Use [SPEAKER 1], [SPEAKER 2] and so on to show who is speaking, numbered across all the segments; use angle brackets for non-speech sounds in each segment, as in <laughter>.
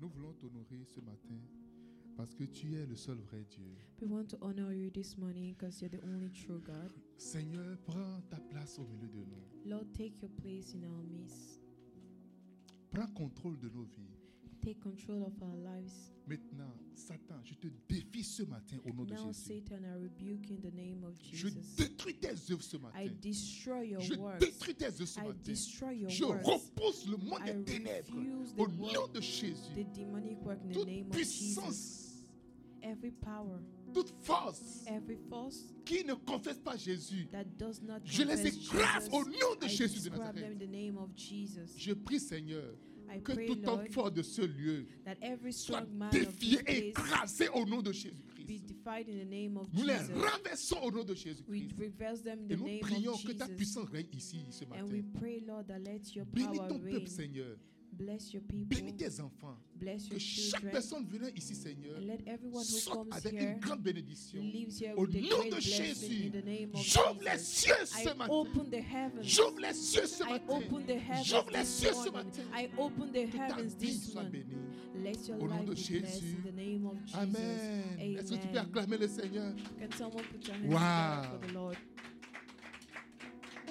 [SPEAKER 1] voulons t'honorer ce matin parce que tu es le seul vrai Dieu.
[SPEAKER 2] We want to honor you this morning because you're the only true God.
[SPEAKER 1] Seigneur, prends ta place au milieu de nous.
[SPEAKER 2] Lord, take your place in our midst.
[SPEAKER 1] Prends contrôle de nos vies.
[SPEAKER 2] Take control of our lives.
[SPEAKER 1] Maintenant, Satan, je te défie ce matin au nom de
[SPEAKER 2] Now,
[SPEAKER 1] Jésus.
[SPEAKER 2] Satan, I rebuke in the name of
[SPEAKER 1] Je
[SPEAKER 2] Jesus.
[SPEAKER 1] détruis tes œuvres ce matin.
[SPEAKER 2] I destroy
[SPEAKER 1] Je
[SPEAKER 2] your works.
[SPEAKER 1] détruis tes œuvres ce
[SPEAKER 2] I
[SPEAKER 1] matin.
[SPEAKER 2] destroy your
[SPEAKER 1] Je
[SPEAKER 2] works.
[SPEAKER 1] repousse le monde
[SPEAKER 2] I
[SPEAKER 1] des ténèbres
[SPEAKER 2] refuse the
[SPEAKER 1] au nom
[SPEAKER 2] work,
[SPEAKER 1] de
[SPEAKER 2] the
[SPEAKER 1] Jésus.
[SPEAKER 2] demonic work in the name
[SPEAKER 1] Toute
[SPEAKER 2] of Jesus.
[SPEAKER 1] puissance,
[SPEAKER 2] Every power,
[SPEAKER 1] toute force
[SPEAKER 2] every force
[SPEAKER 1] qui ne confesse pas Jésus,
[SPEAKER 2] that does not
[SPEAKER 1] je les
[SPEAKER 2] confess
[SPEAKER 1] écrase
[SPEAKER 2] Jesus,
[SPEAKER 1] au nom de
[SPEAKER 2] I
[SPEAKER 1] Jésus de
[SPEAKER 2] describe them in
[SPEAKER 1] Nazareth.
[SPEAKER 2] the name of Jesus.
[SPEAKER 1] Je prie, Seigneur,
[SPEAKER 2] I
[SPEAKER 1] que
[SPEAKER 2] pray,
[SPEAKER 1] tout homme
[SPEAKER 2] Lord,
[SPEAKER 1] fort de ce lieu
[SPEAKER 2] that every
[SPEAKER 1] soit
[SPEAKER 2] strong man of
[SPEAKER 1] défié
[SPEAKER 2] this
[SPEAKER 1] et
[SPEAKER 2] place
[SPEAKER 1] écrasé au nom de
[SPEAKER 2] be
[SPEAKER 1] Jésus-Christ.
[SPEAKER 2] defied in the name of
[SPEAKER 1] Nous les
[SPEAKER 2] Jesus.
[SPEAKER 1] renversons au nom de
[SPEAKER 2] We
[SPEAKER 1] Jésus-Christ.
[SPEAKER 2] reverse them in
[SPEAKER 1] Et
[SPEAKER 2] the
[SPEAKER 1] nous
[SPEAKER 2] name
[SPEAKER 1] prions
[SPEAKER 2] of
[SPEAKER 1] que ta
[SPEAKER 2] Jesus.
[SPEAKER 1] puissance règne ici ce matin.
[SPEAKER 2] And we pray, Lord, that let your
[SPEAKER 1] Bénis
[SPEAKER 2] power
[SPEAKER 1] ton
[SPEAKER 2] reign.
[SPEAKER 1] peuple, Seigneur.
[SPEAKER 2] Bless your people.
[SPEAKER 1] Bénis tes enfants.
[SPEAKER 2] Bless
[SPEAKER 1] Que
[SPEAKER 2] your
[SPEAKER 1] chaque
[SPEAKER 2] children.
[SPEAKER 1] personne venant ici, Seigneur,
[SPEAKER 2] And let everyone who
[SPEAKER 1] sorte
[SPEAKER 2] comes
[SPEAKER 1] avec
[SPEAKER 2] here
[SPEAKER 1] une grande bénédiction.
[SPEAKER 2] leaves here
[SPEAKER 1] Au
[SPEAKER 2] with a
[SPEAKER 1] nom de
[SPEAKER 2] great blessing
[SPEAKER 1] Jésus,
[SPEAKER 2] in the name of
[SPEAKER 1] J'ouvre les
[SPEAKER 2] Jesus.
[SPEAKER 1] cieux
[SPEAKER 2] I
[SPEAKER 1] ce matin.
[SPEAKER 2] open the heavens.
[SPEAKER 1] J'ouvre les cieux ce
[SPEAKER 2] I
[SPEAKER 1] matin.
[SPEAKER 2] open the heavens
[SPEAKER 1] J'ouvre les
[SPEAKER 2] this
[SPEAKER 1] cieux ce
[SPEAKER 2] morning.
[SPEAKER 1] matin.
[SPEAKER 2] I open the
[SPEAKER 1] Que ta
[SPEAKER 2] heavens
[SPEAKER 1] vie
[SPEAKER 2] this
[SPEAKER 1] soit
[SPEAKER 2] morning.
[SPEAKER 1] bénie.
[SPEAKER 2] Let
[SPEAKER 1] Au
[SPEAKER 2] your
[SPEAKER 1] nom
[SPEAKER 2] life
[SPEAKER 1] de
[SPEAKER 2] be blessed
[SPEAKER 1] Jésus.
[SPEAKER 2] in the name of Jesus.
[SPEAKER 1] Amen. Est-ce que tu peux
[SPEAKER 2] Amen.
[SPEAKER 1] acclamer le Seigneur?
[SPEAKER 2] Can someone put your hands
[SPEAKER 1] Wow.
[SPEAKER 2] together for the Lord?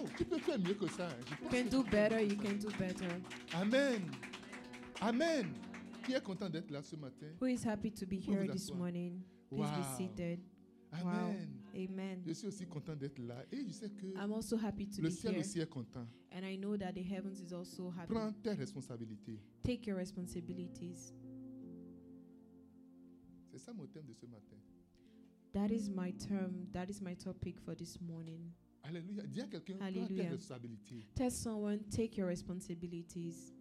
[SPEAKER 1] Oh, tu peux faire mieux que ça. hein. Je
[SPEAKER 2] You
[SPEAKER 1] pense
[SPEAKER 2] can
[SPEAKER 1] que
[SPEAKER 2] do
[SPEAKER 1] tu peux
[SPEAKER 2] better.
[SPEAKER 1] faire
[SPEAKER 2] You
[SPEAKER 1] ça.
[SPEAKER 2] can do better.
[SPEAKER 1] Amen. Amen. Qui est content d'être là ce matin?
[SPEAKER 2] Who is happy to be
[SPEAKER 1] Vous pouvez
[SPEAKER 2] here
[SPEAKER 1] vous
[SPEAKER 2] this
[SPEAKER 1] asseoir.
[SPEAKER 2] morning? Please
[SPEAKER 1] Wow.
[SPEAKER 2] be seated.
[SPEAKER 1] Amen.
[SPEAKER 2] Wow. Amen.
[SPEAKER 1] Je suis aussi content d'être là. Et je sais que
[SPEAKER 2] I'm also happy to
[SPEAKER 1] le
[SPEAKER 2] be
[SPEAKER 1] ciel
[SPEAKER 2] here.
[SPEAKER 1] aussi est content.
[SPEAKER 2] And I know that the heavens is also happy.
[SPEAKER 1] Prends tes responsabilités.
[SPEAKER 2] Take your responsibilities.
[SPEAKER 1] C'est ça mon thème de ce matin.
[SPEAKER 2] That is my term. That is my topic for this morning.
[SPEAKER 1] Alléluia. Dis à quelqu'un, prends tes
[SPEAKER 2] Alléluia.
[SPEAKER 1] responsabilités.
[SPEAKER 2] Tell someone, take your responsibilities.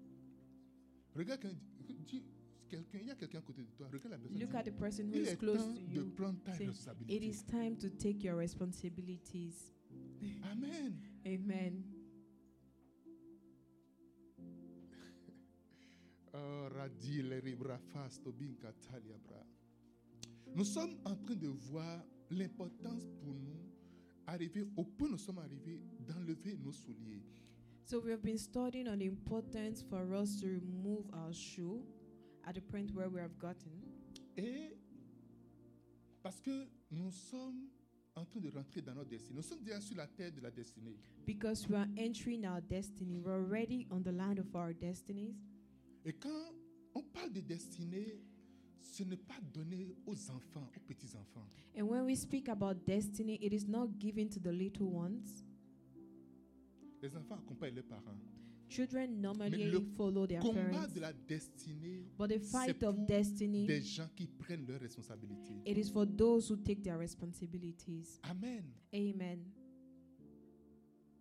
[SPEAKER 1] Regarde quelqu'un, dis- quelqu'un, il y a quelqu'un à côté de toi. Regarde la personne.
[SPEAKER 2] Look
[SPEAKER 1] dis,
[SPEAKER 2] at the person who
[SPEAKER 1] il
[SPEAKER 2] is
[SPEAKER 1] est
[SPEAKER 2] close
[SPEAKER 1] temps
[SPEAKER 2] to
[SPEAKER 1] de
[SPEAKER 2] you.
[SPEAKER 1] prendre ta
[SPEAKER 2] Say, It
[SPEAKER 1] responsabilité.
[SPEAKER 2] is time to take your responsibilities.
[SPEAKER 1] Amen.
[SPEAKER 2] Amen.
[SPEAKER 1] Oh, Radil, Rebra, Fasto, Binka, Talia, Bra. Nous sommes en train de voir l'importance pour nous arriver au point où nous sommes arrivés d'enlever nos souliers.
[SPEAKER 2] So we have been studying on the importance for us to remove our shoe at the point where we have gotten.
[SPEAKER 1] Et parce que nous sommes en train de rentrer dans notre destinée. Nous sommes déjà sur la terre de la destinée.
[SPEAKER 2] Because we are entering our destiny. We're already on the land of our destinies.
[SPEAKER 1] Et quand on parle de destinée, ce n'est pas donné aux enfants, aux petits-enfants.
[SPEAKER 2] And when we speak about destiny, it is not given to the little ones.
[SPEAKER 1] Les enfants accompagnent leurs parents.
[SPEAKER 2] Children
[SPEAKER 1] Mais
[SPEAKER 2] normally
[SPEAKER 1] le
[SPEAKER 2] follow their
[SPEAKER 1] Combat
[SPEAKER 2] parents.
[SPEAKER 1] de la destinée,
[SPEAKER 2] But the
[SPEAKER 1] c'est
[SPEAKER 2] fight
[SPEAKER 1] pour
[SPEAKER 2] of destiny,
[SPEAKER 1] des gens qui prennent leurs responsabilités.
[SPEAKER 2] it is for those who take their responsibilities.
[SPEAKER 1] Amen.
[SPEAKER 2] Amen.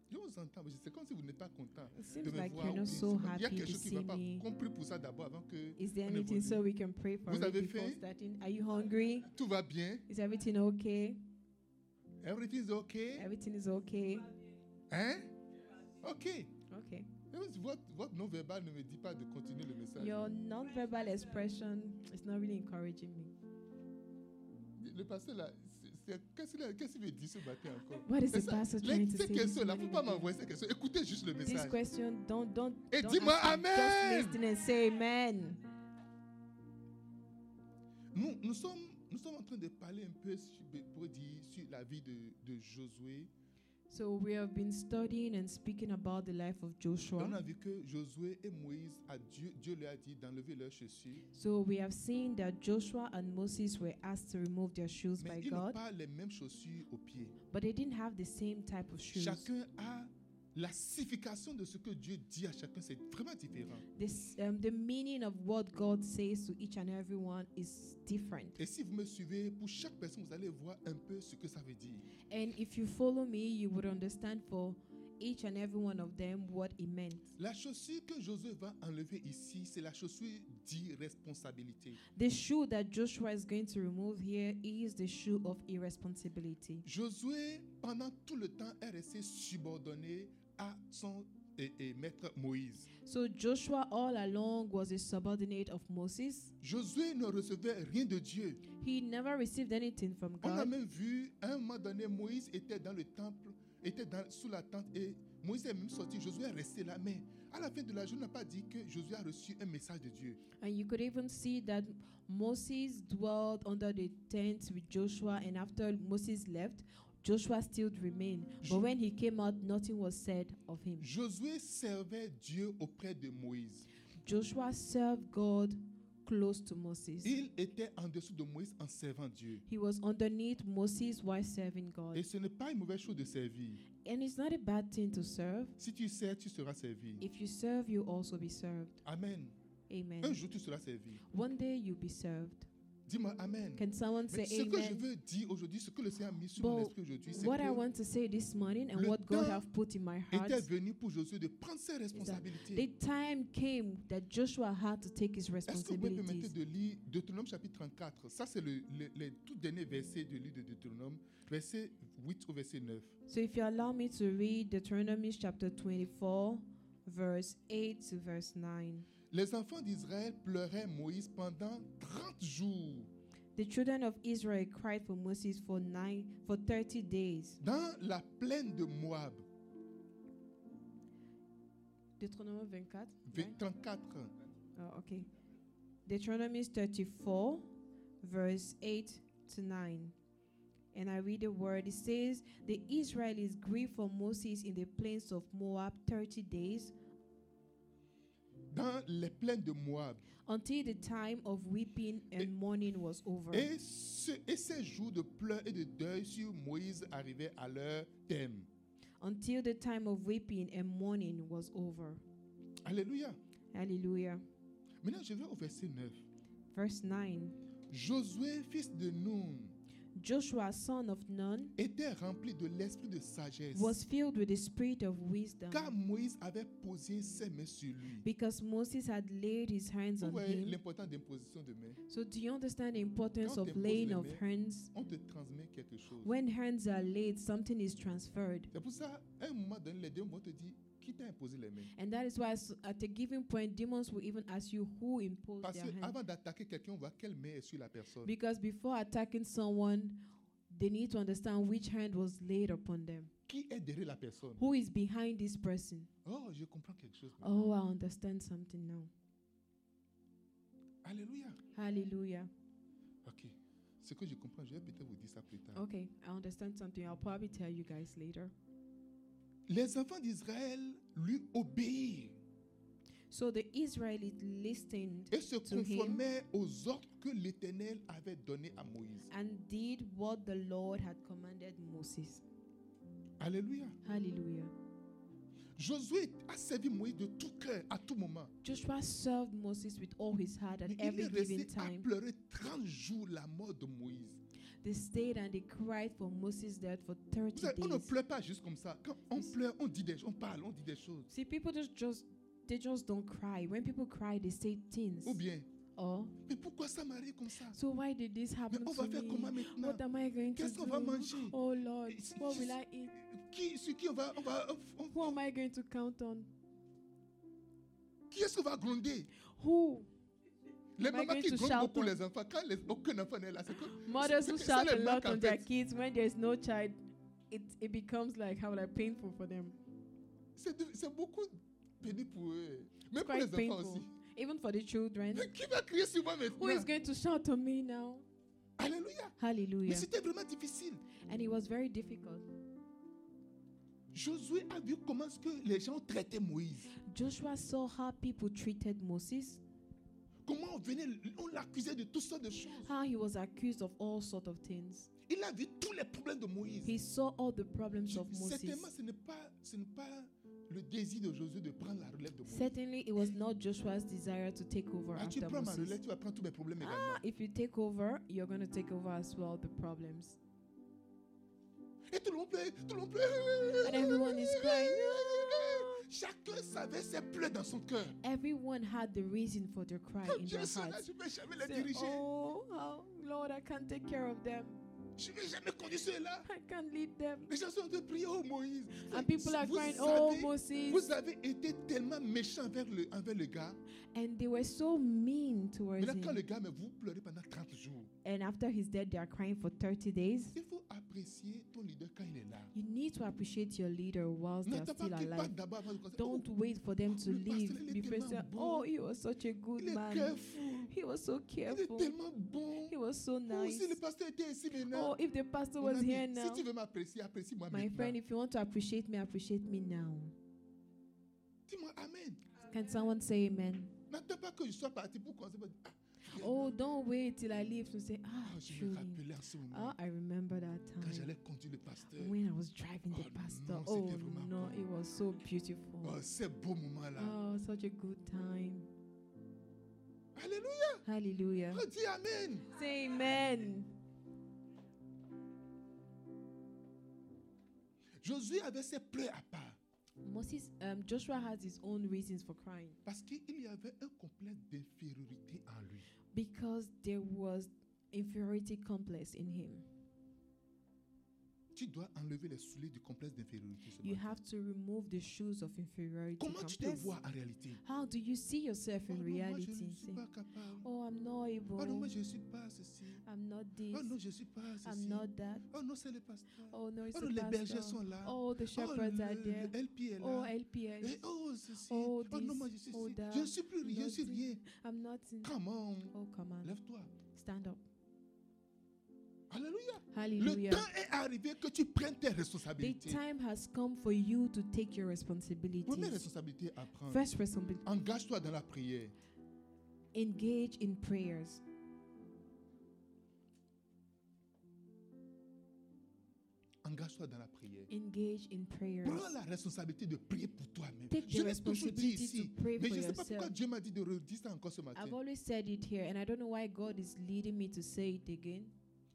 [SPEAKER 1] Je vous entends, mais c'est comme si vous n'êtes pas content
[SPEAKER 2] It
[SPEAKER 1] de
[SPEAKER 2] seems
[SPEAKER 1] me
[SPEAKER 2] like
[SPEAKER 1] voir.
[SPEAKER 2] you're
[SPEAKER 1] ou
[SPEAKER 2] not
[SPEAKER 1] bien
[SPEAKER 2] so
[SPEAKER 1] c'est pas- Il y a
[SPEAKER 2] happy
[SPEAKER 1] quelque
[SPEAKER 2] to
[SPEAKER 1] chose qui ne
[SPEAKER 2] see
[SPEAKER 1] va pas.
[SPEAKER 2] me.
[SPEAKER 1] Compris pour ça d'abord avant que
[SPEAKER 2] Is there
[SPEAKER 1] on
[SPEAKER 2] anything
[SPEAKER 1] évolue.
[SPEAKER 2] so we can pray for
[SPEAKER 1] Vous
[SPEAKER 2] it
[SPEAKER 1] avez
[SPEAKER 2] before
[SPEAKER 1] faim?
[SPEAKER 2] starting? Are you hungry?
[SPEAKER 1] Tout va bien.
[SPEAKER 2] Is everything okay?
[SPEAKER 1] Everything's okay.
[SPEAKER 2] Everything is okay.
[SPEAKER 1] Hein? Ok.
[SPEAKER 2] Okay.
[SPEAKER 1] Même si votre, votre non-verbal ne me dit pas de continuer le message.
[SPEAKER 2] Your non-verbal expression is not really encouraging me.
[SPEAKER 1] Le pasteur là, c'est- c'est- qu'est-ce qu'il a- qu'est-ce qu'il veut dire ce matin encore?
[SPEAKER 2] What is
[SPEAKER 1] C'est
[SPEAKER 2] the
[SPEAKER 1] ça.
[SPEAKER 2] pastor
[SPEAKER 1] Les-
[SPEAKER 2] trying to say?
[SPEAKER 1] Ces
[SPEAKER 2] this
[SPEAKER 1] questions-là, faut pas
[SPEAKER 2] morning?
[SPEAKER 1] m'envoyer ces questions. Écoutez juste le
[SPEAKER 2] This
[SPEAKER 1] message.
[SPEAKER 2] question, don't don't.
[SPEAKER 1] Et
[SPEAKER 2] don't
[SPEAKER 1] dis-moi
[SPEAKER 2] ask me.
[SPEAKER 1] Amen.
[SPEAKER 2] Just listen and say amen.
[SPEAKER 1] Nous, nous, sommes, nous sommes en train de parler un peu sur, pour dire, sur la vie de, de Josué.
[SPEAKER 2] So we have been studying and speaking about the life of
[SPEAKER 1] Et
[SPEAKER 2] Joshua.
[SPEAKER 1] on a vu que Josué et Moïse, à Dieu, Dieu leur a dit d'enlever leurs chaussures.
[SPEAKER 2] So we have seen that Joshua and Moses were asked to remove their shoes
[SPEAKER 1] Mais
[SPEAKER 2] by
[SPEAKER 1] ils n'ont
[SPEAKER 2] God,
[SPEAKER 1] pas les mêmes chaussures aux pieds.
[SPEAKER 2] but they didn't have the same type of shoes.
[SPEAKER 1] Chacun a la signification de ce que Dieu dit à chacun, c'est vraiment différent.
[SPEAKER 2] This, um, the meaning of what God says to each and everyone is different.
[SPEAKER 1] Et si vous me suivez, pour chaque personne, vous allez voir un peu ce que ça veut dire.
[SPEAKER 2] And if you follow me, you would understand for each and every one of them what it meant.
[SPEAKER 1] La chaussure que Josué va enlever ici, c'est la chaussure d'irresponsabilité.
[SPEAKER 2] The shoe that Joshua is going to remove here is the shoe of irresponsibility.
[SPEAKER 1] Josué, pendant tout le temps, est resté subordonné à son et, et maître Moïse.
[SPEAKER 2] So Joshua all along was a subordinate of Moses.
[SPEAKER 1] Josué ne recevait rien de Dieu.
[SPEAKER 2] He never received anything from
[SPEAKER 1] On a
[SPEAKER 2] God.
[SPEAKER 1] même vu, à un moment donné, Moïse était dans le temple était dans- sous la tente et Moïse est même sorti. Josué est resté là. Mais à la fin de la journée, on n'a pas dit que Josué a reçu un message de Dieu.
[SPEAKER 2] And you could even see that Moses dwelled under the tent with Joshua, and after Moses left, Joshua still remained. But when he came out, nothing was said of him.
[SPEAKER 1] Josué servait Dieu auprès de Moïse.
[SPEAKER 2] Joshua served God close to Moses.
[SPEAKER 1] Il était en dessous de Moïse en servant Dieu.
[SPEAKER 2] He was underneath Moses while serving
[SPEAKER 1] Et
[SPEAKER 2] God.
[SPEAKER 1] ce n'est pas une mauvaise chose de servir.
[SPEAKER 2] And it's not a bad thing to serve.
[SPEAKER 1] Si tu sers, tu seras servi.
[SPEAKER 2] If you serve, you'll also be served.
[SPEAKER 1] Amen. Un
[SPEAKER 2] Amen.
[SPEAKER 1] jour, tu seras servi.
[SPEAKER 2] One day you'll be served.
[SPEAKER 1] Dis-moi Amen.
[SPEAKER 2] Can someone
[SPEAKER 1] Mais
[SPEAKER 2] say
[SPEAKER 1] ce que je
[SPEAKER 2] amen?
[SPEAKER 1] veux dire aujourd'hui, ce que le Seigneur a mis sur mon
[SPEAKER 2] But
[SPEAKER 1] esprit aujourd'hui, c'est
[SPEAKER 2] What I
[SPEAKER 1] que
[SPEAKER 2] want to say this morning and
[SPEAKER 1] Le
[SPEAKER 2] what God
[SPEAKER 1] temps
[SPEAKER 2] have put in my heart
[SPEAKER 1] était venu pour Josué de prendre ses
[SPEAKER 2] The
[SPEAKER 1] responsabilités.
[SPEAKER 2] time came that Joshua had to take his
[SPEAKER 1] Est-ce que vous pouvez me permettre
[SPEAKER 2] responsibilities.
[SPEAKER 1] de lire Deutéronome chapitre 34 Ça, c'est le, le- les tout derniers versets de livre de Deutéronome, verset 8 au verset 9.
[SPEAKER 2] So if you allow me to read Deuteronomy chapter 24, verse 8 to verse 9.
[SPEAKER 1] Les enfants d'Israël pleuraient Moïse pendant 30 jours.
[SPEAKER 2] The children of Israel cried for Moses for nine for 30 days.
[SPEAKER 1] dans la plaine de Moab,
[SPEAKER 2] Deuteronomy 24.
[SPEAKER 1] v-
[SPEAKER 2] right?
[SPEAKER 1] 34 ans.
[SPEAKER 2] Oh, okay. Deuteronomy 34, verse 8 to 9. And I read the word. It says, The Israelites grieved for Moses in the plains of Moab 30 days
[SPEAKER 1] dans les plaines de Moab.
[SPEAKER 2] until the time of weeping
[SPEAKER 1] Et-
[SPEAKER 2] and mourning was over.
[SPEAKER 1] Et, ce- et ces jours de pleurs et de deuil sur Moïse arrivaient à leur thème.
[SPEAKER 2] Until the time of weeping and mourning was over.
[SPEAKER 1] Alléluia.
[SPEAKER 2] Hallelujah.
[SPEAKER 1] Maintenant, je vais au verset 9.
[SPEAKER 2] Verse 9
[SPEAKER 1] Josué, fils de Nun,
[SPEAKER 2] Joshua, son of Nun,
[SPEAKER 1] était rempli de l'esprit de sagesse,
[SPEAKER 2] was filled with the spirit of wisdom
[SPEAKER 1] car Moïse avait posé ses mains sur lui.
[SPEAKER 2] because Moses had laid his hands
[SPEAKER 1] Vous
[SPEAKER 2] on
[SPEAKER 1] voyez
[SPEAKER 2] him.
[SPEAKER 1] l'importance d'imposition de mains.
[SPEAKER 2] So do you understand the importance
[SPEAKER 1] Quand
[SPEAKER 2] of
[SPEAKER 1] t'imposes
[SPEAKER 2] laying
[SPEAKER 1] les
[SPEAKER 2] of
[SPEAKER 1] mains-
[SPEAKER 2] hands?
[SPEAKER 1] On te transmet quelque chose.
[SPEAKER 2] When hands are laid, something is transferred.
[SPEAKER 1] C'est pour ça, à un moment donné, les démons vont te dire, qui t'a imposé les mains
[SPEAKER 2] And that is why s- at a given point, demons will even ask you who imposed
[SPEAKER 1] Parce
[SPEAKER 2] their
[SPEAKER 1] que
[SPEAKER 2] hand.
[SPEAKER 1] avant d'attaquer quelqu'un, on voit quelle main est sur la personne.
[SPEAKER 2] Because before attacking someone, they need to understand which hand was laid upon them.
[SPEAKER 1] Qui est derrière la personne
[SPEAKER 2] Who is behind this person?
[SPEAKER 1] Oh, je comprends quelque chose. maintenant.
[SPEAKER 2] Oh. Oh, I understand something now.
[SPEAKER 1] Alléluia.
[SPEAKER 2] Hallelujah.
[SPEAKER 1] Ok. Ce que je comprends, je vais peut-être vous dire ça plus tard.
[SPEAKER 2] Okay, I understand something. I'll probably tell you guys later.
[SPEAKER 1] Les enfants d'Israël lui obéirent
[SPEAKER 2] So the Israelites listened
[SPEAKER 1] et se
[SPEAKER 2] To him.
[SPEAKER 1] conformaient aux ordres que l'Éternel avait donnés à Moïse.
[SPEAKER 2] and did what the Lord had commanded Moses.
[SPEAKER 1] Alléluia.
[SPEAKER 2] Hallelujah.
[SPEAKER 1] Josué a servi Moïse de tout cœur, à tout moment.
[SPEAKER 2] Joshua served Moses with all his heart at
[SPEAKER 1] Mais il
[SPEAKER 2] every
[SPEAKER 1] est
[SPEAKER 2] given
[SPEAKER 1] resté à
[SPEAKER 2] time.
[SPEAKER 1] pleurer 30 jours la mort de Moïse.
[SPEAKER 2] They stayed and they cried for Moses' death for
[SPEAKER 1] Vous
[SPEAKER 2] 30
[SPEAKER 1] savez, on ne
[SPEAKER 2] days.
[SPEAKER 1] pleure pas juste comme ça. Quand on
[SPEAKER 2] Yes.
[SPEAKER 1] pleure, on dit des choses, on parle, on dit des choses.
[SPEAKER 2] See, people just just they just don't cry. When people cry, they say things.
[SPEAKER 1] Ou bien,
[SPEAKER 2] Oh,
[SPEAKER 1] mais pourquoi ça m'arrive comme ça
[SPEAKER 2] so why did this
[SPEAKER 1] Mais
[SPEAKER 2] happen
[SPEAKER 1] on
[SPEAKER 2] to
[SPEAKER 1] va
[SPEAKER 2] me?
[SPEAKER 1] faire comment maintenant
[SPEAKER 2] What am I going to
[SPEAKER 1] Qu'est-ce qu'on va
[SPEAKER 2] do?
[SPEAKER 1] manger
[SPEAKER 2] Oh Lord,
[SPEAKER 1] Et c'est-
[SPEAKER 2] what
[SPEAKER 1] c'est-
[SPEAKER 2] will I eat?
[SPEAKER 1] qui, Sur qui on va, on va on- on-
[SPEAKER 2] Who am I going to count on?
[SPEAKER 1] Qui est-ce qu'on va gronder
[SPEAKER 2] Who?
[SPEAKER 1] Les
[SPEAKER 2] Am I
[SPEAKER 1] mamans
[SPEAKER 2] going
[SPEAKER 1] qui
[SPEAKER 2] to
[SPEAKER 1] grondent
[SPEAKER 2] shout
[SPEAKER 1] beaucoup
[SPEAKER 2] on-
[SPEAKER 1] les enfants, quand les- aucun enfant n'est là, c'est que
[SPEAKER 2] Mothers
[SPEAKER 1] c'est
[SPEAKER 2] who
[SPEAKER 1] que ça
[SPEAKER 2] shout a
[SPEAKER 1] les
[SPEAKER 2] lot
[SPEAKER 1] manque
[SPEAKER 2] on
[SPEAKER 1] en
[SPEAKER 2] their
[SPEAKER 1] fait.
[SPEAKER 2] kids when there's no child, it it becomes like how like painful for them.
[SPEAKER 1] C'est de- c'est beaucoup pénible pour eux. Même
[SPEAKER 2] It's
[SPEAKER 1] pour les
[SPEAKER 2] quite
[SPEAKER 1] enfants
[SPEAKER 2] painful,
[SPEAKER 1] aussi.
[SPEAKER 2] even for the children.
[SPEAKER 1] Mais qui va crier sur moi
[SPEAKER 2] Who is
[SPEAKER 1] maintenant
[SPEAKER 2] going to shout on me now?
[SPEAKER 1] Alléluia. Mais
[SPEAKER 2] Hallelujah.
[SPEAKER 1] c'était vraiment difficile.
[SPEAKER 2] And it was very difficult.
[SPEAKER 1] Josué a vu comment est-ce que les gens traitaient Moïse.
[SPEAKER 2] Joshua saw how people treated Moses,
[SPEAKER 1] Comment on venait, on l'accusait de toutes sortes de choses.
[SPEAKER 2] how he was accused of all sorts of things.
[SPEAKER 1] Il a vu tous les problèmes de Moïse.
[SPEAKER 2] He saw all the problems
[SPEAKER 1] Je-
[SPEAKER 2] of Moses.
[SPEAKER 1] Certainement, ce n'est pas, ce n'est pas le désir de Josué de prendre la relève de Moïse.
[SPEAKER 2] Certainly, it was not Joshua's desire to take over
[SPEAKER 1] Ah, tu
[SPEAKER 2] after
[SPEAKER 1] prends ma
[SPEAKER 2] Moses. Ah,
[SPEAKER 1] relève, tu vas prendre tous mes problèmes également.
[SPEAKER 2] If you take over, you're going to take over as well the problems.
[SPEAKER 1] Et tout le monde pleure, tout le monde pleure.
[SPEAKER 2] And everyone is crying.
[SPEAKER 1] Chacun savait ses pleurs dans son cœur.
[SPEAKER 2] Everyone had the reason for their cry
[SPEAKER 1] Quand
[SPEAKER 2] Ah, in
[SPEAKER 1] Dieu
[SPEAKER 2] their
[SPEAKER 1] sera là,
[SPEAKER 2] hearts.
[SPEAKER 1] je ne vais jamais les
[SPEAKER 2] Say,
[SPEAKER 1] diriger.
[SPEAKER 2] oh, how- Lord, I can't take care of them.
[SPEAKER 1] Je ne vais jamais conduire ceux-là.
[SPEAKER 2] I can't lead them.
[SPEAKER 1] Les gens sont en train de prier, oh Moïse.
[SPEAKER 2] And people are
[SPEAKER 1] Vous
[SPEAKER 2] crying, oh,
[SPEAKER 1] savez-
[SPEAKER 2] Moses.
[SPEAKER 1] Vous avez été tellement méchant envers le, envers le gars.
[SPEAKER 2] And they were so mean
[SPEAKER 1] Mais
[SPEAKER 2] towards
[SPEAKER 1] là, quand
[SPEAKER 2] him.
[SPEAKER 1] le gars, mais vous pleurez pendant 30 jours.
[SPEAKER 2] And after he's dead, they are crying for 30 days.
[SPEAKER 1] Il faut apprécier ton leader quand il est là.
[SPEAKER 2] You need to appreciate your leader whilst they are
[SPEAKER 1] N'attends pas
[SPEAKER 2] still
[SPEAKER 1] qu'il
[SPEAKER 2] alive.
[SPEAKER 1] parte d'abord avant de commencer. Oh,
[SPEAKER 2] Don't wait for them to
[SPEAKER 1] le pasteur, il
[SPEAKER 2] leave
[SPEAKER 1] est
[SPEAKER 2] before you
[SPEAKER 1] tellement
[SPEAKER 2] say,
[SPEAKER 1] bon.
[SPEAKER 2] Oh, he was such a good
[SPEAKER 1] il est
[SPEAKER 2] man.
[SPEAKER 1] careful.
[SPEAKER 2] He was so
[SPEAKER 1] Il est
[SPEAKER 2] careful.
[SPEAKER 1] tellement bon.
[SPEAKER 2] He was so
[SPEAKER 1] Oh,
[SPEAKER 2] nice.
[SPEAKER 1] si le pasteur était ici maintenant.
[SPEAKER 2] Oh, if the pastor
[SPEAKER 1] Mon
[SPEAKER 2] was
[SPEAKER 1] ami,
[SPEAKER 2] here now.
[SPEAKER 1] Si tu veux m'apprécier, apprécie-moi
[SPEAKER 2] My
[SPEAKER 1] maintenant.
[SPEAKER 2] friend, if you want to appreciate me, appreciate me now.
[SPEAKER 1] Dis-moi Amen.
[SPEAKER 2] Can someone say amen?
[SPEAKER 1] N'attends pas que je sois parti pour qu'on se dise, ah, je-
[SPEAKER 2] Oh, don't wait till I leave to say, ah,
[SPEAKER 1] ah, je me
[SPEAKER 2] truly.
[SPEAKER 1] rappelais à ce moment
[SPEAKER 2] Ah, I remember that
[SPEAKER 1] quand
[SPEAKER 2] time
[SPEAKER 1] j'allais conduire le pasteur.
[SPEAKER 2] when I was driving
[SPEAKER 1] Oh,
[SPEAKER 2] the pastor.
[SPEAKER 1] non,
[SPEAKER 2] Oh,
[SPEAKER 1] c'était vraiment
[SPEAKER 2] no,
[SPEAKER 1] bon.
[SPEAKER 2] it was so
[SPEAKER 1] Oh,
[SPEAKER 2] beautiful.
[SPEAKER 1] ces beaux moments-là.
[SPEAKER 2] Oh, such a good time. Ah.
[SPEAKER 1] Alléluia.
[SPEAKER 2] Hallelujah.
[SPEAKER 1] Oh, dis Amen.
[SPEAKER 2] Say amen.
[SPEAKER 1] Josué avait ses pleurs à part
[SPEAKER 2] Moses, um, Joshua has his own reasons for crying
[SPEAKER 1] parce qu'il y avait un complexe d'infériorité en lui.
[SPEAKER 2] because there was inferiority complex in him.
[SPEAKER 1] Tu dois enlever les souliers du complexe d'infériorité. ce
[SPEAKER 2] You
[SPEAKER 1] matin.
[SPEAKER 2] have to remove the shoes of inferiority
[SPEAKER 1] Comment tu te
[SPEAKER 2] complex.
[SPEAKER 1] vois en réalité
[SPEAKER 2] How do you see yourself
[SPEAKER 1] Oh
[SPEAKER 2] in
[SPEAKER 1] non, moi, je
[SPEAKER 2] reality?
[SPEAKER 1] ne suis
[SPEAKER 2] Say,
[SPEAKER 1] pas capable.
[SPEAKER 2] oh, I'm not able.
[SPEAKER 1] Oh non, moi, je ne suis pas ceci.
[SPEAKER 2] I'm not this.
[SPEAKER 1] Oh non, je ne suis pas ceci.
[SPEAKER 2] I'm not that.
[SPEAKER 1] Oh non, c'est le pasteur.
[SPEAKER 2] Oh no, it's
[SPEAKER 1] Oh
[SPEAKER 2] the
[SPEAKER 1] non, les bergers
[SPEAKER 2] pastor.
[SPEAKER 1] sont là.
[SPEAKER 2] Oh, the
[SPEAKER 1] Oh,
[SPEAKER 2] shepherds are
[SPEAKER 1] le-
[SPEAKER 2] there.
[SPEAKER 1] le LP est
[SPEAKER 2] Oh,
[SPEAKER 1] là.
[SPEAKER 2] LPS.
[SPEAKER 1] Eh, oh, ceci.
[SPEAKER 2] Oh,
[SPEAKER 1] Oh non,
[SPEAKER 2] this.
[SPEAKER 1] moi, je suis
[SPEAKER 2] Oh,
[SPEAKER 1] ceci.
[SPEAKER 2] that.
[SPEAKER 1] Je ne suis plus rien, je ne suis
[SPEAKER 2] Nothing.
[SPEAKER 1] rien.
[SPEAKER 2] I'm not in.
[SPEAKER 1] Comment
[SPEAKER 2] Oh, come on.
[SPEAKER 1] Lève-toi.
[SPEAKER 2] Stand up.
[SPEAKER 1] Alléluia. Le
[SPEAKER 2] Hallelujah.
[SPEAKER 1] temps est arrivé que tu prennes tes
[SPEAKER 2] The
[SPEAKER 1] responsabilités.
[SPEAKER 2] time has come for you to take your
[SPEAKER 1] Première
[SPEAKER 2] responsibilities.
[SPEAKER 1] responsabilité à prendre.
[SPEAKER 2] First responsibility
[SPEAKER 1] Engage-toi dans la prière.
[SPEAKER 2] engage in prayers.
[SPEAKER 1] Engage-toi dans la prière.
[SPEAKER 2] Engage in prayers.
[SPEAKER 1] Prends la responsabilité de prier pour toi-même.
[SPEAKER 2] Take
[SPEAKER 1] Je
[SPEAKER 2] the
[SPEAKER 1] l'ai toujours dit
[SPEAKER 2] responsibility
[SPEAKER 1] ici.
[SPEAKER 2] to pray
[SPEAKER 1] Mais
[SPEAKER 2] for
[SPEAKER 1] je ne sais pas pourquoi
[SPEAKER 2] yourself.
[SPEAKER 1] Dieu m'a dit de redire ça encore ce matin.
[SPEAKER 2] I've always said it here, and I don't know why God is leading me to say it again.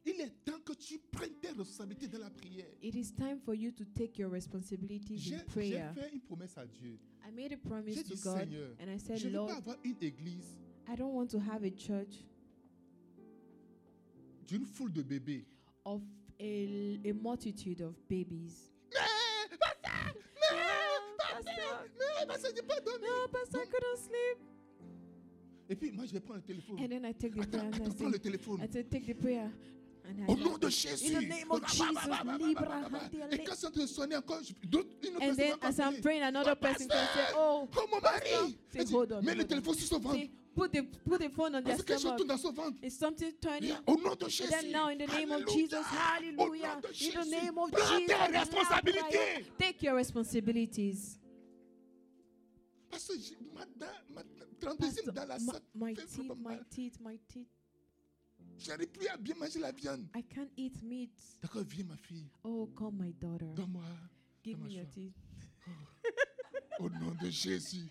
[SPEAKER 1] Il est temps que tu prennes tes responsabilités dans la prière.
[SPEAKER 2] It is time for you to take your responsibilities
[SPEAKER 1] J'ai
[SPEAKER 2] in
[SPEAKER 1] j'ai
[SPEAKER 2] prayer.
[SPEAKER 1] fait une promesse à Dieu.
[SPEAKER 2] I made a
[SPEAKER 1] J'ai
[SPEAKER 2] promise to
[SPEAKER 1] dit,
[SPEAKER 2] God,
[SPEAKER 1] Seigneur,
[SPEAKER 2] and I said,
[SPEAKER 1] je ne veux
[SPEAKER 2] Lord,
[SPEAKER 1] pas avoir une église
[SPEAKER 2] I don't want to have a church
[SPEAKER 1] d'une foule de bébés.
[SPEAKER 2] of a, a multitude of babies.
[SPEAKER 1] Mais, pas ça! Mais, pas
[SPEAKER 2] Non,
[SPEAKER 1] ça! Mais,
[SPEAKER 2] pas ça.
[SPEAKER 1] pas ça, j'ai pas dormi.
[SPEAKER 2] No, Pastor, I couldn't sleep.
[SPEAKER 1] Et puis, moi, je vais prendre le téléphone.
[SPEAKER 2] And then I take the Oh, prayer
[SPEAKER 1] Attends,
[SPEAKER 2] and I
[SPEAKER 1] attends, prends le
[SPEAKER 2] say, I
[SPEAKER 1] téléphone.
[SPEAKER 2] said, take the prayer. And I
[SPEAKER 1] Au nom de Jésus.
[SPEAKER 2] In the name of
[SPEAKER 1] Bah,
[SPEAKER 2] Jesus,
[SPEAKER 1] bah, bah, bah, bah, bah,
[SPEAKER 2] libra
[SPEAKER 1] bah, bah.
[SPEAKER 2] handi
[SPEAKER 1] Et quand ça te sonner encore, je- d'autres- une autre personne
[SPEAKER 2] And then
[SPEAKER 1] va
[SPEAKER 2] as
[SPEAKER 1] encore
[SPEAKER 2] I'm
[SPEAKER 1] appeler.
[SPEAKER 2] praying, another
[SPEAKER 1] Oh,
[SPEAKER 2] person can say,
[SPEAKER 1] pasteur!
[SPEAKER 2] oh,
[SPEAKER 1] Oh, mon mari!
[SPEAKER 2] Say,
[SPEAKER 1] Elle dit,
[SPEAKER 2] hold on,
[SPEAKER 1] Mets le
[SPEAKER 2] hold on.
[SPEAKER 1] téléphone sur son ventre.
[SPEAKER 2] say, put the put the phone on their
[SPEAKER 1] Parce que quelque chose tourne
[SPEAKER 2] stomach.
[SPEAKER 1] dans son ventre.
[SPEAKER 2] It's something turning.
[SPEAKER 1] Viens, Au nom de Jésus.
[SPEAKER 2] And then now, in the name of
[SPEAKER 1] Alléluia.
[SPEAKER 2] Jesus,
[SPEAKER 1] Au nom
[SPEAKER 2] hallelujah.
[SPEAKER 1] de
[SPEAKER 2] In the
[SPEAKER 1] Jésus.
[SPEAKER 2] name of
[SPEAKER 1] Prends
[SPEAKER 2] Jesus,
[SPEAKER 1] tes
[SPEAKER 2] now
[SPEAKER 1] responsabilités.
[SPEAKER 2] prayer. take your responsibilities.
[SPEAKER 1] Parce que j'ai- ma dent- ma- 32e dans la
[SPEAKER 2] my,
[SPEAKER 1] sac
[SPEAKER 2] my
[SPEAKER 1] fait
[SPEAKER 2] teeth,
[SPEAKER 1] vraiment
[SPEAKER 2] my
[SPEAKER 1] mal.
[SPEAKER 2] teeth, my teeth.
[SPEAKER 1] J'arrive plus à bien manger la viande.
[SPEAKER 2] I can't eat meat.
[SPEAKER 1] D'accord, viens ma fille.
[SPEAKER 2] Oh, come, my daughter.
[SPEAKER 1] Donne-moi.
[SPEAKER 2] Give
[SPEAKER 1] Don't
[SPEAKER 2] me your
[SPEAKER 1] mature.
[SPEAKER 2] teeth.
[SPEAKER 1] Au nom de Jésus.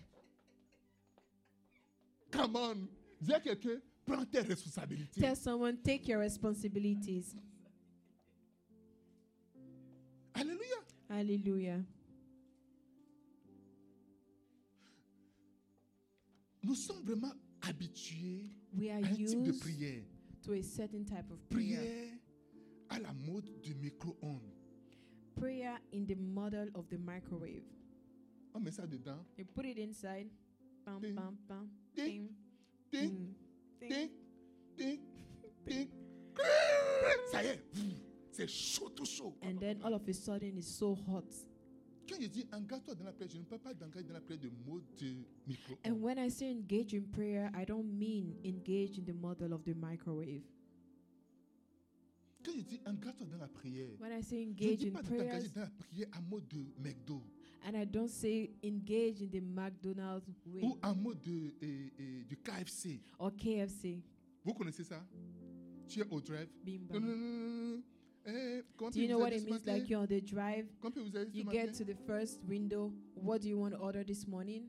[SPEAKER 1] Come on. Dis à quelqu'un, prends tes responsabilités.
[SPEAKER 2] Tell someone, take your responsibilities.
[SPEAKER 1] Alléluia.
[SPEAKER 2] Hallelujah.
[SPEAKER 1] Nous sommes vraiment habitués
[SPEAKER 2] We are
[SPEAKER 1] à un type de
[SPEAKER 2] used
[SPEAKER 1] prière.
[SPEAKER 2] to a certain type of prayer.
[SPEAKER 1] Prière à la mode du micro-ondes.
[SPEAKER 2] Prayer in the model of the microwave.
[SPEAKER 1] On met ça dedans.
[SPEAKER 2] You put it inside. Bam,
[SPEAKER 1] Ding.
[SPEAKER 2] bam, bam.
[SPEAKER 1] Ding, Tic,
[SPEAKER 2] ding, ding,
[SPEAKER 1] tic, tic, tic. Ça y est. C'est chaud, tout chaud.
[SPEAKER 2] And then all of a sudden, it's so hot.
[SPEAKER 1] Quand je dis engage-toi dans la prière, je ne peux pas d'engager dans la prière de mode de
[SPEAKER 2] And
[SPEAKER 1] micro-ondes.
[SPEAKER 2] when I say engage in prayer, I don't mean engage in the model of the microwave.
[SPEAKER 1] Quand je dis engage-toi dans la prière,
[SPEAKER 2] When I say
[SPEAKER 1] je ne
[SPEAKER 2] engage
[SPEAKER 1] dis
[SPEAKER 2] in
[SPEAKER 1] pas de t'engager
[SPEAKER 2] prayers,
[SPEAKER 1] dans la prière en mode de McDo
[SPEAKER 2] and I don't say engage in the McDonald's way
[SPEAKER 1] ou en mode de, euh, euh, du KFC.
[SPEAKER 2] or KFC.
[SPEAKER 1] Vous connaissez ça Tu es au drive.
[SPEAKER 2] Bim
[SPEAKER 1] Non, non,
[SPEAKER 2] bam.
[SPEAKER 1] non, non, non. Eh, comment
[SPEAKER 2] Bah. Do you
[SPEAKER 1] puis
[SPEAKER 2] know
[SPEAKER 1] vous
[SPEAKER 2] what
[SPEAKER 1] avez
[SPEAKER 2] it
[SPEAKER 1] ce
[SPEAKER 2] means?
[SPEAKER 1] matin?
[SPEAKER 2] Like you're on the drive,
[SPEAKER 1] Comment puis vous avez ce
[SPEAKER 2] you
[SPEAKER 1] matin?
[SPEAKER 2] get to the first window. What do you want to order this morning?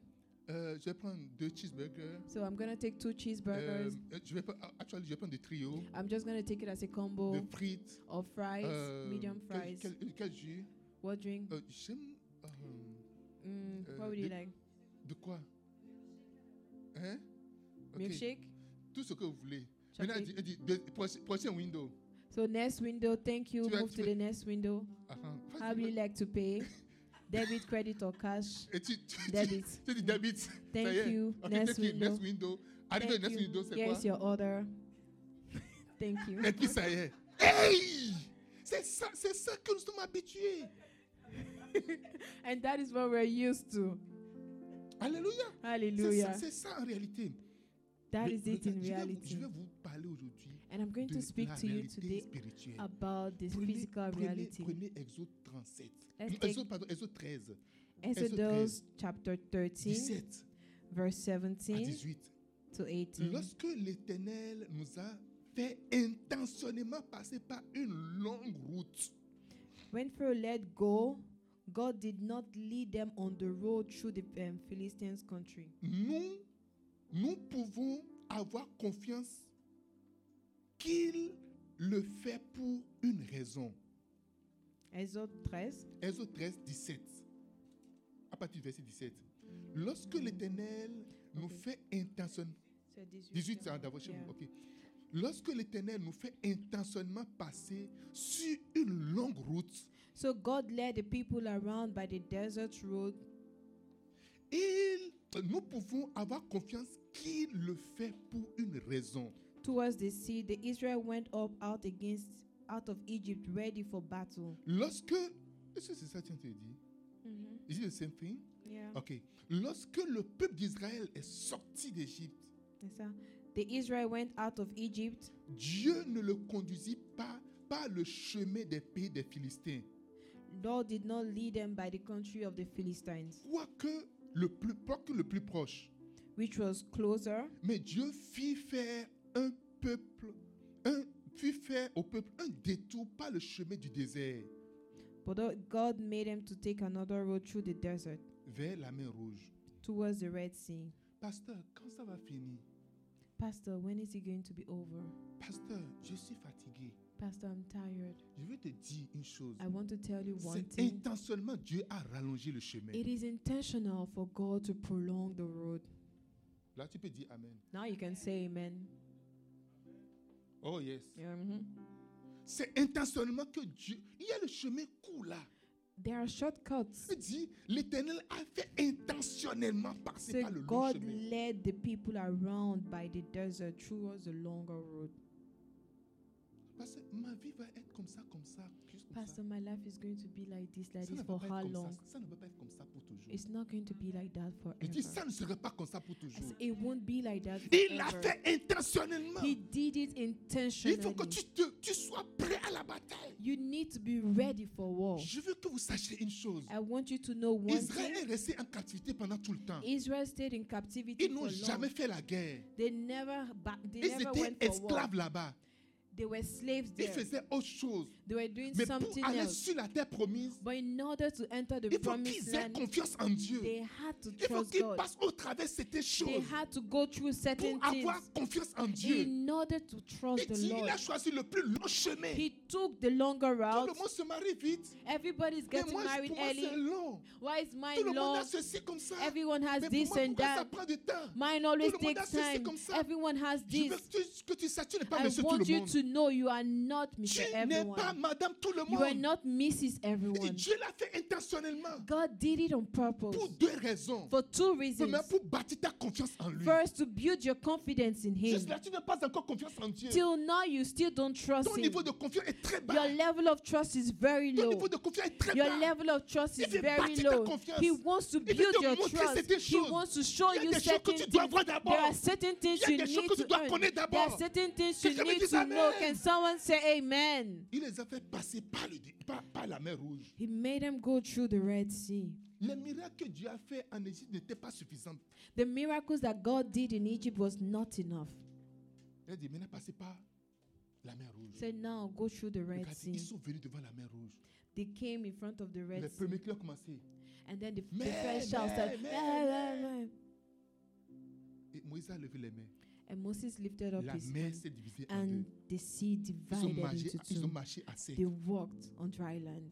[SPEAKER 1] Euh, je vais prendre deux cheeseburgers.
[SPEAKER 2] So I'm gonna take two
[SPEAKER 1] Euh,
[SPEAKER 2] cheeseburgers.
[SPEAKER 1] euh, je vais pre- ah, actually, je vais prendre des trios,
[SPEAKER 2] I'm just gonna take it as a combo
[SPEAKER 1] de frites,
[SPEAKER 2] of fries,
[SPEAKER 1] euh,
[SPEAKER 2] Oh. medium
[SPEAKER 1] quel-
[SPEAKER 2] fries.
[SPEAKER 1] Quel, euh, quel jus
[SPEAKER 2] What drink?
[SPEAKER 1] Euh, J'aime. euh,
[SPEAKER 2] Mm,
[SPEAKER 1] euh,
[SPEAKER 2] what would you
[SPEAKER 1] the-
[SPEAKER 2] like?
[SPEAKER 1] de quoi Hein Ok,
[SPEAKER 2] Milkshake?
[SPEAKER 1] Tout ce que vous voulez. Maintenant, elle dit,
[SPEAKER 2] Chocolate?
[SPEAKER 1] elle dit, de- proche- prochain window.
[SPEAKER 2] So next window, thank you.
[SPEAKER 1] Tu vas-
[SPEAKER 2] Move
[SPEAKER 1] tu
[SPEAKER 2] to
[SPEAKER 1] vas-
[SPEAKER 2] the next window.
[SPEAKER 1] Attends, vas-y,
[SPEAKER 2] How would you like to pay?
[SPEAKER 1] <laughs>
[SPEAKER 2] Debit, credit, or cash?
[SPEAKER 1] Et tu, tu, tu-
[SPEAKER 2] Debit.
[SPEAKER 1] <laughs> tu dis debit. ça
[SPEAKER 2] Thank
[SPEAKER 1] y est.
[SPEAKER 2] you.
[SPEAKER 1] Ok,
[SPEAKER 2] Next
[SPEAKER 1] thank you,
[SPEAKER 2] window.
[SPEAKER 1] next window. Arrivé au
[SPEAKER 2] Thank
[SPEAKER 1] next
[SPEAKER 2] you.
[SPEAKER 1] window, c'est
[SPEAKER 2] Here
[SPEAKER 1] quoi
[SPEAKER 2] <laughs> is your order. <laughs> Thank you.
[SPEAKER 1] Et puis ça y est. Hey C'est ça, c'est ça que nous sommes habitués.
[SPEAKER 2] and that is what we're used to.
[SPEAKER 1] Alléluia. C'est ça,
[SPEAKER 2] Hallelujah.
[SPEAKER 1] c'est ça en réalité.
[SPEAKER 2] That
[SPEAKER 1] Le-
[SPEAKER 2] is
[SPEAKER 1] le-
[SPEAKER 2] it in
[SPEAKER 1] je vais vous- Je
[SPEAKER 2] reality.
[SPEAKER 1] vais vous parler aujourd'hui
[SPEAKER 2] And I'm going
[SPEAKER 1] de
[SPEAKER 2] to speak
[SPEAKER 1] la
[SPEAKER 2] to you
[SPEAKER 1] réalité
[SPEAKER 2] today
[SPEAKER 1] spirituelle.
[SPEAKER 2] about this
[SPEAKER 1] Prenez-
[SPEAKER 2] physical
[SPEAKER 1] prenez-
[SPEAKER 2] reality.
[SPEAKER 1] Prenez Exode 37.
[SPEAKER 2] Let's
[SPEAKER 1] Non,
[SPEAKER 2] take-
[SPEAKER 1] Exode, pardon, Exode 13,
[SPEAKER 2] Exodus chapter 13,
[SPEAKER 1] 17
[SPEAKER 2] verse
[SPEAKER 1] à
[SPEAKER 2] 17
[SPEAKER 1] 18.
[SPEAKER 2] to 18.
[SPEAKER 1] Lorsque l'Éternel nous a fait intentionnellement passer par une longue route,
[SPEAKER 2] When Pharaoh let go, God did not lead them on the road through the um, Philistines' country.
[SPEAKER 1] nous, nous pouvons avoir confiance qu'il le fait pour une raison.
[SPEAKER 2] Exode 13,
[SPEAKER 1] Exode 13, 17. À partir du verset 17. Lorsque l'Éternel nous
[SPEAKER 2] Ok.
[SPEAKER 1] fait intentionnellement 18, c'est d'abord chez
[SPEAKER 2] Yeah.
[SPEAKER 1] vous, ok. Lorsque l'Éternel nous fait intentionnellement passer sur une longue route,
[SPEAKER 2] So God led the people around by the desert road.
[SPEAKER 1] il- nous pouvons avoir confiance qu'il le fait pour une raison.
[SPEAKER 2] Towards the sea, the Israel went up out against out of Egypt ready for battle.
[SPEAKER 1] Lorsque, est-ce que c'est ça que tu dit? Is it the same thing?
[SPEAKER 2] Yeah.
[SPEAKER 1] Ok. Lorsque le peuple d'Israël est sorti d'Égypte,
[SPEAKER 2] Yes, sir. The Israel went out of Egypt.
[SPEAKER 1] Dieu ne le conduisit pas par le chemin des pays des Philistins,
[SPEAKER 2] God did not lead them by the country of the Philistines,
[SPEAKER 1] quoique le plus, quoique le plus proche.
[SPEAKER 2] which was closer.
[SPEAKER 1] Mais Dieu fit faire un peuple, un, fit faire au peuple un détour par le chemin du désert
[SPEAKER 2] But tho- God made them to take another road through the desert
[SPEAKER 1] vers la mer rouge.
[SPEAKER 2] towards the Red Sea.
[SPEAKER 1] Pasteur, quand ça va finir
[SPEAKER 2] Pastor, when is it going to be over?
[SPEAKER 1] Pasteur, je suis fatigué.
[SPEAKER 2] Pastor, I'm tired.
[SPEAKER 1] Je veux te dire une chose.
[SPEAKER 2] I want to tell you one
[SPEAKER 1] C'est
[SPEAKER 2] thing.
[SPEAKER 1] intentionnellement Dieu a rallongé le chemin.
[SPEAKER 2] It is intentional for God to prolong the road.
[SPEAKER 1] Là, tu peux dire Amen.
[SPEAKER 2] Now you can say amen.
[SPEAKER 1] Oh yes.
[SPEAKER 2] Yeah, mhm.
[SPEAKER 1] C'est intentionnellement que Dieu. Il y a le chemin court là.
[SPEAKER 2] There are shortcuts.
[SPEAKER 1] Il dit l'Éternel a fait intentionnellement passer
[SPEAKER 2] So
[SPEAKER 1] par le long
[SPEAKER 2] God
[SPEAKER 1] chemin.
[SPEAKER 2] led the people around by the desert towards the longer road.
[SPEAKER 1] Parce que ma vie va être comme ça, comme ça, juste comme ça.
[SPEAKER 2] Pastor, my life is going to be like this, like
[SPEAKER 1] ça ne
[SPEAKER 2] this
[SPEAKER 1] va
[SPEAKER 2] for
[SPEAKER 1] pas être
[SPEAKER 2] how
[SPEAKER 1] comme ça.
[SPEAKER 2] long?
[SPEAKER 1] Ça, ne va pas être comme ça pour toujours.
[SPEAKER 2] It's not going to be like that
[SPEAKER 1] Il dit,
[SPEAKER 2] forever.
[SPEAKER 1] ça ne serait pas comme ça pour
[SPEAKER 2] I
[SPEAKER 1] toujours.
[SPEAKER 2] said, It won't be like that
[SPEAKER 1] Il l'a
[SPEAKER 2] forever.
[SPEAKER 1] fait intentionnellement.
[SPEAKER 2] He did it
[SPEAKER 1] Il faut que
[SPEAKER 2] intentionally.
[SPEAKER 1] tu, te, tu sois prêt à la bataille.
[SPEAKER 2] You need to be ready for war.
[SPEAKER 1] Je veux que vous sachiez une chose.
[SPEAKER 2] Oh. I want you to know one
[SPEAKER 1] Israël
[SPEAKER 2] thing.
[SPEAKER 1] est resté en captivité pendant tout le temps.
[SPEAKER 2] Israel stayed in captivity
[SPEAKER 1] Ils
[SPEAKER 2] for
[SPEAKER 1] n'ont jamais
[SPEAKER 2] long.
[SPEAKER 1] fait la guerre.
[SPEAKER 2] They never, ba- they
[SPEAKER 1] Ils
[SPEAKER 2] never
[SPEAKER 1] étaient
[SPEAKER 2] went for war.
[SPEAKER 1] esclaves là-bas.
[SPEAKER 2] They were slaves
[SPEAKER 1] Ils
[SPEAKER 2] there.
[SPEAKER 1] faisaient autre chose.
[SPEAKER 2] They were doing
[SPEAKER 1] Mais
[SPEAKER 2] something
[SPEAKER 1] pour aller
[SPEAKER 2] else.
[SPEAKER 1] sur la terre promise,
[SPEAKER 2] But in order to enter the
[SPEAKER 1] il faut
[SPEAKER 2] promised
[SPEAKER 1] qu'ils aient
[SPEAKER 2] land,
[SPEAKER 1] confiance en Dieu.
[SPEAKER 2] they had to
[SPEAKER 1] Il faut
[SPEAKER 2] trust
[SPEAKER 1] qu'ils
[SPEAKER 2] God.
[SPEAKER 1] passent au travers de cette
[SPEAKER 2] They
[SPEAKER 1] chose
[SPEAKER 2] had to go through certain
[SPEAKER 1] pour
[SPEAKER 2] things
[SPEAKER 1] avoir confiance en Dieu.
[SPEAKER 2] in order to trust
[SPEAKER 1] Il dit, il
[SPEAKER 2] the Lord.
[SPEAKER 1] a choisi le plus long chemin.
[SPEAKER 2] He took the longer
[SPEAKER 1] Tout
[SPEAKER 2] route.
[SPEAKER 1] le monde se marie vite.
[SPEAKER 2] Everybody's
[SPEAKER 1] Mais
[SPEAKER 2] getting
[SPEAKER 1] moi,
[SPEAKER 2] married
[SPEAKER 1] pour moi, c'est
[SPEAKER 2] early.
[SPEAKER 1] long.
[SPEAKER 2] Why is mine
[SPEAKER 1] Tout le monde
[SPEAKER 2] long?
[SPEAKER 1] a ceci comme ça.
[SPEAKER 2] Everyone has
[SPEAKER 1] Mais
[SPEAKER 2] this
[SPEAKER 1] pour moi,
[SPEAKER 2] and
[SPEAKER 1] pourquoi ça
[SPEAKER 2] that.
[SPEAKER 1] prend du temps?
[SPEAKER 2] Mine always
[SPEAKER 1] le monde a
[SPEAKER 2] takes
[SPEAKER 1] ceci
[SPEAKER 2] time.
[SPEAKER 1] comme ça.
[SPEAKER 2] Everyone has
[SPEAKER 1] Je veux
[SPEAKER 2] this.
[SPEAKER 1] que tu, que tu satures, tu n'es pas
[SPEAKER 2] I
[SPEAKER 1] monsieur tout le
[SPEAKER 2] want you
[SPEAKER 1] monde.
[SPEAKER 2] to know you are not
[SPEAKER 1] Tu
[SPEAKER 2] Mr.
[SPEAKER 1] n'es pas
[SPEAKER 2] Everyone.
[SPEAKER 1] madame tout le
[SPEAKER 2] You are
[SPEAKER 1] monde.
[SPEAKER 2] not Mrs.
[SPEAKER 1] Et
[SPEAKER 2] Everyone.
[SPEAKER 1] Dieu l'a fait intentionnellement
[SPEAKER 2] God did it on purpose
[SPEAKER 1] pour deux raisons.
[SPEAKER 2] for two
[SPEAKER 1] Premièrement,
[SPEAKER 2] reasons.
[SPEAKER 1] pour bâtir ta confiance en lui.
[SPEAKER 2] First, to build your confidence in Him.
[SPEAKER 1] Juste là, tu n'as pas encore confiance en Dieu.
[SPEAKER 2] Till now, you still don't
[SPEAKER 1] Ton
[SPEAKER 2] trust Him.
[SPEAKER 1] niveau de confiance est très bas.
[SPEAKER 2] Your level of trust is very
[SPEAKER 1] Ton
[SPEAKER 2] low.
[SPEAKER 1] niveau de confiance est très
[SPEAKER 2] Your
[SPEAKER 1] bas.
[SPEAKER 2] level of trust is
[SPEAKER 1] Il veut
[SPEAKER 2] very
[SPEAKER 1] bâtir ta
[SPEAKER 2] low.
[SPEAKER 1] confiance.
[SPEAKER 2] He wants to
[SPEAKER 1] Il veut
[SPEAKER 2] build
[SPEAKER 1] te
[SPEAKER 2] your
[SPEAKER 1] montrer
[SPEAKER 2] trust.
[SPEAKER 1] certaines
[SPEAKER 2] He
[SPEAKER 1] choses.
[SPEAKER 2] wants to show
[SPEAKER 1] Il y a
[SPEAKER 2] you
[SPEAKER 1] des choses que
[SPEAKER 2] certain
[SPEAKER 1] tu dois
[SPEAKER 2] things.
[SPEAKER 1] avoir
[SPEAKER 2] There are
[SPEAKER 1] d'abord.
[SPEAKER 2] certain things
[SPEAKER 1] Il y a
[SPEAKER 2] you
[SPEAKER 1] des choses
[SPEAKER 2] need
[SPEAKER 1] que tu
[SPEAKER 2] to
[SPEAKER 1] dois
[SPEAKER 2] earn.
[SPEAKER 1] connaître
[SPEAKER 2] There are
[SPEAKER 1] d'abord.
[SPEAKER 2] certain things you
[SPEAKER 1] Quelqu'un me
[SPEAKER 2] need
[SPEAKER 1] dise
[SPEAKER 2] to know.
[SPEAKER 1] amen.
[SPEAKER 2] Can someone say amen?
[SPEAKER 1] Il les a fait passer par, le, par, par la mer rouge.
[SPEAKER 2] He made them go through the Red Sea.
[SPEAKER 1] Les miracles que Dieu a fait en Égypte n'étaient pas suffisants.
[SPEAKER 2] The miracles that God did in Egypt was not enough.
[SPEAKER 1] Il a dit, maintenant passez par la mer rouge.
[SPEAKER 2] So now go through the Red
[SPEAKER 1] Regardez,
[SPEAKER 2] Sea.
[SPEAKER 1] ils sont venus devant la mer rouge.
[SPEAKER 2] They came in front of the
[SPEAKER 1] Les
[SPEAKER 2] Red Sea.
[SPEAKER 1] premiers qui ont commencé.
[SPEAKER 2] And then the, the
[SPEAKER 1] Mais,
[SPEAKER 2] first shout
[SPEAKER 1] mais,
[SPEAKER 2] said,
[SPEAKER 1] mais,
[SPEAKER 2] "Ah, ah, ah."
[SPEAKER 1] Et Moïse a levé les mains.
[SPEAKER 2] And Moses lifted up
[SPEAKER 1] La
[SPEAKER 2] his
[SPEAKER 1] mer
[SPEAKER 2] hands.
[SPEAKER 1] s'est divisée en
[SPEAKER 2] And
[SPEAKER 1] deux.
[SPEAKER 2] the sea
[SPEAKER 1] Ils ont,
[SPEAKER 2] divided
[SPEAKER 1] marché,
[SPEAKER 2] into
[SPEAKER 1] ils ont
[SPEAKER 2] two.
[SPEAKER 1] marché à sec.
[SPEAKER 2] They walked on dry land.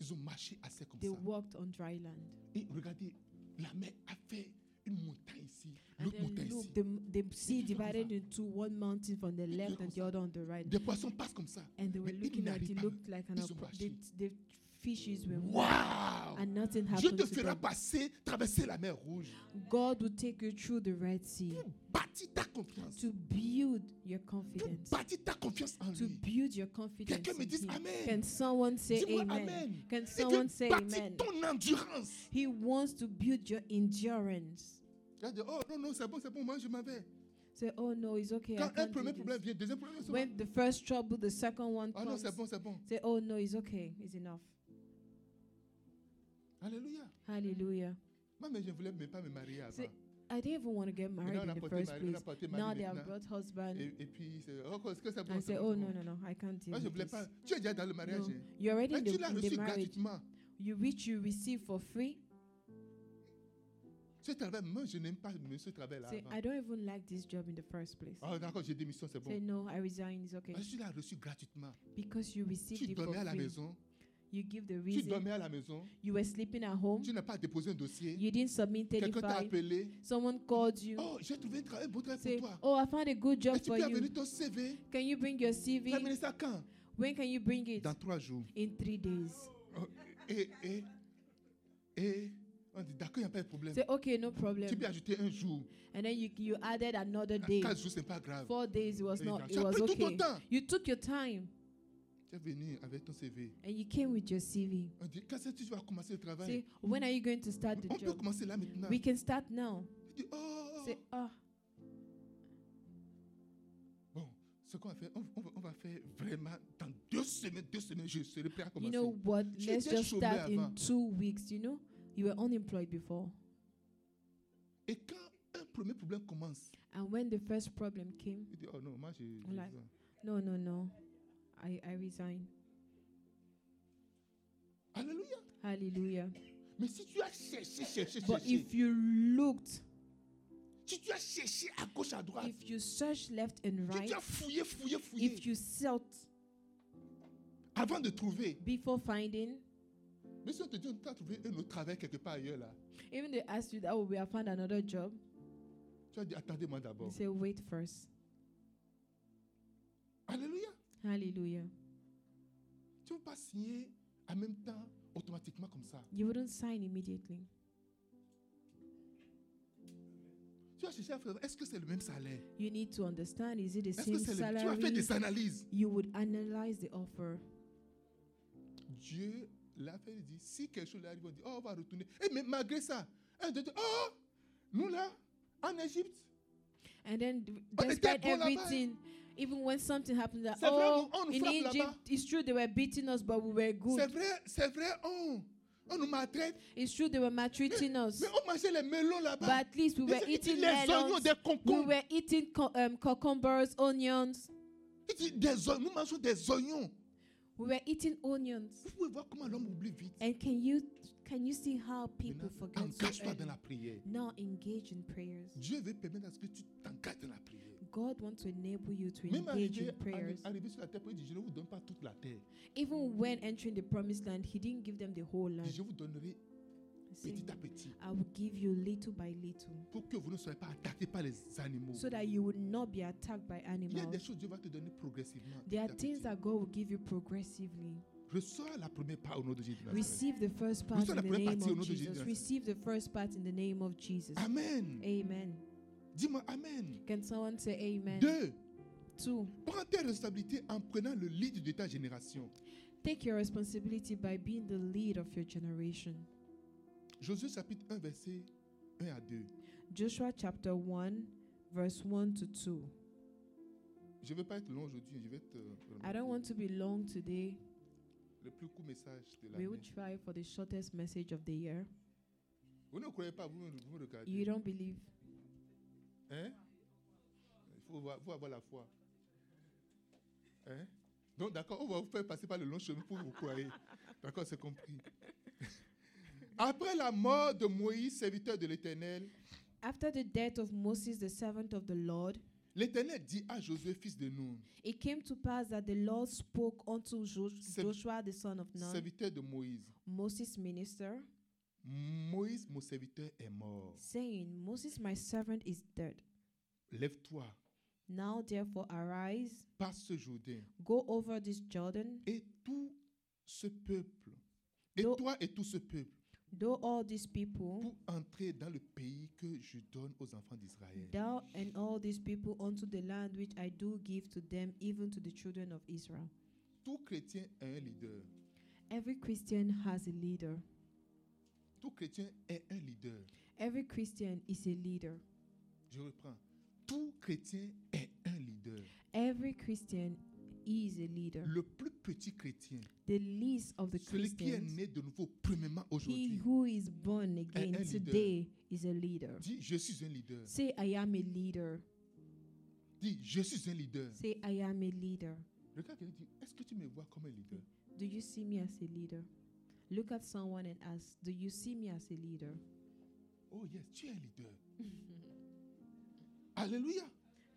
[SPEAKER 1] Ils ont marché à sec comme
[SPEAKER 2] They
[SPEAKER 1] ça.
[SPEAKER 2] walked on dry land.
[SPEAKER 1] Et regardez, la mer a fait une montagne ici,
[SPEAKER 2] And
[SPEAKER 1] l'autre
[SPEAKER 2] then
[SPEAKER 1] montagne ici.
[SPEAKER 2] look, the, the sea
[SPEAKER 1] Ils font comme
[SPEAKER 2] divided
[SPEAKER 1] ça.
[SPEAKER 2] into one mountain from the left
[SPEAKER 1] comme
[SPEAKER 2] and the
[SPEAKER 1] ça.
[SPEAKER 2] other on the right.
[SPEAKER 1] Des poissons passent comme ça.
[SPEAKER 2] And they were
[SPEAKER 1] Mais ils
[SPEAKER 2] looking at
[SPEAKER 1] n'arrivent
[SPEAKER 2] it,
[SPEAKER 1] pas.
[SPEAKER 2] looked like an
[SPEAKER 1] Ils ont
[SPEAKER 2] approach. They,
[SPEAKER 1] marché.
[SPEAKER 2] they fishes will move
[SPEAKER 1] Waouh!
[SPEAKER 2] and nothing
[SPEAKER 1] Dieu
[SPEAKER 2] happened
[SPEAKER 1] te
[SPEAKER 2] to
[SPEAKER 1] fera
[SPEAKER 2] them.
[SPEAKER 1] passer, traverser la mer rouge.
[SPEAKER 2] God will take you through the Red Sea
[SPEAKER 1] Pour bâtir ta confiance.
[SPEAKER 2] to build your
[SPEAKER 1] Pour
[SPEAKER 2] confidence.
[SPEAKER 1] bâtir ta confiance en
[SPEAKER 2] To
[SPEAKER 1] lui.
[SPEAKER 2] build your confidence.
[SPEAKER 1] Quelqu'un me
[SPEAKER 2] in
[SPEAKER 1] dise
[SPEAKER 2] Him. Can
[SPEAKER 1] Amen.
[SPEAKER 2] someone say
[SPEAKER 1] Dis-moi
[SPEAKER 2] amen?
[SPEAKER 1] Amen.
[SPEAKER 2] Can
[SPEAKER 1] Il
[SPEAKER 2] someone
[SPEAKER 1] veut
[SPEAKER 2] say
[SPEAKER 1] bâtir
[SPEAKER 2] amen?
[SPEAKER 1] ton endurance.
[SPEAKER 2] He wants to build your endurance.
[SPEAKER 1] Il va dire, oh non, non, c'est bon, c'est bon, moi je m'en vais.
[SPEAKER 2] Say, oh no, Oh, it's okay. I
[SPEAKER 1] Quand un
[SPEAKER 2] can't do
[SPEAKER 1] premier
[SPEAKER 2] this."
[SPEAKER 1] problème vient, deuxième problème vient.
[SPEAKER 2] When the first trouble, the second one
[SPEAKER 1] Ah non,
[SPEAKER 2] comes.
[SPEAKER 1] c'est bon, c'est bon.
[SPEAKER 2] Say, oh no, it's okay. It's enough.
[SPEAKER 1] Alléluia.
[SPEAKER 2] Hallelujah.
[SPEAKER 1] Moi, mais je ne voulais même pas me marier avant.
[SPEAKER 2] C'est- I didn't even want to get
[SPEAKER 1] Maintenant,
[SPEAKER 2] married
[SPEAKER 1] on a
[SPEAKER 2] in the
[SPEAKER 1] porté
[SPEAKER 2] first
[SPEAKER 1] mari, on a
[SPEAKER 2] place.
[SPEAKER 1] porté
[SPEAKER 2] Now eh,
[SPEAKER 1] mari
[SPEAKER 2] they have
[SPEAKER 1] maintenant.
[SPEAKER 2] brought husband.
[SPEAKER 1] Et, et puis, c'est, oh, est-ce que c'est bon?
[SPEAKER 2] and
[SPEAKER 1] c'est
[SPEAKER 2] say,
[SPEAKER 1] bon,
[SPEAKER 2] oh
[SPEAKER 1] c'est
[SPEAKER 2] no,
[SPEAKER 1] bon.
[SPEAKER 2] no, no, I can't deal
[SPEAKER 1] Moi, je ne
[SPEAKER 2] with
[SPEAKER 1] voulais
[SPEAKER 2] this.
[SPEAKER 1] pas. Tu es déjà dans le mariage.
[SPEAKER 2] No.
[SPEAKER 1] hein.
[SPEAKER 2] You're already
[SPEAKER 1] Mais
[SPEAKER 2] in the,
[SPEAKER 1] tu l'as
[SPEAKER 2] in the
[SPEAKER 1] reçu
[SPEAKER 2] marriage.
[SPEAKER 1] gratuitement.
[SPEAKER 2] You reach, you receive for free.
[SPEAKER 1] Ce travail, moi, je n'aime pas monsieur travail-là.
[SPEAKER 2] Say,
[SPEAKER 1] avant.
[SPEAKER 2] I don't even like this job in the first place.
[SPEAKER 1] Ah, d'accord, j'ai démission, c'est
[SPEAKER 2] Say,
[SPEAKER 1] bon.
[SPEAKER 2] Oh, no, I resign. It's okay.
[SPEAKER 1] Ah, Je l'ai reçu gratuitement.
[SPEAKER 2] Because you received
[SPEAKER 1] Tu
[SPEAKER 2] it for
[SPEAKER 1] dormais à la
[SPEAKER 2] free.
[SPEAKER 1] maison.
[SPEAKER 2] You give the
[SPEAKER 1] Tu
[SPEAKER 2] reason.
[SPEAKER 1] dormais à la maison.
[SPEAKER 2] You were sleeping at home.
[SPEAKER 1] Tu n'as pas déposé un dossier.
[SPEAKER 2] You didn't submit
[SPEAKER 1] Quelqu'un t'a
[SPEAKER 2] 35.
[SPEAKER 1] appelé.
[SPEAKER 2] Someone called you.
[SPEAKER 1] Oh, j'ai trouvé un travail, un beau travail
[SPEAKER 2] Say,
[SPEAKER 1] pour toi.
[SPEAKER 2] oh, I found a good job
[SPEAKER 1] Est-ce que tu
[SPEAKER 2] for
[SPEAKER 1] peux
[SPEAKER 2] you.
[SPEAKER 1] amener ton CV?
[SPEAKER 2] Can you bring your
[SPEAKER 1] Tu vas amener
[SPEAKER 2] CV?
[SPEAKER 1] ça quand?
[SPEAKER 2] When can you bring it?
[SPEAKER 1] Dans trois jours.
[SPEAKER 2] In three days.
[SPEAKER 1] Oh, Et, et, et, on dit d'accord, il n'y a pas de problème.
[SPEAKER 2] Say, okay, no
[SPEAKER 1] Tu
[SPEAKER 2] problem.
[SPEAKER 1] peux ajouter un jour.
[SPEAKER 2] And then you, you added another day.
[SPEAKER 1] Quatre jours, ce n'est pas grave.
[SPEAKER 2] Four days it was
[SPEAKER 1] Et
[SPEAKER 2] not.
[SPEAKER 1] tu
[SPEAKER 2] It
[SPEAKER 1] as
[SPEAKER 2] was
[SPEAKER 1] pris tout ton
[SPEAKER 2] okay.
[SPEAKER 1] temps.
[SPEAKER 2] You took your time
[SPEAKER 1] Tu es venu avec ton CV.
[SPEAKER 2] and you came with your CV.
[SPEAKER 1] On dit, quand est-ce que tu vas commencer le travail?
[SPEAKER 2] Say, when are you going to start the
[SPEAKER 1] On peut
[SPEAKER 2] job?
[SPEAKER 1] commencer là maintenant.
[SPEAKER 2] We can start now.
[SPEAKER 1] Il dit, oh,
[SPEAKER 2] Say, oh,
[SPEAKER 1] bon, ce qu'on va faire, on, on va- on va faire vraiment dans deux semaines, deux semaines, je serai prêt à
[SPEAKER 2] you
[SPEAKER 1] commencer.
[SPEAKER 2] know what?
[SPEAKER 1] Je
[SPEAKER 2] Let's
[SPEAKER 1] étais
[SPEAKER 2] just start
[SPEAKER 1] chômeur
[SPEAKER 2] in
[SPEAKER 1] avant.
[SPEAKER 2] two weeks. You know, you were unemployed before.
[SPEAKER 1] Et quand un premier problème commence,
[SPEAKER 2] And when the first problem came,
[SPEAKER 1] il dit, oh non, moi, je. je-
[SPEAKER 2] Voilà. no, no, no. I, I resign.
[SPEAKER 1] Alléluia.
[SPEAKER 2] Hallelujah.
[SPEAKER 1] Mais si tu as cherché, cherché,
[SPEAKER 2] But
[SPEAKER 1] cherché,
[SPEAKER 2] if you looked,
[SPEAKER 1] si tu as cherché à gauche, à droite,
[SPEAKER 2] if you searched left and
[SPEAKER 1] si
[SPEAKER 2] right,
[SPEAKER 1] tu as fouillé, fouillé, fouillé,
[SPEAKER 2] if you sought
[SPEAKER 1] avant de trouver,
[SPEAKER 2] before finding,
[SPEAKER 1] mais si on te dit, on t'a trouvé un autre travail quelque part ailleurs là,
[SPEAKER 2] even they asked you that, oh, we have found another job.
[SPEAKER 1] tu as dit, attendez-moi
[SPEAKER 2] You
[SPEAKER 1] d'abord.
[SPEAKER 2] say, wait first.
[SPEAKER 1] Alléluia.
[SPEAKER 2] Hallelujah.
[SPEAKER 1] Tu ne vas pas signer en même temps, automatiquement comme ça.
[SPEAKER 2] You wouldn't sign immediately.
[SPEAKER 1] Tu as cherché à faire, est-ce que c'est le même salaire
[SPEAKER 2] You need to understand is it the
[SPEAKER 1] Est-ce que
[SPEAKER 2] same
[SPEAKER 1] c'est le Tu as fait
[SPEAKER 2] salary?
[SPEAKER 1] des analyses.
[SPEAKER 2] You would analyze the offer.
[SPEAKER 1] Dieu l'a fait dit, si quelque chose lui arrive, on dit, oh, on va retourner. Et mais malgré ça, un de oh, nous là, en Égypte,
[SPEAKER 2] And then, d-
[SPEAKER 1] On était
[SPEAKER 2] despite
[SPEAKER 1] bon là-bas.
[SPEAKER 2] everything, even when something happened, that,
[SPEAKER 1] C'est vrai,
[SPEAKER 2] oh,
[SPEAKER 1] on- on nous
[SPEAKER 2] in
[SPEAKER 1] frappe
[SPEAKER 2] Egypt,
[SPEAKER 1] là-bas.
[SPEAKER 2] it's true they were beating us, but we were
[SPEAKER 1] c'est
[SPEAKER 2] good.
[SPEAKER 1] vrai, c'est vrai, on, on nous maltraite,
[SPEAKER 2] It's true they were maltreating us,
[SPEAKER 1] mais on mangeait les melons
[SPEAKER 2] but
[SPEAKER 1] là-bas.
[SPEAKER 2] at least we
[SPEAKER 1] Mais
[SPEAKER 2] were
[SPEAKER 1] c'est- il dit,
[SPEAKER 2] eating
[SPEAKER 1] les oignons,
[SPEAKER 2] melons.
[SPEAKER 1] des
[SPEAKER 2] We
[SPEAKER 1] concombres,
[SPEAKER 2] were eating co- um, cucumbers, onions.
[SPEAKER 1] Il dit, des oignons, nous mangeons des oignons.
[SPEAKER 2] We were eating onions.
[SPEAKER 1] Vous pouvez voir comment l'homme oublie vite.
[SPEAKER 2] And can you can you see how people
[SPEAKER 1] Maintenant,
[SPEAKER 2] forget so
[SPEAKER 1] Engage-toi
[SPEAKER 2] early?
[SPEAKER 1] dans la prière.
[SPEAKER 2] Now engage in prayers.
[SPEAKER 1] Dieu veut permettre à ce que tu t'engages dans la prière.
[SPEAKER 2] God wants to enable you to
[SPEAKER 1] Même
[SPEAKER 2] engage
[SPEAKER 1] arrivé,
[SPEAKER 2] in prayers.
[SPEAKER 1] arrivé sur la terre, il dit, je ne vous donne pas toute la terre.
[SPEAKER 2] Even when entering the promised land, He didn't give them the whole
[SPEAKER 1] Il dit,
[SPEAKER 2] land.
[SPEAKER 1] Je vous donnerai
[SPEAKER 2] He said,
[SPEAKER 1] petit à petit.
[SPEAKER 2] I will give you little by little
[SPEAKER 1] pour que vous ne soyez pas attaqué par les animaux.
[SPEAKER 2] so that you will not be attacked by
[SPEAKER 1] Il y a des
[SPEAKER 2] animals.
[SPEAKER 1] choses que Dieu va te donner progressivement.
[SPEAKER 2] There are
[SPEAKER 1] petit à
[SPEAKER 2] things that God will give you progressively.
[SPEAKER 1] petit. Reçois la première part au nom de Jésus. de Nazareth.
[SPEAKER 2] Receive the first part
[SPEAKER 1] Reçois
[SPEAKER 2] in
[SPEAKER 1] la
[SPEAKER 2] the
[SPEAKER 1] première
[SPEAKER 2] name
[SPEAKER 1] partie au nom
[SPEAKER 2] of
[SPEAKER 1] de Jésus
[SPEAKER 2] Jesus.
[SPEAKER 1] de Nazareth.
[SPEAKER 2] Receive the first part in the name of Jesus.
[SPEAKER 1] Amen.
[SPEAKER 2] Amen.
[SPEAKER 1] Dis-moi Amen.
[SPEAKER 2] Can someone say amen?
[SPEAKER 1] Deux,
[SPEAKER 2] Two,
[SPEAKER 1] prends tes responsabilités en prenant le lead de ta génération.
[SPEAKER 2] take your responsibility by being the lead of your generation.
[SPEAKER 1] Josué chapitre 1, verset 1 à 2.
[SPEAKER 2] Joshua chapter 1, verse 1 to 2.
[SPEAKER 1] Je ne vais pas être long aujourd'hui, je vais être euh,
[SPEAKER 2] I don't want to be long today.
[SPEAKER 1] le plus court message de
[SPEAKER 2] We will
[SPEAKER 1] l'année.
[SPEAKER 2] try for the shortest message of the year.
[SPEAKER 1] Vous ne croyez pas, vous me, vous me
[SPEAKER 2] You
[SPEAKER 1] regardez.
[SPEAKER 2] don't believe?
[SPEAKER 1] Hein? Il faut avoir, faut avoir la foi. Hein? Donc, d'accord, on va vous faire passer par le long chemin pour vous croyez. D'accord, c'est compris. <laughs> Après la mort de Moïse, serviteur de l'Éternel,
[SPEAKER 2] After the death of Moses, the servant of the Lord,
[SPEAKER 1] l'Éternel dit à Josué, fils de Nun,
[SPEAKER 2] it came to pass that the Lord spoke unto Jo-
[SPEAKER 1] Serv-
[SPEAKER 2] Joshua, the son of Nun,
[SPEAKER 1] serviteur de Moïse,
[SPEAKER 2] Moses' minister,
[SPEAKER 1] Moïse, mon serviteur, est mort.
[SPEAKER 2] saying, Moses, my servant, is dead.
[SPEAKER 1] Lève-toi,
[SPEAKER 2] Now therefore arise,
[SPEAKER 1] passe ce Jourdain
[SPEAKER 2] go over this Jordan,
[SPEAKER 1] et tout ce peuple Et
[SPEAKER 2] Donc-
[SPEAKER 1] toi et tout ce peuple,
[SPEAKER 2] Though all these people,
[SPEAKER 1] pour entrer dans le pays que je donne aux enfants d'Israël.
[SPEAKER 2] thou and all these people unto the land which I do give to them, even to the children of Israel.
[SPEAKER 1] Tout chrétien a un leader.
[SPEAKER 2] Every Christian has a leader.
[SPEAKER 1] Tout chrétien est un leader.
[SPEAKER 2] Every Christian is a leader.
[SPEAKER 1] Je reprends. Tout chrétien est un leader.
[SPEAKER 2] Every Christian is a leader.
[SPEAKER 1] Le plus petit chrétien,
[SPEAKER 2] The least of the
[SPEAKER 1] celui qui est
[SPEAKER 2] Christians,
[SPEAKER 1] né de nouveau, premièrement
[SPEAKER 2] he
[SPEAKER 1] aujourd'hui,
[SPEAKER 2] who is born
[SPEAKER 1] un
[SPEAKER 2] again
[SPEAKER 1] leader.
[SPEAKER 2] today is a leader.
[SPEAKER 1] dit Je suis un leader.
[SPEAKER 2] Say, I am a leader.
[SPEAKER 1] Dis Je suis un leader.
[SPEAKER 2] Say, I am a leader.
[SPEAKER 1] Regarde quelqu'un dit Est-ce que tu me vois comme un leader
[SPEAKER 2] Do you see me as a leader? Look at someone and ask, Do you see me as a leader?
[SPEAKER 1] Oh, yes, tu es un
[SPEAKER 2] <laughs>
[SPEAKER 1] leader. Alléluia.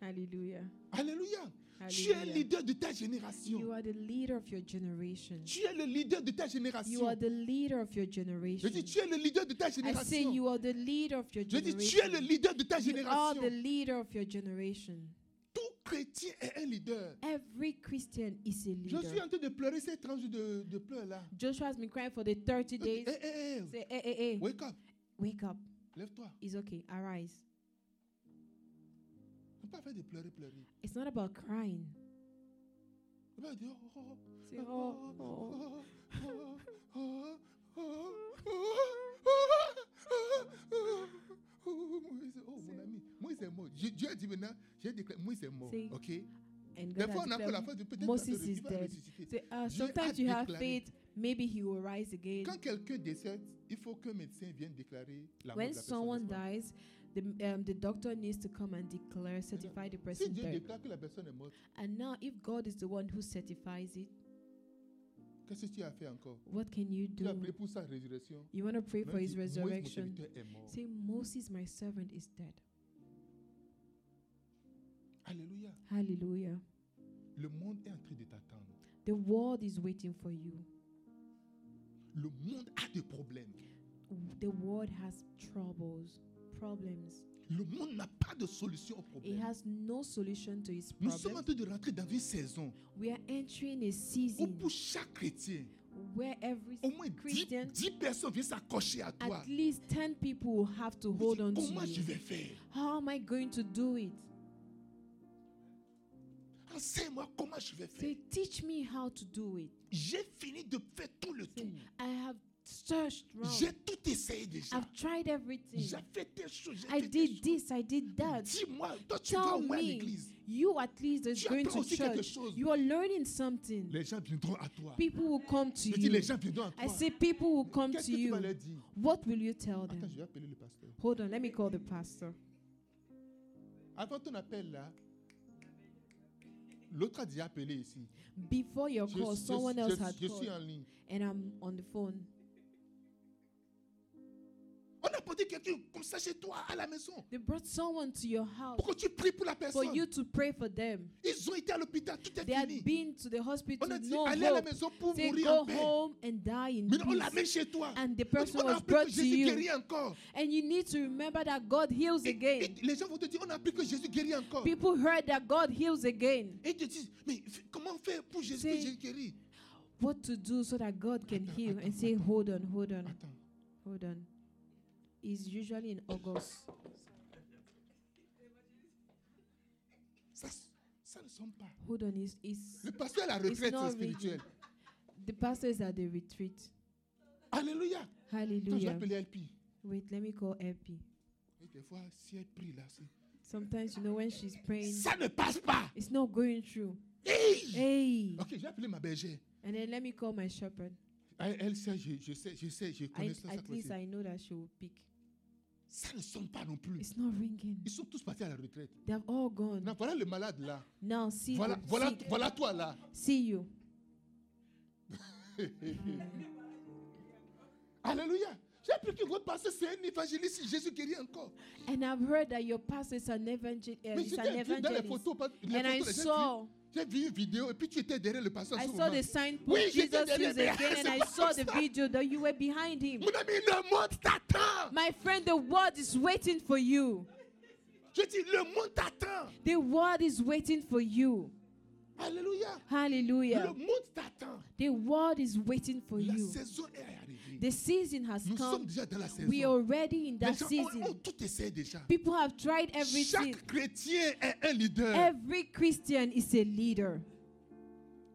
[SPEAKER 2] Hallelujah.
[SPEAKER 1] Alléluia. Tu es
[SPEAKER 2] Hallelujah.
[SPEAKER 1] le leader de ta
[SPEAKER 2] You
[SPEAKER 1] génération.
[SPEAKER 2] are the leader of your generation.
[SPEAKER 1] Tu es le leader de ta
[SPEAKER 2] You
[SPEAKER 1] génération.
[SPEAKER 2] are the leader of your
[SPEAKER 1] Je dis,
[SPEAKER 2] generation.
[SPEAKER 1] tu es le leader de ta
[SPEAKER 2] I say
[SPEAKER 1] génération.
[SPEAKER 2] you are the leader of your
[SPEAKER 1] Je dis, tu es le
[SPEAKER 2] generation.
[SPEAKER 1] leader de ta
[SPEAKER 2] You are
[SPEAKER 1] génération.
[SPEAKER 2] the leader of your generation.
[SPEAKER 1] Tout chrétien est un leader.
[SPEAKER 2] Every Christian is a
[SPEAKER 1] Je suis
[SPEAKER 2] leader.
[SPEAKER 1] en train de pleurer ces 30 jours de, de pleurs là.
[SPEAKER 2] Joshua has been crying for the 30
[SPEAKER 1] Hey,
[SPEAKER 2] days.
[SPEAKER 1] hey, hey.
[SPEAKER 2] Say, hey, hey, hey,
[SPEAKER 1] Wake up.
[SPEAKER 2] eh, wake up.
[SPEAKER 1] Lève-toi.
[SPEAKER 2] It's okay. Arise.
[SPEAKER 1] On peut pas faire de pleurer, pleurer.
[SPEAKER 2] It's not about crying.
[SPEAKER 1] On va dire, oh, oh, oh,
[SPEAKER 2] Say, oh, oh.
[SPEAKER 1] oh, oh, oh, oh, oh, oh, oh, Moïse, oh, mon ami, Moïse est mort. Je- Dieu a dit maintenant, j'ai déclaré, Moïse est mort.
[SPEAKER 2] C'est-
[SPEAKER 1] Ok.
[SPEAKER 2] And
[SPEAKER 1] Des
[SPEAKER 2] God
[SPEAKER 1] fois,
[SPEAKER 2] has
[SPEAKER 1] on a fait la
[SPEAKER 2] declared-
[SPEAKER 1] foi de peut-être
[SPEAKER 2] Moses
[SPEAKER 1] il va
[SPEAKER 2] is dead.
[SPEAKER 1] ressusciter.
[SPEAKER 2] Say, ah,
[SPEAKER 1] Dieu a
[SPEAKER 2] sometimes you have
[SPEAKER 1] déclaré.
[SPEAKER 2] faith, maybe he will rise again.
[SPEAKER 1] Quand quelqu'un décède, il faut qu'un médecin vienne déclarer la mort de
[SPEAKER 2] When
[SPEAKER 1] la personne.
[SPEAKER 2] someone
[SPEAKER 1] n'est-ce pas?
[SPEAKER 2] dies, the, um, the doctor needs to come and declare, certify the
[SPEAKER 1] Si
[SPEAKER 2] person
[SPEAKER 1] Dieu
[SPEAKER 2] dead.
[SPEAKER 1] déclare que la personne est morte,
[SPEAKER 2] And now, if God is the one who certifies it,
[SPEAKER 1] qu'est-ce que tu as fait encore
[SPEAKER 2] what can you
[SPEAKER 1] Tu as
[SPEAKER 2] do?
[SPEAKER 1] prié pour sa résurrection.
[SPEAKER 2] You want to pray
[SPEAKER 1] Même
[SPEAKER 2] for his
[SPEAKER 1] dit, Moïse, mon
[SPEAKER 2] resurrection.
[SPEAKER 1] serviteur, est mort.
[SPEAKER 2] Say, Moses, my servant, is dead.
[SPEAKER 1] Alléluia.
[SPEAKER 2] Hallelujah.
[SPEAKER 1] Le monde est en train de t'attendre.
[SPEAKER 2] The world is waiting for you.
[SPEAKER 1] Le monde a des problèmes.
[SPEAKER 2] The world has troubles, problems.
[SPEAKER 1] Le monde n'a pas de solution au
[SPEAKER 2] It
[SPEAKER 1] problème.
[SPEAKER 2] has no solution to its
[SPEAKER 1] Nous sommes en
[SPEAKER 2] problems.
[SPEAKER 1] train de rentrer dans une saison
[SPEAKER 2] We are entering a
[SPEAKER 1] où
[SPEAKER 2] season
[SPEAKER 1] pour chaque chrétien,
[SPEAKER 2] where every
[SPEAKER 1] au moins 10,
[SPEAKER 2] Christian,
[SPEAKER 1] personnes viennent s'accrocher à toi.
[SPEAKER 2] at least 10 people will have to
[SPEAKER 1] Vous
[SPEAKER 2] hold
[SPEAKER 1] dites,
[SPEAKER 2] on to
[SPEAKER 1] Comment je
[SPEAKER 2] you.
[SPEAKER 1] vais faire
[SPEAKER 2] How am I going to do it?
[SPEAKER 1] Enseigne-moi comment je vais faire.
[SPEAKER 2] Say, teach me how to do it.
[SPEAKER 1] J'ai fini de faire tout le
[SPEAKER 2] Say,
[SPEAKER 1] tour.
[SPEAKER 2] I have searched
[SPEAKER 1] J'ai
[SPEAKER 2] round.
[SPEAKER 1] tout essayé déjà.
[SPEAKER 2] I've tried everything.
[SPEAKER 1] J'ai fait tes choses. j'ai
[SPEAKER 2] I
[SPEAKER 1] fait telle
[SPEAKER 2] did
[SPEAKER 1] chose.
[SPEAKER 2] this, I did that.
[SPEAKER 1] Dis-moi, toi tu
[SPEAKER 2] Tell
[SPEAKER 1] vas où à
[SPEAKER 2] me.
[SPEAKER 1] l'église
[SPEAKER 2] You at least is
[SPEAKER 1] Tu
[SPEAKER 2] going
[SPEAKER 1] apprends
[SPEAKER 2] to
[SPEAKER 1] aussi quelque
[SPEAKER 2] church.
[SPEAKER 1] chose.
[SPEAKER 2] You are learning something.
[SPEAKER 1] Les gens viendront à toi.
[SPEAKER 2] People will come to
[SPEAKER 1] Je dis, les
[SPEAKER 2] you.
[SPEAKER 1] gens viendront à toi.
[SPEAKER 2] I say people will come
[SPEAKER 1] Qu'est-ce
[SPEAKER 2] to
[SPEAKER 1] que tu vas leur
[SPEAKER 2] you.
[SPEAKER 1] dire
[SPEAKER 2] What will you tell
[SPEAKER 1] Attends,
[SPEAKER 2] them?
[SPEAKER 1] je vais appeler le pasteur.
[SPEAKER 2] Hold on, let me call the pastor.
[SPEAKER 1] Avant ton appel là, l'autre a déjà appelé ici.
[SPEAKER 2] Before your call, someone else
[SPEAKER 1] je-
[SPEAKER 2] had
[SPEAKER 1] je suis
[SPEAKER 2] called,
[SPEAKER 1] en ligne.
[SPEAKER 2] and I'm on the phone.
[SPEAKER 1] On a porté quelqu'un comme ça chez toi, à la maison.
[SPEAKER 2] They brought someone to your house
[SPEAKER 1] Pour que tu pries pour la
[SPEAKER 2] for
[SPEAKER 1] personne.
[SPEAKER 2] you to pray for them.
[SPEAKER 1] Ils ont été à l'hôpital, tout est
[SPEAKER 2] They had
[SPEAKER 1] fini.
[SPEAKER 2] been to the hospital,
[SPEAKER 1] On a dit,
[SPEAKER 2] no
[SPEAKER 1] allez à la
[SPEAKER 2] hope.
[SPEAKER 1] maison pour
[SPEAKER 2] They
[SPEAKER 1] mourir en
[SPEAKER 2] go
[SPEAKER 1] paix.
[SPEAKER 2] home and die in
[SPEAKER 1] Maintenant, on
[SPEAKER 2] peace.
[SPEAKER 1] l'amène chez toi.
[SPEAKER 2] And the
[SPEAKER 1] On
[SPEAKER 2] person
[SPEAKER 1] a
[SPEAKER 2] was
[SPEAKER 1] appris que
[SPEAKER 2] brought to
[SPEAKER 1] Jésus
[SPEAKER 2] you.
[SPEAKER 1] guérit encore.
[SPEAKER 2] And you need to remember that God heals
[SPEAKER 1] Et-
[SPEAKER 2] again.
[SPEAKER 1] et les gens vont te dire, on a appris que Jésus guérit encore.
[SPEAKER 2] People heard that God heals again.
[SPEAKER 1] Et ils te disent, mais f- comment faire pour Jésus que
[SPEAKER 2] C'est-
[SPEAKER 1] Jésus guérit
[SPEAKER 2] What to do so that God can
[SPEAKER 1] Attends,
[SPEAKER 2] heal? And
[SPEAKER 1] attends,
[SPEAKER 2] say, hold on, hold on,
[SPEAKER 1] Attends,
[SPEAKER 2] hold on. It's usually in August.
[SPEAKER 1] ça, ça ne sonne pas.
[SPEAKER 2] Hold on, it's, it's
[SPEAKER 1] Le pasteur à la retraite
[SPEAKER 2] not
[SPEAKER 1] spirituelle.
[SPEAKER 2] The pastor is at the retreat.
[SPEAKER 1] Alléluia. Attends, je vais
[SPEAKER 2] Hallelujah.
[SPEAKER 1] appeler LP.
[SPEAKER 2] Wait, let me call Epi.
[SPEAKER 1] Et des fois, si elle prie là, c'est-
[SPEAKER 2] Sometimes, you know, when she's praying,
[SPEAKER 1] ça ne passe pas.
[SPEAKER 2] it's not going through.
[SPEAKER 1] Hey!
[SPEAKER 2] Hey!
[SPEAKER 1] Ok, j'ai appelé ma bergère.
[SPEAKER 2] And then let me call my shepherd.
[SPEAKER 1] Elle, elle sait, je, je sais, je sais, je
[SPEAKER 2] I,
[SPEAKER 1] connais ça. ça,
[SPEAKER 2] at least
[SPEAKER 1] ça.
[SPEAKER 2] I know that she will pick.
[SPEAKER 1] Ça ne sonne pas non plus.
[SPEAKER 2] It's not ringing.
[SPEAKER 1] Ils sont tous partis à la retraite.
[SPEAKER 2] They have all gone.
[SPEAKER 1] Non, voilà le malade là.
[SPEAKER 2] Now, see,
[SPEAKER 1] Voilà,
[SPEAKER 2] the
[SPEAKER 1] voilà,
[SPEAKER 2] sick.
[SPEAKER 1] voilà toi là.
[SPEAKER 2] see you.
[SPEAKER 1] Alléluia. J'ai appris que votre pasteur, c'est un évangéliste. Jésus guérit encore.
[SPEAKER 2] And I've heard that your pastor is an, evangel- uh,
[SPEAKER 1] Mais
[SPEAKER 2] is an
[SPEAKER 1] j'étais vu dans les
[SPEAKER 2] evangelist.
[SPEAKER 1] photos. pas- les
[SPEAKER 2] And I
[SPEAKER 1] photos, les gens
[SPEAKER 2] saw,
[SPEAKER 1] qui- J'ai vu une vidéo et puis tu étais derrière le pasteur. en
[SPEAKER 2] I
[SPEAKER 1] ce
[SPEAKER 2] saw
[SPEAKER 1] moment.
[SPEAKER 2] the sign
[SPEAKER 1] Oui,
[SPEAKER 2] put
[SPEAKER 1] j'étais
[SPEAKER 2] Jesus
[SPEAKER 1] derrière,
[SPEAKER 2] heals
[SPEAKER 1] mais
[SPEAKER 2] again,
[SPEAKER 1] c'est
[SPEAKER 2] and I
[SPEAKER 1] pas
[SPEAKER 2] saw
[SPEAKER 1] comme
[SPEAKER 2] the
[SPEAKER 1] ça.
[SPEAKER 2] video that you were
[SPEAKER 1] <laughs>
[SPEAKER 2] behind him.
[SPEAKER 1] Mon ami, le monde t'attend.
[SPEAKER 2] My friend, the world is waiting for you.
[SPEAKER 1] Je dis, le monde t'attend.
[SPEAKER 2] The world is waiting for you.
[SPEAKER 1] Alléluia. Le
[SPEAKER 2] Hallelujah.
[SPEAKER 1] monde t'attend.
[SPEAKER 2] The world is waiting for
[SPEAKER 1] La
[SPEAKER 2] you.
[SPEAKER 1] saison est arrivée. passé.
[SPEAKER 2] The season has
[SPEAKER 1] Nous sommes
[SPEAKER 2] come.
[SPEAKER 1] déjà dans la
[SPEAKER 2] We
[SPEAKER 1] saison.
[SPEAKER 2] are already in
[SPEAKER 1] Les
[SPEAKER 2] that
[SPEAKER 1] gens ont, ont
[SPEAKER 2] season.
[SPEAKER 1] tout essayé déjà.
[SPEAKER 2] People have tried everything.
[SPEAKER 1] Chaque chrétien est un leader.
[SPEAKER 2] Every Christian is a leader.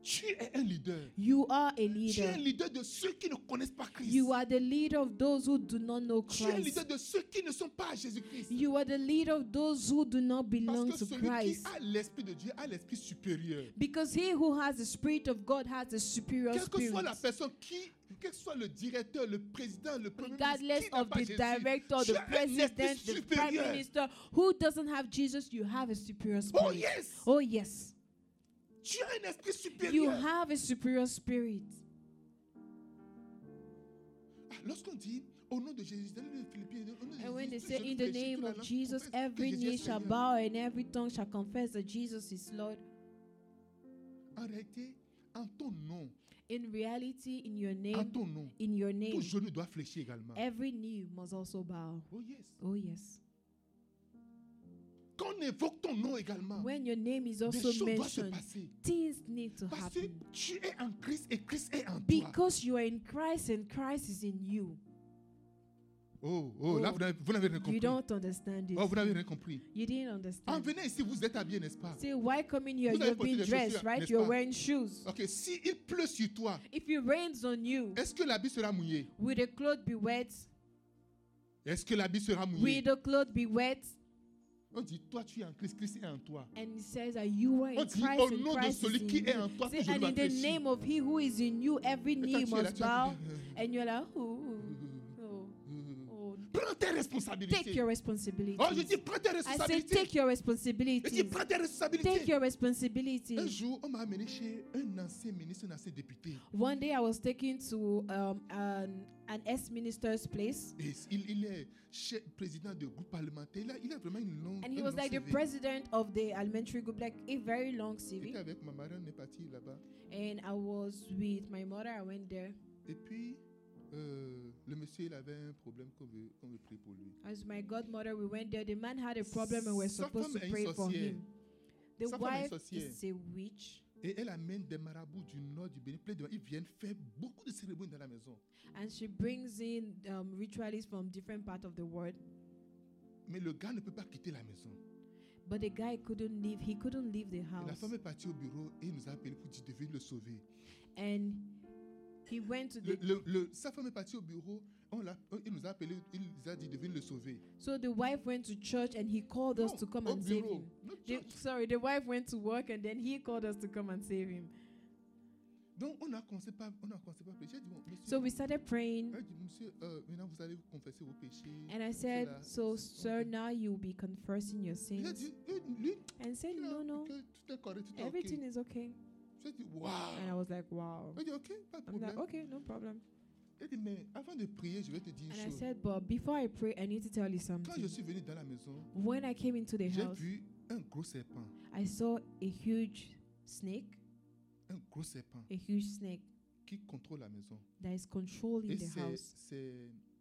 [SPEAKER 1] Tu es un leader.
[SPEAKER 2] You are a
[SPEAKER 1] Tu es un
[SPEAKER 2] leader.
[SPEAKER 1] leader de ceux qui ne connaissent pas Christ.
[SPEAKER 2] You are the leader of those who do not know
[SPEAKER 1] Tu es un
[SPEAKER 2] Christ.
[SPEAKER 1] leader de ceux qui ne sont pas à Jésus-Christ.
[SPEAKER 2] You are the leader of those who do not
[SPEAKER 1] Parce
[SPEAKER 2] belong
[SPEAKER 1] que
[SPEAKER 2] to
[SPEAKER 1] celui
[SPEAKER 2] Christ.
[SPEAKER 1] qui a l'esprit de Dieu a l'esprit supérieur.
[SPEAKER 2] Because he who has the Spirit of God has a superior
[SPEAKER 1] Quelle que soit
[SPEAKER 2] spirit.
[SPEAKER 1] la personne qui, quel que soit le directeur, le président, le premier
[SPEAKER 2] Regardless
[SPEAKER 1] ministre, qui n'a
[SPEAKER 2] of
[SPEAKER 1] pas
[SPEAKER 2] the
[SPEAKER 1] Jésus,
[SPEAKER 2] director,
[SPEAKER 1] tu
[SPEAKER 2] the
[SPEAKER 1] as un esprit
[SPEAKER 2] president, the prime
[SPEAKER 1] supérieur.
[SPEAKER 2] minister, who doesn't have Jesus, you have a superior
[SPEAKER 1] Oh
[SPEAKER 2] spirit.
[SPEAKER 1] yes,
[SPEAKER 2] Oh, yes.
[SPEAKER 1] tu as un esprit
[SPEAKER 2] You
[SPEAKER 1] supérieur.
[SPEAKER 2] have a superior spirit.
[SPEAKER 1] Ah, Lorsqu'on dit au nom de Jésus, dans le Philippiens, au nom de
[SPEAKER 2] And when they
[SPEAKER 1] Jésus,
[SPEAKER 2] say,
[SPEAKER 1] tout
[SPEAKER 2] In the
[SPEAKER 1] Jésus,
[SPEAKER 2] name
[SPEAKER 1] tout la
[SPEAKER 2] of
[SPEAKER 1] langue
[SPEAKER 2] Jesus,
[SPEAKER 1] confesse que
[SPEAKER 2] every
[SPEAKER 1] Jésus
[SPEAKER 2] knee
[SPEAKER 1] est
[SPEAKER 2] shall
[SPEAKER 1] Seigneur.
[SPEAKER 2] bow and every tongue shall confess that Jesus is Lord.
[SPEAKER 1] En réalité, en ton nom,
[SPEAKER 2] In reality, in your
[SPEAKER 1] en
[SPEAKER 2] name,
[SPEAKER 1] ton nom,
[SPEAKER 2] in your
[SPEAKER 1] tout
[SPEAKER 2] name,
[SPEAKER 1] genou doit fléchir également.
[SPEAKER 2] every knee must also bow.
[SPEAKER 1] Oh yes,
[SPEAKER 2] Oh, yes.
[SPEAKER 1] qu'on évoque ton nom également.
[SPEAKER 2] When your name is
[SPEAKER 1] Des
[SPEAKER 2] also
[SPEAKER 1] choses doivent se
[SPEAKER 2] mentioned,
[SPEAKER 1] passer.
[SPEAKER 2] things need to
[SPEAKER 1] Parce que
[SPEAKER 2] happen.
[SPEAKER 1] tu es en Christ et Christ est en toi.
[SPEAKER 2] Because you are in Christ and Christ is in you.
[SPEAKER 1] Oh, oh, là,
[SPEAKER 2] Oh.
[SPEAKER 1] vous n'avez- vous n'avez rien
[SPEAKER 2] You
[SPEAKER 1] compris.
[SPEAKER 2] don't understand
[SPEAKER 1] Oh, vous n'avez
[SPEAKER 2] it.
[SPEAKER 1] rien compris.
[SPEAKER 2] You didn't
[SPEAKER 1] En
[SPEAKER 2] understand.
[SPEAKER 1] venant ici, vous êtes habillé, n'est-ce pas?
[SPEAKER 2] See, why coming here?
[SPEAKER 1] Vous avez
[SPEAKER 2] You've
[SPEAKER 1] porté
[SPEAKER 2] been
[SPEAKER 1] des
[SPEAKER 2] dressed,
[SPEAKER 1] chaussures,
[SPEAKER 2] right?
[SPEAKER 1] n'est-ce
[SPEAKER 2] You're
[SPEAKER 1] pas?
[SPEAKER 2] wearing shoes.
[SPEAKER 1] Ok, si il pleut sur toi,
[SPEAKER 2] If it rains on you,
[SPEAKER 1] est-ce que l'habit sera mouillé?
[SPEAKER 2] will the cloth be wet?
[SPEAKER 1] Est-ce que l'habit sera
[SPEAKER 2] Will
[SPEAKER 1] mouillé?
[SPEAKER 2] the cloth be wet?
[SPEAKER 1] On dit, toi, tu es en Christ, Christ est en toi.
[SPEAKER 2] And it says that you are
[SPEAKER 1] On
[SPEAKER 2] in
[SPEAKER 1] dit, au
[SPEAKER 2] Christ and
[SPEAKER 1] nom de
[SPEAKER 2] Christ is
[SPEAKER 1] celui qui
[SPEAKER 2] in
[SPEAKER 1] est
[SPEAKER 2] you.
[SPEAKER 1] en toi,
[SPEAKER 2] See,
[SPEAKER 1] tout genou
[SPEAKER 2] and
[SPEAKER 1] va
[SPEAKER 2] in the
[SPEAKER 1] fléchir.
[SPEAKER 2] name of He who is in you, every
[SPEAKER 1] Et toi,
[SPEAKER 2] knee
[SPEAKER 1] tu es là,
[SPEAKER 2] must
[SPEAKER 1] tu as-
[SPEAKER 2] bow. And you're like, oh, oh, oh.
[SPEAKER 1] Prends tes
[SPEAKER 2] take
[SPEAKER 1] responsabilités.
[SPEAKER 2] your responsibilities.
[SPEAKER 1] Oh, je dis, prends tes
[SPEAKER 2] I say,
[SPEAKER 1] responsabilités.
[SPEAKER 2] take your
[SPEAKER 1] Je dis,
[SPEAKER 2] responsibilities.
[SPEAKER 1] prends tes
[SPEAKER 2] Take
[SPEAKER 1] responsabilités.
[SPEAKER 2] your
[SPEAKER 1] Un
[SPEAKER 2] responsibilities.
[SPEAKER 1] jour, on m'a amené chez un ancien ministre, un ancien député.
[SPEAKER 2] One day I was taken to um, an, an ex-minister's place,
[SPEAKER 1] Et il, il est chef- président de groupe parlementaire. Il a, il a vraiment une longue.
[SPEAKER 2] and he
[SPEAKER 1] un
[SPEAKER 2] was
[SPEAKER 1] long
[SPEAKER 2] like the
[SPEAKER 1] CV.
[SPEAKER 2] president of the elementary group, like a very long
[SPEAKER 1] J'étais
[SPEAKER 2] CV.
[SPEAKER 1] avec ma marraine, on est parti là-bas.
[SPEAKER 2] And I was with my mother. I went there.
[SPEAKER 1] Et puis, euh, le monsieur, il avait un problème qu'on veut, qu'on veut prier pour lui.
[SPEAKER 2] As my godmother, we went there. The man had a problem, and we're
[SPEAKER 1] Sa
[SPEAKER 2] supposed to
[SPEAKER 1] femme est une
[SPEAKER 2] pray for
[SPEAKER 1] sorcière.
[SPEAKER 2] him. The
[SPEAKER 1] Sa femme est
[SPEAKER 2] wife
[SPEAKER 1] une sorcière.
[SPEAKER 2] is a witch,
[SPEAKER 1] Et elle amène des marabouts du nord du Bénin, plein de... Ils viennent faire beaucoup de cérémonies dans la maison.
[SPEAKER 2] and she brings in um, ritualists from different part of the world.
[SPEAKER 1] Mais le gars ne peut pas quitter la maison.
[SPEAKER 2] But the guy couldn't leave. He couldn't leave the
[SPEAKER 1] Et la
[SPEAKER 2] house,
[SPEAKER 1] femme est partie au bureau et il nous a appelé pour dire de venir le sauver.
[SPEAKER 2] and he went to
[SPEAKER 1] Le-
[SPEAKER 2] the.
[SPEAKER 1] le- le- sa femme est partie au bureau, on l'a- on- il nous a appelé, il nous a dit de venir le sauver.
[SPEAKER 2] So the wife went to church, and he called us
[SPEAKER 1] Non,
[SPEAKER 2] to come
[SPEAKER 1] au
[SPEAKER 2] and save
[SPEAKER 1] bureau.
[SPEAKER 2] him.
[SPEAKER 1] Non,
[SPEAKER 2] The-
[SPEAKER 1] church.
[SPEAKER 2] sorry, the wife went to work and then he called us to come and save him.
[SPEAKER 1] Donc on a commencé par, on a commencé par prier. J'ai dit, bon, monsieur,
[SPEAKER 2] So we started praying,
[SPEAKER 1] elle dit, monsieur, euh, maintenant vous allez vous confesser vos péchés.
[SPEAKER 2] and I said,
[SPEAKER 1] Cela,
[SPEAKER 2] So,
[SPEAKER 1] c'est-
[SPEAKER 2] sir, now you'll be confessing your
[SPEAKER 1] Il a
[SPEAKER 2] sins.
[SPEAKER 1] dit, eh, lui,
[SPEAKER 2] And said,
[SPEAKER 1] il a-
[SPEAKER 2] No, no,
[SPEAKER 1] que tout est correct, tout est ok.
[SPEAKER 2] everything is okay.
[SPEAKER 1] J'ai dit,
[SPEAKER 2] And I
[SPEAKER 1] waouh.
[SPEAKER 2] was like, Wow.
[SPEAKER 1] Elle dit, ok, pas de
[SPEAKER 2] I'm like, "Oh."
[SPEAKER 1] problème.
[SPEAKER 2] Okay, no problem.
[SPEAKER 1] Elle dit, mais avant de prier, je vais te dire
[SPEAKER 2] And
[SPEAKER 1] une
[SPEAKER 2] I
[SPEAKER 1] chose.
[SPEAKER 2] said, But before I pray, I need to tell you
[SPEAKER 1] Quand je
[SPEAKER 2] something.
[SPEAKER 1] suis venu dans la maison,
[SPEAKER 2] When I came into the
[SPEAKER 1] j'ai
[SPEAKER 2] house,
[SPEAKER 1] vu un gros serpent.
[SPEAKER 2] I saw a huge snake,
[SPEAKER 1] Un gros serpent
[SPEAKER 2] a huge snake
[SPEAKER 1] qui contrôle la maison.
[SPEAKER 2] that is controlling
[SPEAKER 1] Et
[SPEAKER 2] the
[SPEAKER 1] c'est-
[SPEAKER 2] house.
[SPEAKER 1] c'est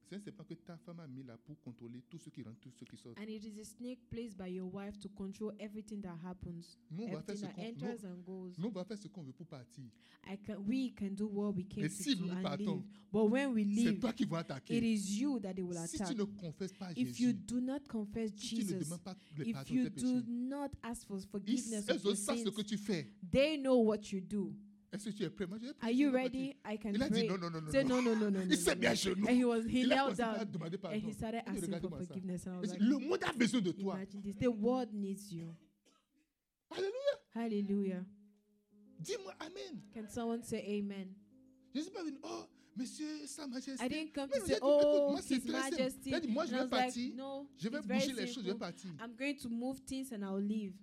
[SPEAKER 1] c'est un serpent que ta femme a mis là pour contrôler tout ce qui rentre, tout ce qui sort.
[SPEAKER 2] And it is a snake placed by your wife to control everything that happens,
[SPEAKER 1] Nous, on va faire
[SPEAKER 2] everything
[SPEAKER 1] ce
[SPEAKER 2] that
[SPEAKER 1] qu'on
[SPEAKER 2] enters
[SPEAKER 1] nous-
[SPEAKER 2] and goes.
[SPEAKER 1] nous, on va faire ce qu'on veut pour partir.
[SPEAKER 2] I can, we can do what we came
[SPEAKER 1] Et
[SPEAKER 2] to
[SPEAKER 1] si
[SPEAKER 2] do
[SPEAKER 1] nous
[SPEAKER 2] and
[SPEAKER 1] partons,
[SPEAKER 2] leave. But when we
[SPEAKER 1] C'est
[SPEAKER 2] leave,
[SPEAKER 1] toi qui vas
[SPEAKER 2] it
[SPEAKER 1] attaquer.
[SPEAKER 2] is you that they will
[SPEAKER 1] Si
[SPEAKER 2] attack.
[SPEAKER 1] tu ne confesses pas
[SPEAKER 2] If you
[SPEAKER 1] Jésus,
[SPEAKER 2] do not confess
[SPEAKER 1] si tu ne
[SPEAKER 2] Jesus,
[SPEAKER 1] demandes pas le
[SPEAKER 2] if
[SPEAKER 1] pardon de
[SPEAKER 2] you
[SPEAKER 1] tes
[SPEAKER 2] do
[SPEAKER 1] péchés,
[SPEAKER 2] not ask for
[SPEAKER 1] ils,
[SPEAKER 2] forgiveness of
[SPEAKER 1] elles
[SPEAKER 2] your
[SPEAKER 1] autres savent ce
[SPEAKER 2] sins,
[SPEAKER 1] que tu fais.
[SPEAKER 2] they know what you do.
[SPEAKER 1] Est-ce que tu es prêt? Moi, j'ai
[SPEAKER 2] Are
[SPEAKER 1] prié,
[SPEAKER 2] you
[SPEAKER 1] on va partir.
[SPEAKER 2] ready? I can
[SPEAKER 1] Il a dit
[SPEAKER 2] pray.
[SPEAKER 1] non, non, non, non.
[SPEAKER 2] Say
[SPEAKER 1] non.
[SPEAKER 2] no, no, no, no, no.
[SPEAKER 1] Il s'est
[SPEAKER 2] no,
[SPEAKER 1] mis à
[SPEAKER 2] no."
[SPEAKER 1] genoux.
[SPEAKER 2] And he was he
[SPEAKER 1] Il a
[SPEAKER 2] knelt
[SPEAKER 1] commencé à
[SPEAKER 2] down
[SPEAKER 1] demander
[SPEAKER 2] and
[SPEAKER 1] pardon.
[SPEAKER 2] he started
[SPEAKER 1] Il
[SPEAKER 2] asking
[SPEAKER 1] regarde
[SPEAKER 2] for
[SPEAKER 1] comme ça.
[SPEAKER 2] forgiveness. And I
[SPEAKER 1] Il
[SPEAKER 2] was
[SPEAKER 1] dit,
[SPEAKER 2] like,
[SPEAKER 1] Le monde a besoin de toi.
[SPEAKER 2] imagine this. The world needs you.
[SPEAKER 1] Alléluia.
[SPEAKER 2] Hallelujah.
[SPEAKER 1] Dis-moi Amen.
[SPEAKER 2] Can someone say amen?
[SPEAKER 1] Je ne suis pas venu. Oh, monsieur, sa majesté.
[SPEAKER 2] I didn't come
[SPEAKER 1] Mais
[SPEAKER 2] to
[SPEAKER 1] vous
[SPEAKER 2] say,
[SPEAKER 1] êtes- écoute,
[SPEAKER 2] oh,
[SPEAKER 1] moi, c'est
[SPEAKER 2] His
[SPEAKER 1] très simple.
[SPEAKER 2] Majesty.
[SPEAKER 1] Elle dit, moi, je
[SPEAKER 2] And I
[SPEAKER 1] vais
[SPEAKER 2] was like,
[SPEAKER 1] partir.
[SPEAKER 2] no,
[SPEAKER 1] Je vais
[SPEAKER 2] it's very
[SPEAKER 1] bouger les choses, je vais
[SPEAKER 2] simple.
[SPEAKER 1] partir.
[SPEAKER 2] I'm going to move things and I'll leave.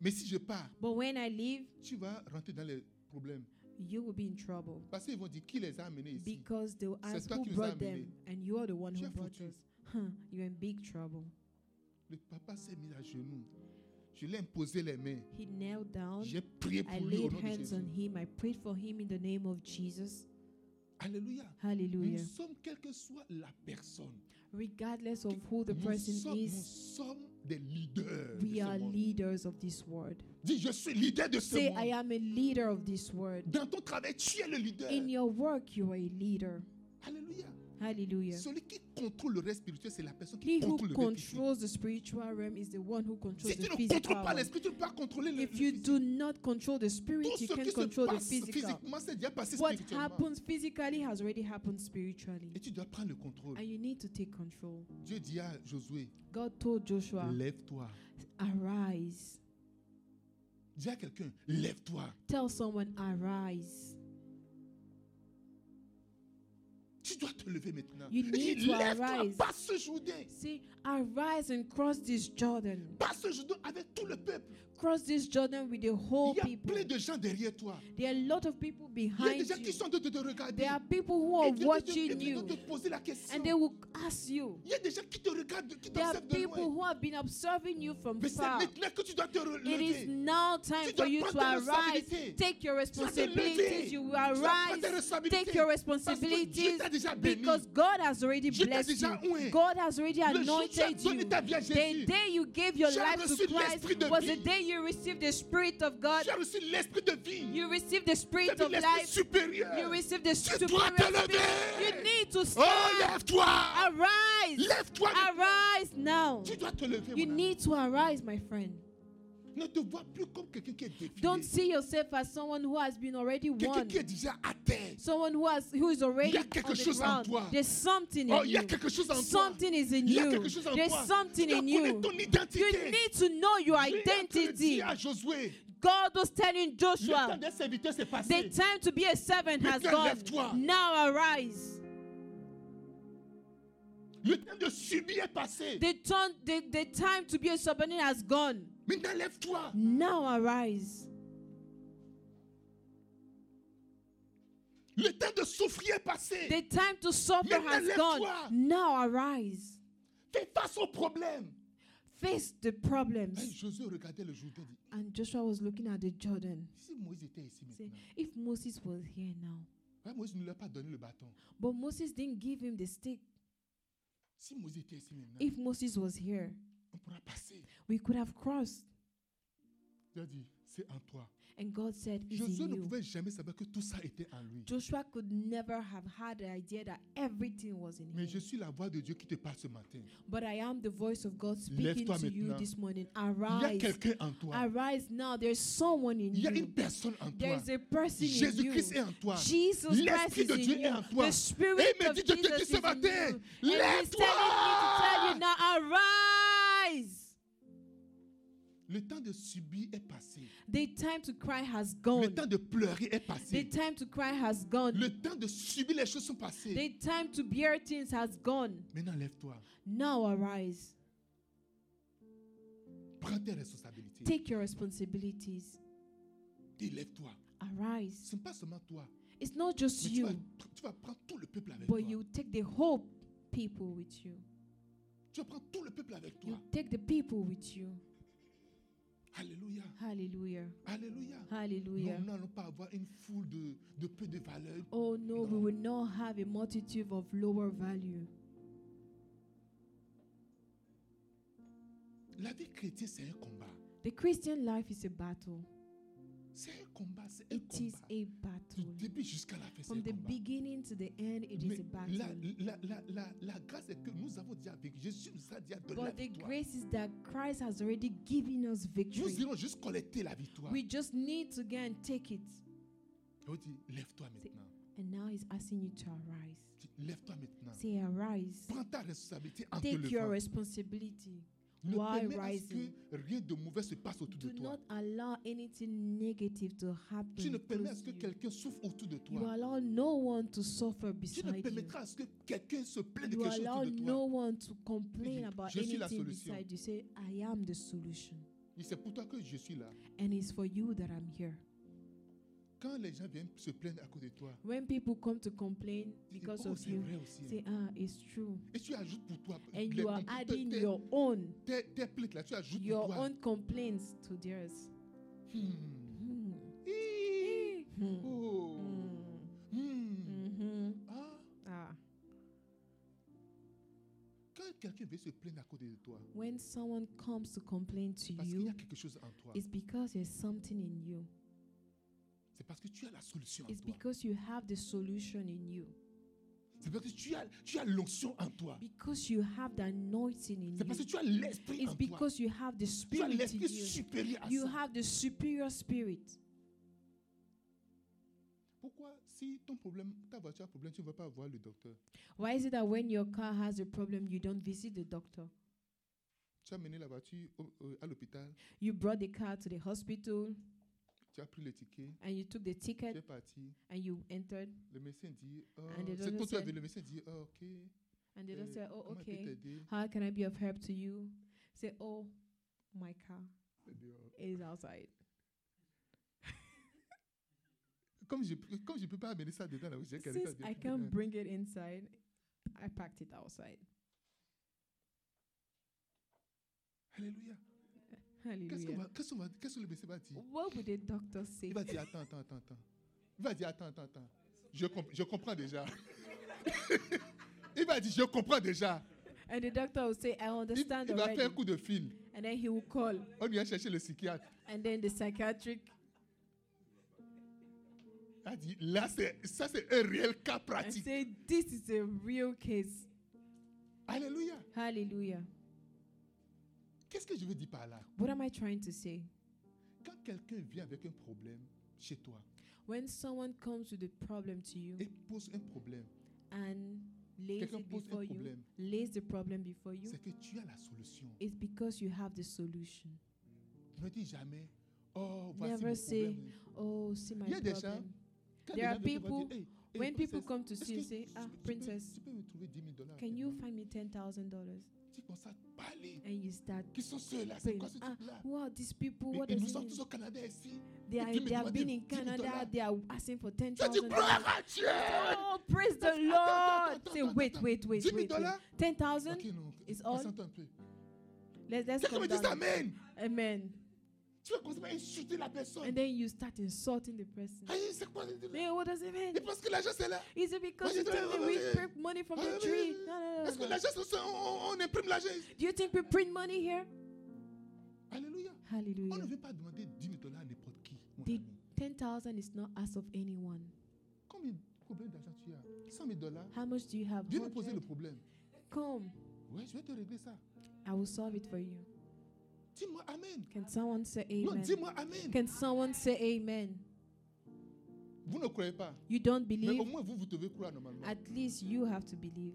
[SPEAKER 1] Mais si je pars,
[SPEAKER 2] But when I leave,
[SPEAKER 1] tu vas rentrer dans les problèmes.
[SPEAKER 2] you will be in trouble
[SPEAKER 1] Parce qu'ils vont dire qui les a amenés ici.
[SPEAKER 2] because they'll
[SPEAKER 1] C'est
[SPEAKER 2] ask
[SPEAKER 1] toi
[SPEAKER 2] who
[SPEAKER 1] qui nous as
[SPEAKER 2] brought them,
[SPEAKER 1] amenés.
[SPEAKER 2] and you are the one
[SPEAKER 1] Tu
[SPEAKER 2] who
[SPEAKER 1] es
[SPEAKER 2] brought
[SPEAKER 1] foutu.
[SPEAKER 2] us. Huh, you're in big trouble.
[SPEAKER 1] Le papa s'est mis à genoux. Je lui ai imposé les mains.
[SPEAKER 2] He knelt down.
[SPEAKER 1] J'ai prié
[SPEAKER 2] I
[SPEAKER 1] pour lui au
[SPEAKER 2] laid
[SPEAKER 1] nom de
[SPEAKER 2] hands
[SPEAKER 1] Jésus.
[SPEAKER 2] on him. I prayed for him in the name of Jesus.
[SPEAKER 1] Alléluia. Nous
[SPEAKER 2] Hallelujah.
[SPEAKER 1] sommes, quelle que soit la personne,
[SPEAKER 2] Regardless of who the
[SPEAKER 1] nous
[SPEAKER 2] person
[SPEAKER 1] sommes, nous
[SPEAKER 2] is,
[SPEAKER 1] sommes des leaders. de
[SPEAKER 2] we
[SPEAKER 1] ce
[SPEAKER 2] are
[SPEAKER 1] monde.
[SPEAKER 2] leaders of this word.
[SPEAKER 1] Dis, je suis leader de ce
[SPEAKER 2] Say, I
[SPEAKER 1] monde.
[SPEAKER 2] am a leader of this word.
[SPEAKER 1] Dans ton travail, tu es le leader.
[SPEAKER 2] In your work, you are a leader.
[SPEAKER 1] Alléluia.
[SPEAKER 2] Hallelujah.
[SPEAKER 1] Celui qui contrôle le reste spirituel, c'est la personne
[SPEAKER 2] He
[SPEAKER 1] qui
[SPEAKER 2] who
[SPEAKER 1] contrôle le reste physique.
[SPEAKER 2] controls the spiritual realm is the one who controls
[SPEAKER 1] Si
[SPEAKER 2] the
[SPEAKER 1] tu ne contrôles
[SPEAKER 2] physical.
[SPEAKER 1] pas
[SPEAKER 2] one.
[SPEAKER 1] l'esprit, tu ne peux pas contrôler le, le
[SPEAKER 2] ah If you
[SPEAKER 1] physique.
[SPEAKER 2] do not control the spirit,
[SPEAKER 1] Tout
[SPEAKER 2] you
[SPEAKER 1] ce qui
[SPEAKER 2] can't
[SPEAKER 1] se
[SPEAKER 2] control the
[SPEAKER 1] passe
[SPEAKER 2] physical.
[SPEAKER 1] physiquement, c'est déjà passé
[SPEAKER 2] What
[SPEAKER 1] spirituellement.
[SPEAKER 2] happens physically has already happened spiritually.
[SPEAKER 1] Et tu dois prendre le contrôle.
[SPEAKER 2] And you need to take control.
[SPEAKER 1] Dieu dit à Josué,
[SPEAKER 2] God told Joshua,
[SPEAKER 1] lève-toi.
[SPEAKER 2] Arise.
[SPEAKER 1] Dis à quelqu'un, lève-toi.
[SPEAKER 2] Tell someone, Arise.
[SPEAKER 1] Tu dois te lever maintenant.
[SPEAKER 2] You
[SPEAKER 1] Dis,
[SPEAKER 2] need to
[SPEAKER 1] Lève-toi,
[SPEAKER 2] arise.
[SPEAKER 1] passe ce Jourdain.
[SPEAKER 2] Say, Arise and cross this Jordan.
[SPEAKER 1] Passe ce Jourdain avec tout le peuple.
[SPEAKER 2] Cross this Jordan with the whole
[SPEAKER 1] Il y a
[SPEAKER 2] people.
[SPEAKER 1] plein de gens derrière toi.
[SPEAKER 2] There are a lot of people
[SPEAKER 1] Il y a des
[SPEAKER 2] behind
[SPEAKER 1] gens qui
[SPEAKER 2] you.
[SPEAKER 1] sont en train de te regarder.
[SPEAKER 2] There are people who are
[SPEAKER 1] Et Dieu te-
[SPEAKER 2] watching
[SPEAKER 1] et Dieu
[SPEAKER 2] you.
[SPEAKER 1] te poser la question.
[SPEAKER 2] And they will ask you.
[SPEAKER 1] Il y a des gens qui te regardent, qui
[SPEAKER 2] There are
[SPEAKER 1] t'observent de
[SPEAKER 2] people
[SPEAKER 1] loin.
[SPEAKER 2] who have been observing you from
[SPEAKER 1] Mais c'est
[SPEAKER 2] far.
[SPEAKER 1] maintenant que tu dois te
[SPEAKER 2] It is
[SPEAKER 1] relever.
[SPEAKER 2] now time
[SPEAKER 1] Tu
[SPEAKER 2] for
[SPEAKER 1] dois
[SPEAKER 2] you to
[SPEAKER 1] prendre tes
[SPEAKER 2] arise.
[SPEAKER 1] responsabilités.
[SPEAKER 2] Take your
[SPEAKER 1] Tu dois te lever.
[SPEAKER 2] responsibilities. You will
[SPEAKER 1] Tu dois prendre
[SPEAKER 2] arise.
[SPEAKER 1] tes responsabilités.
[SPEAKER 2] Take your
[SPEAKER 1] Parce que Dieu
[SPEAKER 2] responsibilities.
[SPEAKER 1] t'a déjà béni.
[SPEAKER 2] Because God has already
[SPEAKER 1] Dieu t'a
[SPEAKER 2] blessed
[SPEAKER 1] déjà
[SPEAKER 2] you.
[SPEAKER 1] oint.
[SPEAKER 2] God has already
[SPEAKER 1] Le jour où tu as
[SPEAKER 2] anointed you.
[SPEAKER 1] donné ta vie à
[SPEAKER 2] The
[SPEAKER 1] Jésus,
[SPEAKER 2] day you gave your
[SPEAKER 1] Tu as
[SPEAKER 2] life to
[SPEAKER 1] reçu
[SPEAKER 2] Christ
[SPEAKER 1] l'esprit de
[SPEAKER 2] was
[SPEAKER 1] vie.
[SPEAKER 2] the day you received the Spirit of God.
[SPEAKER 1] tu as reçu l'esprit de vie.
[SPEAKER 2] You received the
[SPEAKER 1] Tu
[SPEAKER 2] Spirit
[SPEAKER 1] as
[SPEAKER 2] of
[SPEAKER 1] l'esprit
[SPEAKER 2] life.
[SPEAKER 1] supérieur.
[SPEAKER 2] You received the
[SPEAKER 1] Tu dois
[SPEAKER 2] superior
[SPEAKER 1] te
[SPEAKER 2] You
[SPEAKER 1] lever.
[SPEAKER 2] need to
[SPEAKER 1] Oh,
[SPEAKER 2] stand.
[SPEAKER 1] lève-toi.
[SPEAKER 2] Arise.
[SPEAKER 1] Lève-toi.
[SPEAKER 2] Arise now.
[SPEAKER 1] Tu dois te lever.
[SPEAKER 2] You
[SPEAKER 1] mon ami.
[SPEAKER 2] need to arise, my friend.
[SPEAKER 1] Ne te vois plus comme quelqu'un qui est
[SPEAKER 2] Don't
[SPEAKER 1] défilé.
[SPEAKER 2] see yourself as someone who has been already
[SPEAKER 1] Quelqu'un
[SPEAKER 2] won.
[SPEAKER 1] qui est déjà à terre.
[SPEAKER 2] Someone who has who is already
[SPEAKER 1] Il y a
[SPEAKER 2] on
[SPEAKER 1] quelque
[SPEAKER 2] the
[SPEAKER 1] chose en
[SPEAKER 2] ground.
[SPEAKER 1] toi.
[SPEAKER 2] There's something
[SPEAKER 1] Oh,
[SPEAKER 2] in
[SPEAKER 1] il y a
[SPEAKER 2] you.
[SPEAKER 1] quelque chose en toi.
[SPEAKER 2] Something is in
[SPEAKER 1] Il y a
[SPEAKER 2] you.
[SPEAKER 1] quelque chose en
[SPEAKER 2] There's
[SPEAKER 1] toi.
[SPEAKER 2] something
[SPEAKER 1] tu dois
[SPEAKER 2] in
[SPEAKER 1] connaître
[SPEAKER 2] you.
[SPEAKER 1] ton
[SPEAKER 2] You
[SPEAKER 1] identité.
[SPEAKER 2] need to know your
[SPEAKER 1] Dieu est en train de
[SPEAKER 2] identity.
[SPEAKER 1] dire à Josué,
[SPEAKER 2] God was telling
[SPEAKER 1] le temps
[SPEAKER 2] Joshua,
[SPEAKER 1] des serviteurs s'est
[SPEAKER 2] the
[SPEAKER 1] passé.
[SPEAKER 2] time to be a servant has
[SPEAKER 1] Maintenant, lève-toi.
[SPEAKER 2] gone. Now arise.
[SPEAKER 1] Le temps de subir est passé.
[SPEAKER 2] The, ton, the, the time to be a subordinate has gone.
[SPEAKER 1] Maintenant, lève-toi.
[SPEAKER 2] Now arise.
[SPEAKER 1] Le temps de souffrir est passé.
[SPEAKER 2] The time to suffer
[SPEAKER 1] Maintenant,
[SPEAKER 2] has
[SPEAKER 1] lève-toi.
[SPEAKER 2] gone. Now arise.
[SPEAKER 1] Fais face au problème.
[SPEAKER 2] Face the
[SPEAKER 1] Hey,
[SPEAKER 2] problems.
[SPEAKER 1] Josué regardait le Jourdain et dit,
[SPEAKER 2] And Joshua was looking at the Jordan.
[SPEAKER 1] si Moïse était ici
[SPEAKER 2] Say,
[SPEAKER 1] maintenant,
[SPEAKER 2] if Moses was here now,
[SPEAKER 1] ouais, Moïse ne lui a pas donné le bâton.
[SPEAKER 2] but Moses didn't give him the stick.
[SPEAKER 1] Si Moïse était ici maintenant,
[SPEAKER 2] If Moses was here,
[SPEAKER 1] on pourra passer.
[SPEAKER 2] we could have crossed.
[SPEAKER 1] Il a dit, c'est en toi.
[SPEAKER 2] And God said, it's in
[SPEAKER 1] Josué ne
[SPEAKER 2] you.
[SPEAKER 1] pouvait jamais savoir que tout ça était en lui.
[SPEAKER 2] Joshua could never have had the idea that everything was in
[SPEAKER 1] Mais je
[SPEAKER 2] him.
[SPEAKER 1] suis la voix de Dieu qui te parle ce matin.
[SPEAKER 2] But I am the voice of God speaking
[SPEAKER 1] Lève-toi
[SPEAKER 2] to you
[SPEAKER 1] maintenant.
[SPEAKER 2] this morning.
[SPEAKER 1] Il y a
[SPEAKER 2] Arise.
[SPEAKER 1] quelqu'un en toi.
[SPEAKER 2] Arise now. There's someone in
[SPEAKER 1] Il y a
[SPEAKER 2] you.
[SPEAKER 1] une personne en
[SPEAKER 2] There
[SPEAKER 1] toi.
[SPEAKER 2] is a person in
[SPEAKER 1] Jésus-Christ est
[SPEAKER 2] you.
[SPEAKER 1] en toi.
[SPEAKER 2] Jesus Christ
[SPEAKER 1] L'Esprit
[SPEAKER 2] is
[SPEAKER 1] de
[SPEAKER 2] in
[SPEAKER 1] Dieu est
[SPEAKER 2] you.
[SPEAKER 1] en toi.
[SPEAKER 2] The
[SPEAKER 1] Et
[SPEAKER 2] Spirit
[SPEAKER 1] il me
[SPEAKER 2] of
[SPEAKER 1] dit, je te
[SPEAKER 2] Jesus
[SPEAKER 1] dis
[SPEAKER 2] is
[SPEAKER 1] ce
[SPEAKER 2] in
[SPEAKER 1] matin,
[SPEAKER 2] you. And He's telling me to
[SPEAKER 1] lève-toi.
[SPEAKER 2] tell you now, arise.
[SPEAKER 1] Le temps de subir est passé.
[SPEAKER 2] The time to cry has
[SPEAKER 1] Le
[SPEAKER 2] gone.
[SPEAKER 1] temps de pleurer est
[SPEAKER 2] The
[SPEAKER 1] passé.
[SPEAKER 2] time to cry has gone.
[SPEAKER 1] Le temps de subir les choses sont passées.
[SPEAKER 2] The time to bear things has gone.
[SPEAKER 1] Maintenant, lève-toi.
[SPEAKER 2] Now arise.
[SPEAKER 1] Prends tes responsabilités.
[SPEAKER 2] Take your responsibilities.
[SPEAKER 1] Dis, lève-toi.
[SPEAKER 2] Arise.
[SPEAKER 1] Ce n'est pas seulement toi.
[SPEAKER 2] It's not just
[SPEAKER 1] Mais tu vas,
[SPEAKER 2] you,
[SPEAKER 1] tu vas prendre tout le peuple avec toi.
[SPEAKER 2] but you take the whole people with you.
[SPEAKER 1] Tu vas prendre tout le peuple avec
[SPEAKER 2] You
[SPEAKER 1] toi.
[SPEAKER 2] take the people with you.
[SPEAKER 1] Alléluia.
[SPEAKER 2] Hallelujah.
[SPEAKER 1] Alléluia.
[SPEAKER 2] Hallelujah.
[SPEAKER 1] Nous n'allons pas avoir une foule de, de peu de valeur.
[SPEAKER 2] Oh no, we
[SPEAKER 1] No.
[SPEAKER 2] will not have a multitude of lower value.
[SPEAKER 1] La vie chrétienne, c'est un combat.
[SPEAKER 2] The Christian life is a battle.
[SPEAKER 1] C'est un combat, c'est un
[SPEAKER 2] It is
[SPEAKER 1] combat.
[SPEAKER 2] a
[SPEAKER 1] Du
[SPEAKER 2] battle.
[SPEAKER 1] début jusqu'à la fin, c'est un
[SPEAKER 2] From the
[SPEAKER 1] combat.
[SPEAKER 2] beginning to the end, it
[SPEAKER 1] Mais
[SPEAKER 2] is a
[SPEAKER 1] la,
[SPEAKER 2] battle.
[SPEAKER 1] la, la, la, la grâce est que nous avons déjà vécu. Jésus nous a déjà donné la
[SPEAKER 2] But the
[SPEAKER 1] victoire.
[SPEAKER 2] grace is that Christ has already given us
[SPEAKER 1] Nous
[SPEAKER 2] victory.
[SPEAKER 1] irons juste collecter la victoire.
[SPEAKER 2] We just need to go and take it.
[SPEAKER 1] Et on dit, lève-toi maintenant.
[SPEAKER 2] And now he's asking you to arise.
[SPEAKER 1] Dis, Lève-toi maintenant.
[SPEAKER 2] Say, arise.
[SPEAKER 1] Prends ta responsabilité en te
[SPEAKER 2] Take your
[SPEAKER 1] levant.
[SPEAKER 2] responsibility.
[SPEAKER 1] Ne
[SPEAKER 2] why
[SPEAKER 1] permets à ce
[SPEAKER 2] rising?
[SPEAKER 1] que rien de mauvais se passe autour de
[SPEAKER 2] Do
[SPEAKER 1] toi.
[SPEAKER 2] not allow anything negative to happen.
[SPEAKER 1] Tu ne permets à
[SPEAKER 2] close
[SPEAKER 1] ce que
[SPEAKER 2] to you.
[SPEAKER 1] quelqu'un souffre autour de
[SPEAKER 2] You
[SPEAKER 1] toi.
[SPEAKER 2] allow no one to suffer
[SPEAKER 1] Tu ne
[SPEAKER 2] beside you.
[SPEAKER 1] permettras à ce que quelqu'un se plaigne de
[SPEAKER 2] You
[SPEAKER 1] quelque chose
[SPEAKER 2] allow
[SPEAKER 1] autour de toi.
[SPEAKER 2] no one to complain
[SPEAKER 1] Je
[SPEAKER 2] about
[SPEAKER 1] suis la
[SPEAKER 2] anything
[SPEAKER 1] solution.
[SPEAKER 2] beside you. Say, I am the solution.
[SPEAKER 1] Et c'est pour toi que je suis là.
[SPEAKER 2] And it's for you that I'm here.
[SPEAKER 1] Quand les gens viennent se plaindre à cause de toi,
[SPEAKER 2] When people come to complain
[SPEAKER 1] tu dis,
[SPEAKER 2] because
[SPEAKER 1] oh,
[SPEAKER 2] of
[SPEAKER 1] c'est
[SPEAKER 2] you,
[SPEAKER 1] vrai aussi. hein.
[SPEAKER 2] say, ah, it's true.
[SPEAKER 1] Et tu ajoutes pour toi.
[SPEAKER 2] And
[SPEAKER 1] les
[SPEAKER 2] you are
[SPEAKER 1] complaintes,
[SPEAKER 2] adding
[SPEAKER 1] tes-
[SPEAKER 2] your own,
[SPEAKER 1] tes, tes plaintes là, tu ajoutes
[SPEAKER 2] your
[SPEAKER 1] pour toi.
[SPEAKER 2] own complaints to theirs.
[SPEAKER 1] Hmm.
[SPEAKER 2] Hmm.
[SPEAKER 1] Hi.
[SPEAKER 2] Hmm.
[SPEAKER 1] Oh. Hmm.
[SPEAKER 2] Mhm.
[SPEAKER 1] Ah,
[SPEAKER 2] Ah.
[SPEAKER 1] quand quelqu'un veut se plaindre à côté de toi,
[SPEAKER 2] When someone comes to complain to
[SPEAKER 1] parce qu'il y a
[SPEAKER 2] you,
[SPEAKER 1] quelque chose en toi,
[SPEAKER 2] it's because there's something in you.
[SPEAKER 1] c'est parce que tu as la solution en
[SPEAKER 2] It's
[SPEAKER 1] toi.
[SPEAKER 2] because you have the solution in you.
[SPEAKER 1] C'est parce que tu as, tu as l'onction en toi.
[SPEAKER 2] Because you have the anointing in
[SPEAKER 1] C'est parce que
[SPEAKER 2] you.
[SPEAKER 1] tu as l'esprit
[SPEAKER 2] It's
[SPEAKER 1] en toi.
[SPEAKER 2] because you have
[SPEAKER 1] Tu
[SPEAKER 2] the
[SPEAKER 1] as
[SPEAKER 2] spirit in
[SPEAKER 1] l'esprit
[SPEAKER 2] you.
[SPEAKER 1] supérieur à
[SPEAKER 2] You
[SPEAKER 1] ça.
[SPEAKER 2] have the superior spirit.
[SPEAKER 1] Pourquoi, si ton problème, ta voiture a problème, tu ne vas pas voir le docteur
[SPEAKER 2] Why is it that when your car has a problem, you don't visit the doctor?
[SPEAKER 1] Tu as mené la voiture au- au- à l'hôpital,
[SPEAKER 2] You brought the car to the hospital
[SPEAKER 1] tu as pris le ticket,
[SPEAKER 2] and you took the
[SPEAKER 1] tu
[SPEAKER 2] ticket
[SPEAKER 1] es parti.
[SPEAKER 2] and you entered.
[SPEAKER 1] Le médecin dit, oh,
[SPEAKER 2] And the
[SPEAKER 1] c'est
[SPEAKER 2] doctor
[SPEAKER 1] quand tu as
[SPEAKER 2] said-
[SPEAKER 1] vu, le médecin dit, oh, ok,
[SPEAKER 2] And they don't
[SPEAKER 1] Eh,
[SPEAKER 2] say, oh,
[SPEAKER 1] comment je peux
[SPEAKER 2] okay,
[SPEAKER 1] t'aider
[SPEAKER 2] how can I be of help to you? Say, oh, my car
[SPEAKER 1] Il dit, Oh.
[SPEAKER 2] is outside.
[SPEAKER 1] Comme je ne comme je peux pas amener ça dedans, là, j'ai quelqu'un
[SPEAKER 2] Since
[SPEAKER 1] de-
[SPEAKER 2] I can't bring it inside, I packed it outside.
[SPEAKER 1] Alléluia. Qu'est-ce, qu'on
[SPEAKER 2] Hallelujah.
[SPEAKER 1] va- qu'est-ce, qu'on va- qu'est-ce que le médecin va dire
[SPEAKER 2] What would the doctor say?
[SPEAKER 1] Il va dire, attends, attends, attends, attends. Il va dire, attends, attends, attends. Je, comp- je comprends déjà. <laughs> il va dire, je comprends déjà.
[SPEAKER 2] And the doctor will say, I
[SPEAKER 1] Il,
[SPEAKER 2] understand
[SPEAKER 1] il va
[SPEAKER 2] already.
[SPEAKER 1] faire un coup de fil.
[SPEAKER 2] And then he will call.
[SPEAKER 1] On vient chercher le psychiatre.
[SPEAKER 2] And then the psychiatric,
[SPEAKER 1] Il a dit, là, c'est, ça, c'est un réel cas
[SPEAKER 2] and
[SPEAKER 1] pratique.
[SPEAKER 2] say, this is a real case.
[SPEAKER 1] Alléluia.
[SPEAKER 2] Hallelujah.
[SPEAKER 1] Qu'est-ce que je veux dire par là
[SPEAKER 2] What am I trying to say?
[SPEAKER 1] Quand quelqu'un vient avec un problème chez toi
[SPEAKER 2] When someone comes with a problem to you,
[SPEAKER 1] et pose un problème,
[SPEAKER 2] and lays
[SPEAKER 1] quelqu'un
[SPEAKER 2] it
[SPEAKER 1] pose
[SPEAKER 2] before
[SPEAKER 1] un
[SPEAKER 2] you,
[SPEAKER 1] problème,
[SPEAKER 2] lays the problem before you,
[SPEAKER 1] c'est que tu as la solution.
[SPEAKER 2] it's because you have the solution.
[SPEAKER 1] Ne dis jamais, oh, voici
[SPEAKER 2] Never
[SPEAKER 1] mon
[SPEAKER 2] say,
[SPEAKER 1] problème.
[SPEAKER 2] Oh, see my
[SPEAKER 1] Il y a des
[SPEAKER 2] problem.
[SPEAKER 1] gens, Quand
[SPEAKER 2] There
[SPEAKER 1] des
[SPEAKER 2] are
[SPEAKER 1] gens viennent te voir,
[SPEAKER 2] people-
[SPEAKER 1] dis, Hey, hey,
[SPEAKER 2] when people
[SPEAKER 1] princesse,
[SPEAKER 2] come to
[SPEAKER 1] est-ce
[SPEAKER 2] see you,
[SPEAKER 1] que
[SPEAKER 2] say,
[SPEAKER 1] tu-
[SPEAKER 2] ah,
[SPEAKER 1] tu peux-
[SPEAKER 2] princess,
[SPEAKER 1] Tu peux me trouver 10 000 dollars. Mmh.
[SPEAKER 2] can you find me ten thousand dollars?
[SPEAKER 1] Tu commences à parler.
[SPEAKER 2] And you start
[SPEAKER 1] Qui sont ceux-là C'est
[SPEAKER 2] praying.
[SPEAKER 1] quoi ce
[SPEAKER 2] Ah,
[SPEAKER 1] truc-là
[SPEAKER 2] wow, these people,
[SPEAKER 1] Et-
[SPEAKER 2] what
[SPEAKER 1] et
[SPEAKER 2] does
[SPEAKER 1] nous
[SPEAKER 2] it
[SPEAKER 1] sommes tous
[SPEAKER 2] mean?
[SPEAKER 1] au Canada ici. tu
[SPEAKER 2] They are,
[SPEAKER 1] me
[SPEAKER 2] they have
[SPEAKER 1] demandes
[SPEAKER 2] been in
[SPEAKER 1] 10 000
[SPEAKER 2] Canada.
[SPEAKER 1] dollars.
[SPEAKER 2] They are asking for ten
[SPEAKER 1] Je dis
[SPEAKER 2] thousand dollars.
[SPEAKER 1] gloire à Dieu.
[SPEAKER 2] Oh, praise the
[SPEAKER 1] Attends, attends,
[SPEAKER 2] Lord!
[SPEAKER 1] attends,
[SPEAKER 2] Say,
[SPEAKER 1] attends,
[SPEAKER 2] wait,
[SPEAKER 1] attends.
[SPEAKER 2] wait, wait,
[SPEAKER 1] 10 000
[SPEAKER 2] wait. wait.
[SPEAKER 1] dollars
[SPEAKER 2] Ten thousand?
[SPEAKER 1] Ok, non.
[SPEAKER 2] It's all-
[SPEAKER 1] Concentre un peu.
[SPEAKER 2] Let's let's
[SPEAKER 1] Quelqu'un
[SPEAKER 2] come
[SPEAKER 1] me dit
[SPEAKER 2] down.
[SPEAKER 1] Amen.
[SPEAKER 2] Amen.
[SPEAKER 1] Tu vas commencer à insulter la personne.
[SPEAKER 2] And then you start insulting the person.
[SPEAKER 1] Aïe, c'est quoi ce truc-là
[SPEAKER 2] Hey, what does it mean?
[SPEAKER 1] Il pense que l'argent, c'est là.
[SPEAKER 2] Is it because
[SPEAKER 1] Why
[SPEAKER 2] you
[SPEAKER 1] you
[SPEAKER 2] tell
[SPEAKER 1] don't-
[SPEAKER 2] me we print money from the tree? No, no,
[SPEAKER 1] Est-ce que
[SPEAKER 2] no, no.
[SPEAKER 1] l'argent, c'est- on, on imprime l'argent ici?
[SPEAKER 2] Do you think we print money here?
[SPEAKER 1] Alléluia. On ne
[SPEAKER 2] Hallelujah.
[SPEAKER 1] veut pas demander 10 000 dollars à n'importe qui. mon
[SPEAKER 2] Did-
[SPEAKER 1] ami.
[SPEAKER 2] 10,000 is not as of anyone.
[SPEAKER 1] Combien de problèmes d'argent tu as 100 000 dollars.
[SPEAKER 2] How much do you have?
[SPEAKER 1] Viens me poser le
[SPEAKER 2] 100?
[SPEAKER 1] problème.
[SPEAKER 2] Come,
[SPEAKER 1] Ouais, je vais te régler ça.
[SPEAKER 2] I will solve it for you.
[SPEAKER 1] Dis-moi Amen.
[SPEAKER 2] Can someone say
[SPEAKER 1] Non,
[SPEAKER 2] amen?
[SPEAKER 1] dis-moi Amen.
[SPEAKER 2] Can someone say amen?
[SPEAKER 1] Vous ne croyez pas.
[SPEAKER 2] You don't
[SPEAKER 1] Mais au
[SPEAKER 2] believe?
[SPEAKER 1] moins, vous, vous devez croire normalement.
[SPEAKER 2] At least you have to believe.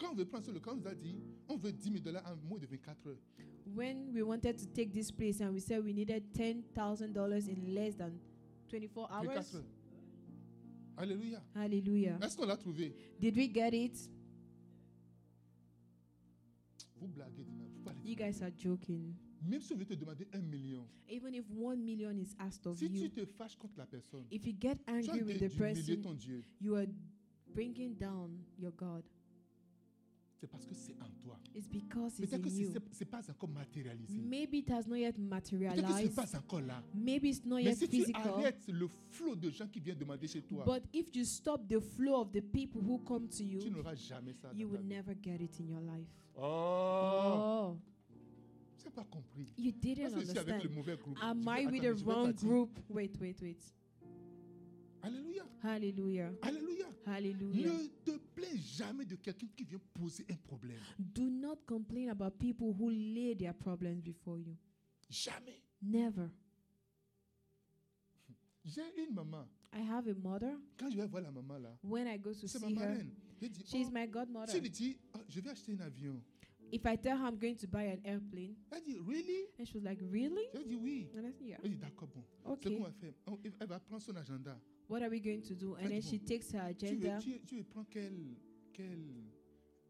[SPEAKER 1] Quand on veut prendre sur le camp, on nous a dit on veut 10 000 dollars en moins de 24 heures.
[SPEAKER 2] When we wanted to take this place and we said we needed $10,000 in less than 24 hours.
[SPEAKER 1] 24 heures. Alléluia.
[SPEAKER 2] Hallelujah.
[SPEAKER 1] Est-ce qu'on l'a trouvé
[SPEAKER 2] Did we get it?
[SPEAKER 1] Vous blaguez. demain, Vous parlez.
[SPEAKER 2] You guys are joking.
[SPEAKER 1] Même si on veut te demander un million,
[SPEAKER 2] Even if one million is asked of
[SPEAKER 1] si
[SPEAKER 2] you,
[SPEAKER 1] tu te fâches contre la personne,
[SPEAKER 2] if you get
[SPEAKER 1] tu as
[SPEAKER 2] angry with the
[SPEAKER 1] humilié
[SPEAKER 2] person,
[SPEAKER 1] ton Dieu.
[SPEAKER 2] you are bringing down your God.
[SPEAKER 1] C'est parce que c'est en toi.
[SPEAKER 2] It's because it's
[SPEAKER 1] Peut-être
[SPEAKER 2] in
[SPEAKER 1] que
[SPEAKER 2] you.
[SPEAKER 1] ce n'est pas encore matérialisé.
[SPEAKER 2] Maybe it has not yet
[SPEAKER 1] Peut-être que ce n'est
[SPEAKER 2] materialized.
[SPEAKER 1] pas encore là.
[SPEAKER 2] Maybe it's not
[SPEAKER 1] Mais
[SPEAKER 2] yet
[SPEAKER 1] si tu
[SPEAKER 2] physical.
[SPEAKER 1] arrêtes le flot de gens qui viennent demander chez toi,
[SPEAKER 2] But if you stop the flow of the people who come to
[SPEAKER 1] tu
[SPEAKER 2] you,
[SPEAKER 1] n'auras jamais ça. dans
[SPEAKER 2] you
[SPEAKER 1] ta
[SPEAKER 2] will
[SPEAKER 1] vie.
[SPEAKER 2] never get it in your life.
[SPEAKER 1] Oh,
[SPEAKER 2] Oh,
[SPEAKER 1] tu n'as pas compris.
[SPEAKER 2] you
[SPEAKER 1] Parce
[SPEAKER 2] didn't
[SPEAKER 1] que je suis avec le
[SPEAKER 2] understand.
[SPEAKER 1] mauvais groupe. Je
[SPEAKER 2] Am
[SPEAKER 1] vais-
[SPEAKER 2] I with
[SPEAKER 1] attendez,
[SPEAKER 2] the
[SPEAKER 1] je vais
[SPEAKER 2] wrong
[SPEAKER 1] partir.
[SPEAKER 2] group? Wait, wait, wait.
[SPEAKER 1] Alléluia.
[SPEAKER 2] Hallelujah.
[SPEAKER 1] Alléluia.
[SPEAKER 2] Hallelujah.
[SPEAKER 1] Ne te plains jamais de quelqu'un qui vient poser un problème.
[SPEAKER 2] Do not complain about people who lay their problems before you.
[SPEAKER 1] Jamais.
[SPEAKER 2] Never.
[SPEAKER 1] J'ai une maman.
[SPEAKER 2] I have a mother.
[SPEAKER 1] Quand je vais voir la maman là,
[SPEAKER 2] When I go to
[SPEAKER 1] c'est ma
[SPEAKER 2] see her,
[SPEAKER 1] marraine. Je dis,
[SPEAKER 2] she's
[SPEAKER 1] oh,
[SPEAKER 2] my
[SPEAKER 1] tu
[SPEAKER 2] godmother.
[SPEAKER 1] lui dis, oh, je vais acheter un avion.
[SPEAKER 2] If I tell her I'm going to buy an airplane,
[SPEAKER 1] Elle dit, really?
[SPEAKER 2] and she was like, Really?
[SPEAKER 1] Je dis oui.
[SPEAKER 2] And I said, Yeah.
[SPEAKER 1] Elle dit, d'accord, bon. C'est
[SPEAKER 2] Okay.
[SPEAKER 1] qu'on va faire. On- Elle va prendre son agenda.
[SPEAKER 2] What are we going to do? And then she takes her
[SPEAKER 1] Tu veux,
[SPEAKER 2] agenda
[SPEAKER 1] tu, tu veux prendre quelle, quelle,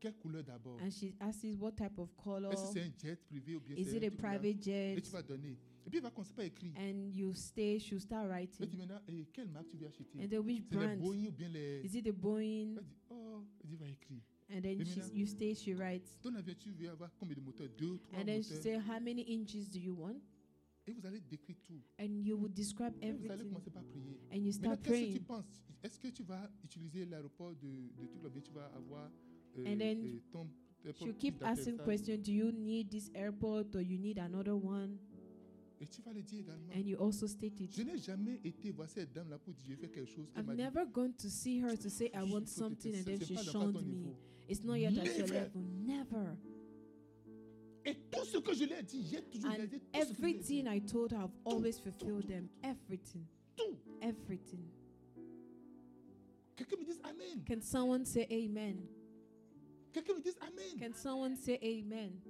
[SPEAKER 1] quelle couleur d'abord?
[SPEAKER 2] and she asks what type of color.
[SPEAKER 1] Est-ce que c'est un jet privé ou bien
[SPEAKER 2] Is
[SPEAKER 1] c'est
[SPEAKER 2] it
[SPEAKER 1] un
[SPEAKER 2] a
[SPEAKER 1] truc là?
[SPEAKER 2] private
[SPEAKER 1] Et
[SPEAKER 2] jet?
[SPEAKER 1] tu vas donner. Et puis elle va commencer par écrire.
[SPEAKER 2] And you stay, she'll start
[SPEAKER 1] Elle dit
[SPEAKER 2] writing.
[SPEAKER 1] maintenant, eh, quelle marque tu veux acheter?
[SPEAKER 2] And then which
[SPEAKER 1] C'est les
[SPEAKER 2] brand?
[SPEAKER 1] Boeing ou bien les.
[SPEAKER 2] Is it a Boeing?
[SPEAKER 1] Elle dit, oh, elle dit, va écrire.
[SPEAKER 2] And then she's, you stay, she writes.
[SPEAKER 1] Ton avion, tu veux avoir combien de moteurs Deux, trois
[SPEAKER 2] And then she
[SPEAKER 1] moteurs.
[SPEAKER 2] says, How many inches do you want?
[SPEAKER 1] Et vous allez décrire tout.
[SPEAKER 2] And you would describe
[SPEAKER 1] Et vous allez
[SPEAKER 2] everything.
[SPEAKER 1] commencer par prier.
[SPEAKER 2] And
[SPEAKER 1] Maintenant,
[SPEAKER 2] you start
[SPEAKER 1] qu'est-ce que tu
[SPEAKER 2] praying.
[SPEAKER 1] penses Est-ce que tu vas utiliser l'aéroport de, de tout bien tu vas avoir euh,
[SPEAKER 2] And then
[SPEAKER 1] euh, ton. ton-
[SPEAKER 2] She'll
[SPEAKER 1] ton-
[SPEAKER 2] keep
[SPEAKER 1] d'appel,
[SPEAKER 2] asking
[SPEAKER 1] ça.
[SPEAKER 2] questions. Do you need this airport or you need another one?
[SPEAKER 1] Et Et tu vas le dire également.
[SPEAKER 2] And you also stated,
[SPEAKER 1] Je n'ai jamais été voir cette dame-là pour dire je vais faire quelque chose. Elle
[SPEAKER 2] I've
[SPEAKER 1] m'a dit,
[SPEAKER 2] never gone to see her to say, I
[SPEAKER 1] Je suis
[SPEAKER 2] want
[SPEAKER 1] trop
[SPEAKER 2] something, and
[SPEAKER 1] détestée,
[SPEAKER 2] then
[SPEAKER 1] c'est
[SPEAKER 2] she
[SPEAKER 1] pas- pas à ton
[SPEAKER 2] shunned me.
[SPEAKER 1] niveau.
[SPEAKER 2] It's not yet at your
[SPEAKER 1] Never.
[SPEAKER 2] level. Never.
[SPEAKER 1] Et tout ce que je lui ai dit, j'ai toujours
[SPEAKER 2] And
[SPEAKER 1] réalisé tout ce que je lui ai dit.
[SPEAKER 2] everything I told her, I've always fulfilled them. Everything.
[SPEAKER 1] Tout.
[SPEAKER 2] Everything.
[SPEAKER 1] Quelqu'un me dise Amen.
[SPEAKER 2] Can someone say amen?
[SPEAKER 1] Quelqu'un me dise Amen.
[SPEAKER 2] Can someone say amen?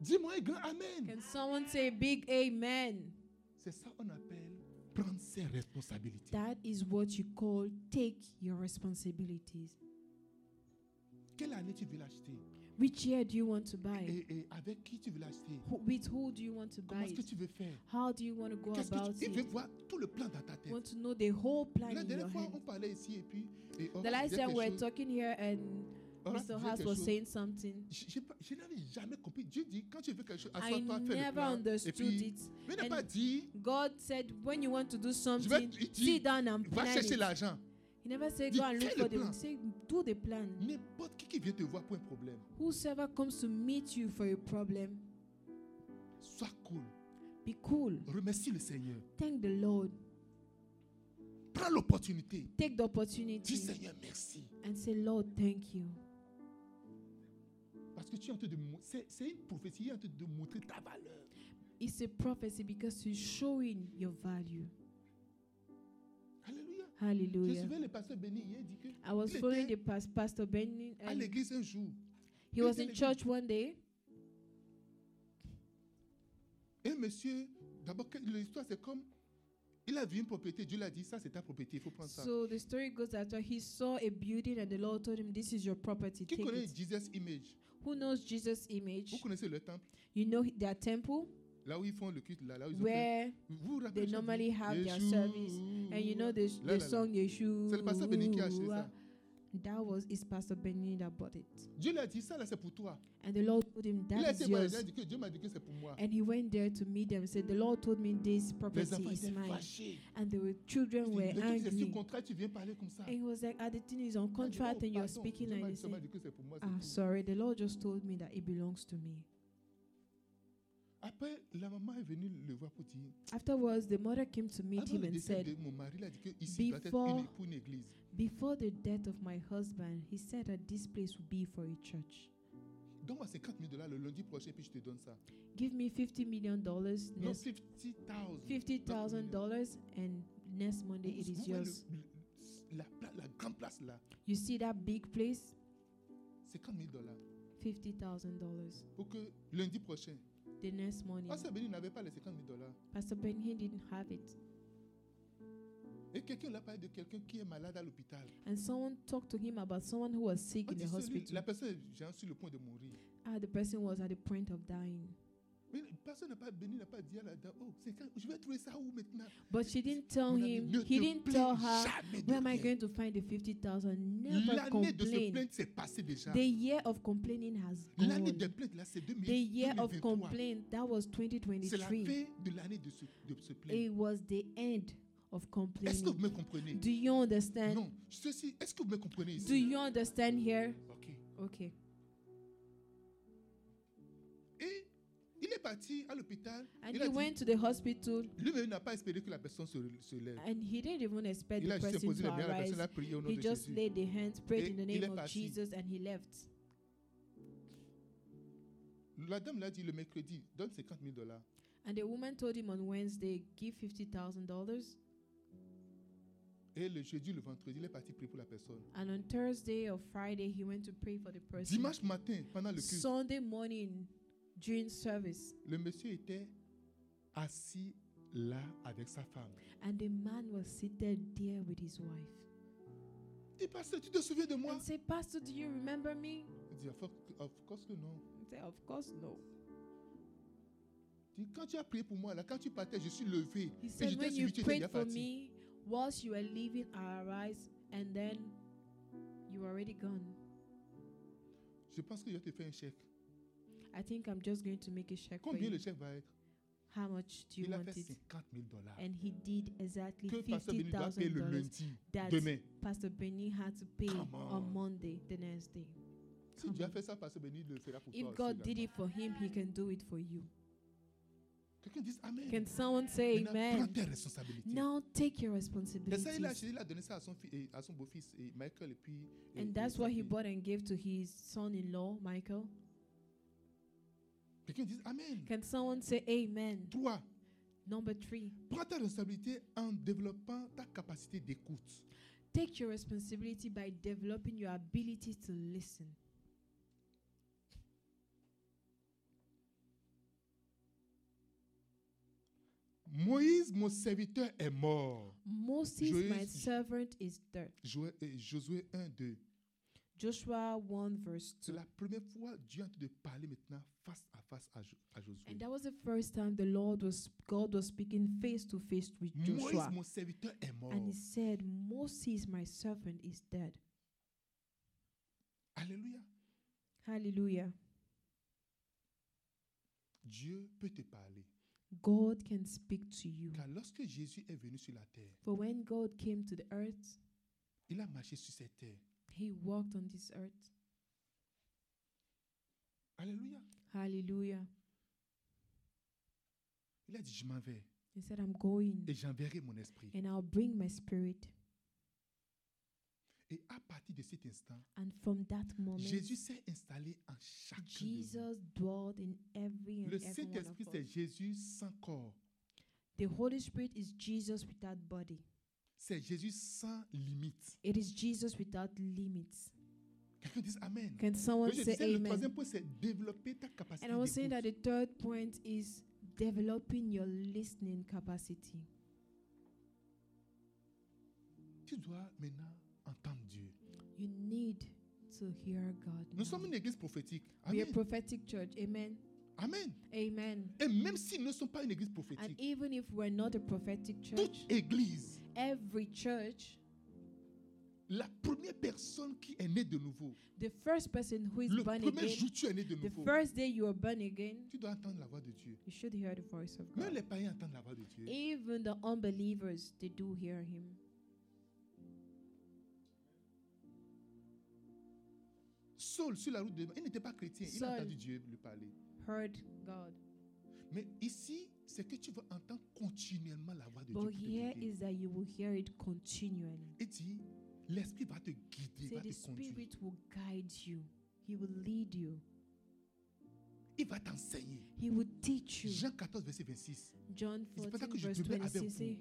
[SPEAKER 1] Dis-moi un grand Amen.
[SPEAKER 2] Can someone say big amen?
[SPEAKER 1] C'est ça qu'on appelle prendre ses responsabilités.
[SPEAKER 2] That is what you call take your responsibilities.
[SPEAKER 1] Quelle année tu veux l'acheter
[SPEAKER 2] Which year do you want to buy?
[SPEAKER 1] et, et avec qui tu veux l'acheter
[SPEAKER 2] Who- With who do you want to
[SPEAKER 1] Comment
[SPEAKER 2] buy
[SPEAKER 1] est-ce que
[SPEAKER 2] it?
[SPEAKER 1] tu veux faire
[SPEAKER 2] How do you want to go
[SPEAKER 1] Qu'est-ce
[SPEAKER 2] about
[SPEAKER 1] que tu, il veut
[SPEAKER 2] it?
[SPEAKER 1] voir tout le plan dans ta tête.
[SPEAKER 2] Want to know the whole plan
[SPEAKER 1] La
[SPEAKER 2] in your
[SPEAKER 1] dernière fois,
[SPEAKER 2] hand.
[SPEAKER 1] on parlait ici et puis. Et on
[SPEAKER 2] The last
[SPEAKER 1] disait
[SPEAKER 2] time
[SPEAKER 1] quelque
[SPEAKER 2] we were
[SPEAKER 1] chose.
[SPEAKER 2] talking here and
[SPEAKER 1] Oran
[SPEAKER 2] Mr.
[SPEAKER 1] disait
[SPEAKER 2] House
[SPEAKER 1] quelque
[SPEAKER 2] was
[SPEAKER 1] chose.
[SPEAKER 2] saying something.
[SPEAKER 1] Je- Je pas- je n'avais jamais compris. Dieu dit quand tu veux quelque chose,
[SPEAKER 2] I
[SPEAKER 1] assois-toi, fais le
[SPEAKER 2] never
[SPEAKER 1] plan. Et
[SPEAKER 2] understood
[SPEAKER 1] puis,
[SPEAKER 2] it.
[SPEAKER 1] mais il n'a
[SPEAKER 2] and-
[SPEAKER 1] pas dit,
[SPEAKER 2] God said, when you want to do something,
[SPEAKER 1] te dire,
[SPEAKER 2] sit down and
[SPEAKER 1] va
[SPEAKER 2] plan
[SPEAKER 1] chercher
[SPEAKER 2] it.
[SPEAKER 1] l'argent.
[SPEAKER 2] He never said,
[SPEAKER 1] Dis,
[SPEAKER 2] go and look
[SPEAKER 1] fais le
[SPEAKER 2] for the Hmm?
[SPEAKER 1] plan.
[SPEAKER 2] He said, do the plan.
[SPEAKER 1] N'importe qui qui vient te voir pour un problème,
[SPEAKER 2] Whosoever comes to meet you for a problem,
[SPEAKER 1] sois cool.
[SPEAKER 2] be cool.
[SPEAKER 1] Remercie le Seigneur.
[SPEAKER 2] Thank the Lord.
[SPEAKER 1] Prends l'opportunité.
[SPEAKER 2] Take the
[SPEAKER 1] Dis
[SPEAKER 2] opportunity
[SPEAKER 1] Seigneur, merci.
[SPEAKER 2] and say, Lord, thank you.
[SPEAKER 1] Parce que tu es en train de mou- c'est, c'est une prophétie, il est en train de montrer ta valeur.
[SPEAKER 2] It's a prophecy because you're showing your value.
[SPEAKER 1] Alléluia. Je
[SPEAKER 2] Hallelujah.
[SPEAKER 1] suivais le pasteur Béni hier, il dit que
[SPEAKER 2] I was
[SPEAKER 1] Il
[SPEAKER 2] following the
[SPEAKER 1] était
[SPEAKER 2] past, Pastor Benny,
[SPEAKER 1] à
[SPEAKER 2] and
[SPEAKER 1] l'église un jour,
[SPEAKER 2] he
[SPEAKER 1] il
[SPEAKER 2] was
[SPEAKER 1] était à
[SPEAKER 2] in
[SPEAKER 1] l'église.
[SPEAKER 2] church one day.
[SPEAKER 1] un monsieur, d'abord que- l'histoire c'est comme, il a vu une propriété, Dieu l'a dit, ça c'est ta propriété, il faut prendre ça.
[SPEAKER 2] So the story goes that he saw a building, and the Lord told him, This is your property.
[SPEAKER 1] Qui
[SPEAKER 2] Take
[SPEAKER 1] connaît
[SPEAKER 2] it.
[SPEAKER 1] Jesus Image
[SPEAKER 2] Who knows Jesus' image?
[SPEAKER 1] Vous connaissez le temple
[SPEAKER 2] You know their temple
[SPEAKER 1] Là où ils font le culte, là, là où ils ont fait-
[SPEAKER 2] where
[SPEAKER 1] Vous vous rappelez
[SPEAKER 2] they
[SPEAKER 1] ce que
[SPEAKER 2] normally
[SPEAKER 1] dit
[SPEAKER 2] have their
[SPEAKER 1] Yeshua.
[SPEAKER 2] service. and you know the,
[SPEAKER 1] Là,
[SPEAKER 2] the
[SPEAKER 1] là, là.
[SPEAKER 2] song Yeshua.
[SPEAKER 1] C'est le pasteur Béni qui a acheté ça.
[SPEAKER 2] That was his pastor Benny that bought it.
[SPEAKER 1] Dieu l'a dit, ça là c'est pour toi.
[SPEAKER 2] And the Lord told him
[SPEAKER 1] il a
[SPEAKER 2] that
[SPEAKER 1] été
[SPEAKER 2] is
[SPEAKER 1] voyagé, il
[SPEAKER 2] yours.
[SPEAKER 1] a dit que Dieu m'a dit que c'est pour moi.
[SPEAKER 2] And he went there to meet them. He said, The Lord told me this
[SPEAKER 1] Les
[SPEAKER 2] property
[SPEAKER 1] enfants
[SPEAKER 2] is
[SPEAKER 1] étaient
[SPEAKER 2] mine.
[SPEAKER 1] fâchés.
[SPEAKER 2] And the were- children
[SPEAKER 1] Il
[SPEAKER 2] were
[SPEAKER 1] dit, Mais tu es sur
[SPEAKER 2] angry.
[SPEAKER 1] contrat, tu viens parler comme ça.
[SPEAKER 2] And he was like, ah, the thing is on
[SPEAKER 1] Ah, dis,
[SPEAKER 2] contract
[SPEAKER 1] oh,
[SPEAKER 2] and you're
[SPEAKER 1] pardon,
[SPEAKER 2] speaking
[SPEAKER 1] Dieu
[SPEAKER 2] like
[SPEAKER 1] m'a-
[SPEAKER 2] this.
[SPEAKER 1] Dieu m'a dit que c'est pour moi, c'est
[SPEAKER 2] Ah,
[SPEAKER 1] tout.
[SPEAKER 2] sorry, the Lord just told me that it belongs to me.
[SPEAKER 1] Après, la maman est venue le voir pour dire
[SPEAKER 2] Afterwards, the mother came to meet
[SPEAKER 1] Avant
[SPEAKER 2] him
[SPEAKER 1] le
[SPEAKER 2] and
[SPEAKER 1] décès
[SPEAKER 2] said,
[SPEAKER 1] de mon mari, il a dit que ici doit être
[SPEAKER 2] Before-
[SPEAKER 1] une, pour une église.
[SPEAKER 2] Before the death of my husband, he said that this place would be for a church.
[SPEAKER 1] Donne-moi 50 000 dollars le lundi prochain, puis je te donne ça.
[SPEAKER 2] Give me $50 million dollars
[SPEAKER 1] Non,
[SPEAKER 2] next
[SPEAKER 1] 50 000.
[SPEAKER 2] $50,000 and next Monday
[SPEAKER 1] Vous-
[SPEAKER 2] it
[SPEAKER 1] vous
[SPEAKER 2] is
[SPEAKER 1] voyez
[SPEAKER 2] yours.
[SPEAKER 1] le- le- la, pla- la grande place là,
[SPEAKER 2] You see that big place?
[SPEAKER 1] 50 000 dollars.
[SPEAKER 2] $50,000.
[SPEAKER 1] Pour que lundi prochain.
[SPEAKER 2] The next morning,
[SPEAKER 1] Pasteur Béni n'avait pas les 50 000 dollars.
[SPEAKER 2] Pastor Ben he didn't have it.
[SPEAKER 1] Et quelqu'un l'a parlé de quelqu'un qui est malade à l'hôpital.
[SPEAKER 2] And someone talked to him about someone who was sick
[SPEAKER 1] On
[SPEAKER 2] in
[SPEAKER 1] dit
[SPEAKER 2] the
[SPEAKER 1] celui-
[SPEAKER 2] hospital.
[SPEAKER 1] La personne, j'en suis le point de mourir.
[SPEAKER 2] Ah, the person was at the point of dying.
[SPEAKER 1] Mais personne n'a pas béni, n'a pas dit à la dame, oh, c'est quand- je vais trouver ça où maintenant
[SPEAKER 2] But she didn't tell
[SPEAKER 1] Mon ami,
[SPEAKER 2] him,
[SPEAKER 1] ne
[SPEAKER 2] Oh, he
[SPEAKER 1] te
[SPEAKER 2] didn't
[SPEAKER 1] plains
[SPEAKER 2] tell her,
[SPEAKER 1] jamais de
[SPEAKER 2] where am I
[SPEAKER 1] rien.
[SPEAKER 2] going to find the 50,000? Never
[SPEAKER 1] L'année de se
[SPEAKER 2] complain.
[SPEAKER 1] plaindre, c'est passé déjà.
[SPEAKER 2] The year of complaining has
[SPEAKER 1] L'année
[SPEAKER 2] gone.
[SPEAKER 1] de plainte, là, c'est 2000
[SPEAKER 2] The year of
[SPEAKER 1] 2023.
[SPEAKER 2] complaint, that was
[SPEAKER 1] C'est la
[SPEAKER 2] 2023.
[SPEAKER 1] fin de l'année de se, de se plaindre.
[SPEAKER 2] It was the end of
[SPEAKER 1] Est-ce que
[SPEAKER 2] complaining.
[SPEAKER 1] vous me comprenez
[SPEAKER 2] Do you understand?
[SPEAKER 1] Non. Ceci, est-ce que vous me comprenez
[SPEAKER 2] Hein? Do
[SPEAKER 1] ici
[SPEAKER 2] you understand here?
[SPEAKER 1] Ok.
[SPEAKER 2] Okay.
[SPEAKER 1] Et il est parti à l'hôpital.
[SPEAKER 2] And
[SPEAKER 1] Il a
[SPEAKER 2] he
[SPEAKER 1] dit-
[SPEAKER 2] went to the hospital
[SPEAKER 1] Lui-même n'a pas espéré que la personne se, se lève.
[SPEAKER 2] and he didn't even expect
[SPEAKER 1] Il
[SPEAKER 2] the
[SPEAKER 1] a juste
[SPEAKER 2] person
[SPEAKER 1] posé
[SPEAKER 2] to
[SPEAKER 1] les mains, la
[SPEAKER 2] arise.
[SPEAKER 1] personne a prié au nom
[SPEAKER 2] He
[SPEAKER 1] de
[SPEAKER 2] just
[SPEAKER 1] Jésus.
[SPEAKER 2] laid the hands, prayed
[SPEAKER 1] Et
[SPEAKER 2] in the
[SPEAKER 1] il est
[SPEAKER 2] name of
[SPEAKER 1] parti.
[SPEAKER 2] Jesus, and he left.
[SPEAKER 1] La dame l'a dit le mercredi, donne 50 000 dollars.
[SPEAKER 2] And the woman told him on Wednesday, give $50,000.
[SPEAKER 1] Et le jeudi, le vendredi, il est parti prier pour la personne.
[SPEAKER 2] And on Thursday or Friday, he went to pray for the person.
[SPEAKER 1] Dimanche matin, pendant le culte,
[SPEAKER 2] Sunday morning, during service,
[SPEAKER 1] le monsieur était assis là avec sa femme.
[SPEAKER 2] and the man was seated there with his wife.
[SPEAKER 1] Dis, pasteur, tu te souviens de moi
[SPEAKER 2] And say, Pastor, do you remember me?
[SPEAKER 1] Il dit, of course- of course que non.
[SPEAKER 2] And say, Of course, no.
[SPEAKER 1] Dis, quand tu as prié pour moi, là, quand tu partais, je suis levé.
[SPEAKER 2] He
[SPEAKER 1] Et
[SPEAKER 2] said,
[SPEAKER 1] j'étais
[SPEAKER 2] When you
[SPEAKER 1] suivi, tu étais
[SPEAKER 2] prayed
[SPEAKER 1] déjà
[SPEAKER 2] for
[SPEAKER 1] parti.
[SPEAKER 2] me, whilst you were leaving, I arise, and then you were already gone.
[SPEAKER 1] Je pense que je vais te faire un chèque.
[SPEAKER 2] I think I'm just going to make a check for
[SPEAKER 1] Combien
[SPEAKER 2] you.
[SPEAKER 1] le chèque va être
[SPEAKER 2] How much do you
[SPEAKER 1] Il a
[SPEAKER 2] want
[SPEAKER 1] fait
[SPEAKER 2] it?
[SPEAKER 1] 50 000 dollars.
[SPEAKER 2] And he did exactly
[SPEAKER 1] Que Pasteur Béni doit payer le
[SPEAKER 2] $50,000
[SPEAKER 1] lundi,
[SPEAKER 2] that
[SPEAKER 1] demain.
[SPEAKER 2] Pastor Benny had to pay
[SPEAKER 1] Come on.
[SPEAKER 2] on Monday, the next day.
[SPEAKER 1] Si Dieu a fait ça, Pasteur Béni le fera pour toi
[SPEAKER 2] If
[SPEAKER 1] aussi.
[SPEAKER 2] God
[SPEAKER 1] là.
[SPEAKER 2] did it for him, he can do it for you.
[SPEAKER 1] Quelqu'un dise Amen.
[SPEAKER 2] Can someone say
[SPEAKER 1] Maintenant, Prends
[SPEAKER 2] amen?
[SPEAKER 1] tes responsabilités.
[SPEAKER 2] Now take your
[SPEAKER 1] C'est ça, il a,
[SPEAKER 2] responsibilities.
[SPEAKER 1] il a donné ça à son, fi- et à son beau-fils et Michael et puis. et- et
[SPEAKER 2] And that's
[SPEAKER 1] sa
[SPEAKER 2] what he
[SPEAKER 1] fille.
[SPEAKER 2] bought and gave to his son in law, Michael.
[SPEAKER 1] Quelqu'un dise Amen.
[SPEAKER 2] Can someone say amen?
[SPEAKER 1] Trois,
[SPEAKER 2] Number three,
[SPEAKER 1] prends ta responsabilité en développant ta capacité d'écoute.
[SPEAKER 2] take your responsibility by developing your ability to listen.
[SPEAKER 1] Moïse, mon serviteur, est mort.
[SPEAKER 2] Moses, my
[SPEAKER 1] Joyeux-
[SPEAKER 2] servant, is dead.
[SPEAKER 1] Joë- euh, Josué 1, 2.
[SPEAKER 2] Joshua 1, verse 2.
[SPEAKER 1] C'est la première fois Dieu a de parler maintenant face à face à, Jo- à Josué.
[SPEAKER 2] And that was the first time the Lord was God was speaking face to face with
[SPEAKER 1] Moïse,
[SPEAKER 2] Joshua.
[SPEAKER 1] mon serviteur, est mort.
[SPEAKER 2] And he said, Moses, my servant, is dead.
[SPEAKER 1] Alléluia.
[SPEAKER 2] Hallelujah.
[SPEAKER 1] Dieu peut te parler.
[SPEAKER 2] God can speak to you.
[SPEAKER 1] Car lorsque Jésus est venu sur la terre,
[SPEAKER 2] For when God came to the earth,
[SPEAKER 1] il a marché sur cette terre.
[SPEAKER 2] he walked on this earth.
[SPEAKER 1] Alléluia.
[SPEAKER 2] Hallelujah.
[SPEAKER 1] Il a dit, je m'en vais
[SPEAKER 2] He said, I'm going
[SPEAKER 1] et j'enverrai mon esprit.
[SPEAKER 2] and I'll bring my spirit.
[SPEAKER 1] Et à partir de cet instant,
[SPEAKER 2] And from that moment,
[SPEAKER 1] Jésus s'est installé en chacun de nous.
[SPEAKER 2] Jesus dwelled in every and
[SPEAKER 1] Le
[SPEAKER 2] every one
[SPEAKER 1] Saint-Esprit,
[SPEAKER 2] of
[SPEAKER 1] c'est
[SPEAKER 2] us.
[SPEAKER 1] Jésus sans corps.
[SPEAKER 2] The Holy Spirit is Jesus without body.
[SPEAKER 1] C'est Jésus sans limite.
[SPEAKER 2] It is Jesus without limits.
[SPEAKER 1] Quelqu'un dit Amen.
[SPEAKER 2] Can someone
[SPEAKER 1] Donc, je
[SPEAKER 2] say
[SPEAKER 1] disais, le
[SPEAKER 2] amen?
[SPEAKER 1] troisième point, c'est développer ta capacité
[SPEAKER 2] And I was saying that
[SPEAKER 1] d'écoute.
[SPEAKER 2] the third point is developing your listening capacity.
[SPEAKER 1] Tu dois maintenant entendre Dieu.
[SPEAKER 2] You need to hear God.
[SPEAKER 1] Nous
[SPEAKER 2] now.
[SPEAKER 1] sommes une église prophétique.
[SPEAKER 2] We are
[SPEAKER 1] Amen.
[SPEAKER 2] prophetic church. Amen.
[SPEAKER 1] Amen.
[SPEAKER 2] Amen.
[SPEAKER 1] Et même si nous ne sommes pas une église
[SPEAKER 2] And
[SPEAKER 1] prophétique,
[SPEAKER 2] even if we're not a prophetic church,
[SPEAKER 1] toute église,
[SPEAKER 2] every church,
[SPEAKER 1] la première personne qui est née de nouveau,
[SPEAKER 2] the first person who is
[SPEAKER 1] le
[SPEAKER 2] born
[SPEAKER 1] premier
[SPEAKER 2] again,
[SPEAKER 1] jour tu es né de
[SPEAKER 2] the
[SPEAKER 1] nouveau,
[SPEAKER 2] first day you are born again,
[SPEAKER 1] tu dois entendre la voix de Dieu.
[SPEAKER 2] you should hear the voice of
[SPEAKER 1] Même
[SPEAKER 2] God.
[SPEAKER 1] les païens entendent la voix de Dieu.
[SPEAKER 2] Even the unbelievers, they do hear Him.
[SPEAKER 1] Saul, sur la route de... Il n'était pas chrétien, il a
[SPEAKER 2] Saul.
[SPEAKER 1] entendu Dieu lui parler.
[SPEAKER 2] Heard God.
[SPEAKER 1] Mais ici, c'est que tu vas entendre continuellement la voix de
[SPEAKER 2] But
[SPEAKER 1] Dieu.
[SPEAKER 2] here
[SPEAKER 1] pour te guider.
[SPEAKER 2] is that you will hear it continually.
[SPEAKER 1] Et dit, l'Esprit va te guider,
[SPEAKER 2] Say
[SPEAKER 1] va
[SPEAKER 2] the
[SPEAKER 1] te conduire.
[SPEAKER 2] Spirit will guide you. He will lead you.
[SPEAKER 1] Il va t'enseigner.
[SPEAKER 2] He will teach you.
[SPEAKER 1] Jean 14, verset 26.
[SPEAKER 2] John
[SPEAKER 1] Il dit, pendant
[SPEAKER 2] 14,
[SPEAKER 1] que je
[SPEAKER 2] verse
[SPEAKER 1] demeurais avec
[SPEAKER 2] 26 say,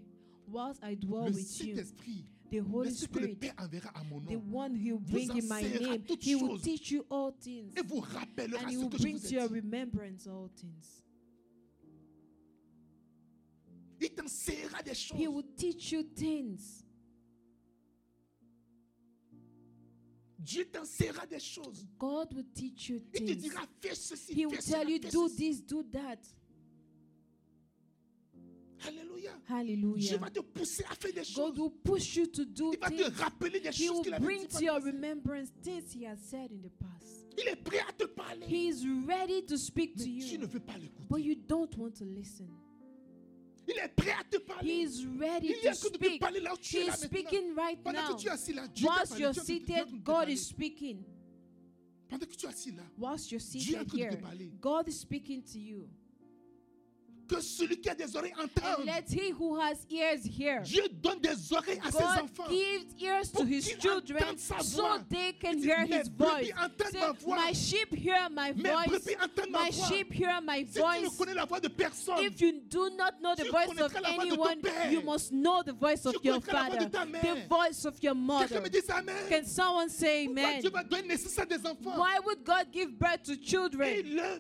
[SPEAKER 1] vous,
[SPEAKER 2] Whilst I dwell
[SPEAKER 1] Le
[SPEAKER 2] with you,
[SPEAKER 1] Saint-Esprit,
[SPEAKER 2] the Holy
[SPEAKER 1] l'Esprit que le
[SPEAKER 2] Spirit,
[SPEAKER 1] Père enverra à mon
[SPEAKER 2] the
[SPEAKER 1] nom,
[SPEAKER 2] one who will bring in my
[SPEAKER 1] enseignera
[SPEAKER 2] name,
[SPEAKER 1] toutes
[SPEAKER 2] He will
[SPEAKER 1] choses.
[SPEAKER 2] teach you all things.
[SPEAKER 1] et vous rappellera
[SPEAKER 2] And He
[SPEAKER 1] ce
[SPEAKER 2] will
[SPEAKER 1] que je
[SPEAKER 2] bring to
[SPEAKER 1] vous ai
[SPEAKER 2] your
[SPEAKER 1] dit.
[SPEAKER 2] remembrance all things.
[SPEAKER 1] Il t'enseignera des choses.
[SPEAKER 2] He will teach you things.
[SPEAKER 1] Dieu t'enseignera des choses.
[SPEAKER 2] God will teach you
[SPEAKER 1] Il te
[SPEAKER 2] things.
[SPEAKER 1] dira, fais ceci,
[SPEAKER 2] He will
[SPEAKER 1] fais
[SPEAKER 2] tell
[SPEAKER 1] cela,
[SPEAKER 2] you,
[SPEAKER 1] fais
[SPEAKER 2] do
[SPEAKER 1] ceci.
[SPEAKER 2] this, do that.
[SPEAKER 1] Alléluia. Dieu
[SPEAKER 2] Hallelujah.
[SPEAKER 1] va te pousser à faire des choses.
[SPEAKER 2] God will push you to do
[SPEAKER 1] Il va
[SPEAKER 2] things.
[SPEAKER 1] te rappeler des
[SPEAKER 2] He
[SPEAKER 1] choses
[SPEAKER 2] will
[SPEAKER 1] qu'il avait dit.
[SPEAKER 2] bring to your remembrance things He has said in the past.
[SPEAKER 1] Il est prêt à te parler.
[SPEAKER 2] He is ready to speak
[SPEAKER 1] Mais
[SPEAKER 2] to
[SPEAKER 1] tu ne
[SPEAKER 2] you,
[SPEAKER 1] veux pas
[SPEAKER 2] but
[SPEAKER 1] l'écouter.
[SPEAKER 2] you don't want to listen.
[SPEAKER 1] Il est prêt à te
[SPEAKER 2] He
[SPEAKER 1] parler.
[SPEAKER 2] is
[SPEAKER 1] Il
[SPEAKER 2] ready
[SPEAKER 1] est
[SPEAKER 2] to
[SPEAKER 1] en train de te
[SPEAKER 2] speak.
[SPEAKER 1] parler là où tu
[SPEAKER 2] He
[SPEAKER 1] es là
[SPEAKER 2] is
[SPEAKER 1] maintenant.
[SPEAKER 2] speaking right
[SPEAKER 1] Pendant
[SPEAKER 2] now.
[SPEAKER 1] que tu es assis là, Dieu t'a
[SPEAKER 2] Once
[SPEAKER 1] parlé, Dieu est en
[SPEAKER 2] you're
[SPEAKER 1] train de te- Dieu est en train
[SPEAKER 2] seated,
[SPEAKER 1] de te
[SPEAKER 2] God
[SPEAKER 1] parler.
[SPEAKER 2] is speaking.
[SPEAKER 1] Pendant que tu es assis là,
[SPEAKER 2] Whilst you're
[SPEAKER 1] Dieu est en
[SPEAKER 2] seated
[SPEAKER 1] train de
[SPEAKER 2] here,
[SPEAKER 1] te parler.
[SPEAKER 2] God is speaking to you.
[SPEAKER 1] Que celui qui a des oreilles
[SPEAKER 2] And
[SPEAKER 1] entende.
[SPEAKER 2] let he who has ears hear.
[SPEAKER 1] Dieu donne des oreilles à ses
[SPEAKER 2] God
[SPEAKER 1] enfants.
[SPEAKER 2] gives ears to
[SPEAKER 1] Pour
[SPEAKER 2] his
[SPEAKER 1] qu'ils
[SPEAKER 2] children
[SPEAKER 1] entendent sa
[SPEAKER 2] so
[SPEAKER 1] voix.
[SPEAKER 2] they can
[SPEAKER 1] Il dit,
[SPEAKER 2] hear
[SPEAKER 1] mes
[SPEAKER 2] his voice.
[SPEAKER 1] brebis entendent
[SPEAKER 2] Say,
[SPEAKER 1] ma voix.
[SPEAKER 2] my sheep hear my
[SPEAKER 1] Mes
[SPEAKER 2] voice.
[SPEAKER 1] brebis entendent ma
[SPEAKER 2] My
[SPEAKER 1] voix.
[SPEAKER 2] sheep hear my
[SPEAKER 1] Si tu ne
[SPEAKER 2] voice.
[SPEAKER 1] connais la voix de personne,
[SPEAKER 2] If you do not know the
[SPEAKER 1] Tu
[SPEAKER 2] voice of
[SPEAKER 1] connaîtras la voix de ton
[SPEAKER 2] anyone,
[SPEAKER 1] père.
[SPEAKER 2] you must know the voice of
[SPEAKER 1] Tu
[SPEAKER 2] your
[SPEAKER 1] connaîtras la voix de
[SPEAKER 2] father,
[SPEAKER 1] ta
[SPEAKER 2] the
[SPEAKER 1] mère.
[SPEAKER 2] voice of
[SPEAKER 1] quelqu'un
[SPEAKER 2] your mother.
[SPEAKER 1] me dit Amen.
[SPEAKER 2] Can someone say
[SPEAKER 1] Pourquoi
[SPEAKER 2] amen?
[SPEAKER 1] Dieu va donner naissance à des enfants.
[SPEAKER 2] Why would God give birth to
[SPEAKER 1] Et
[SPEAKER 2] children
[SPEAKER 1] il leur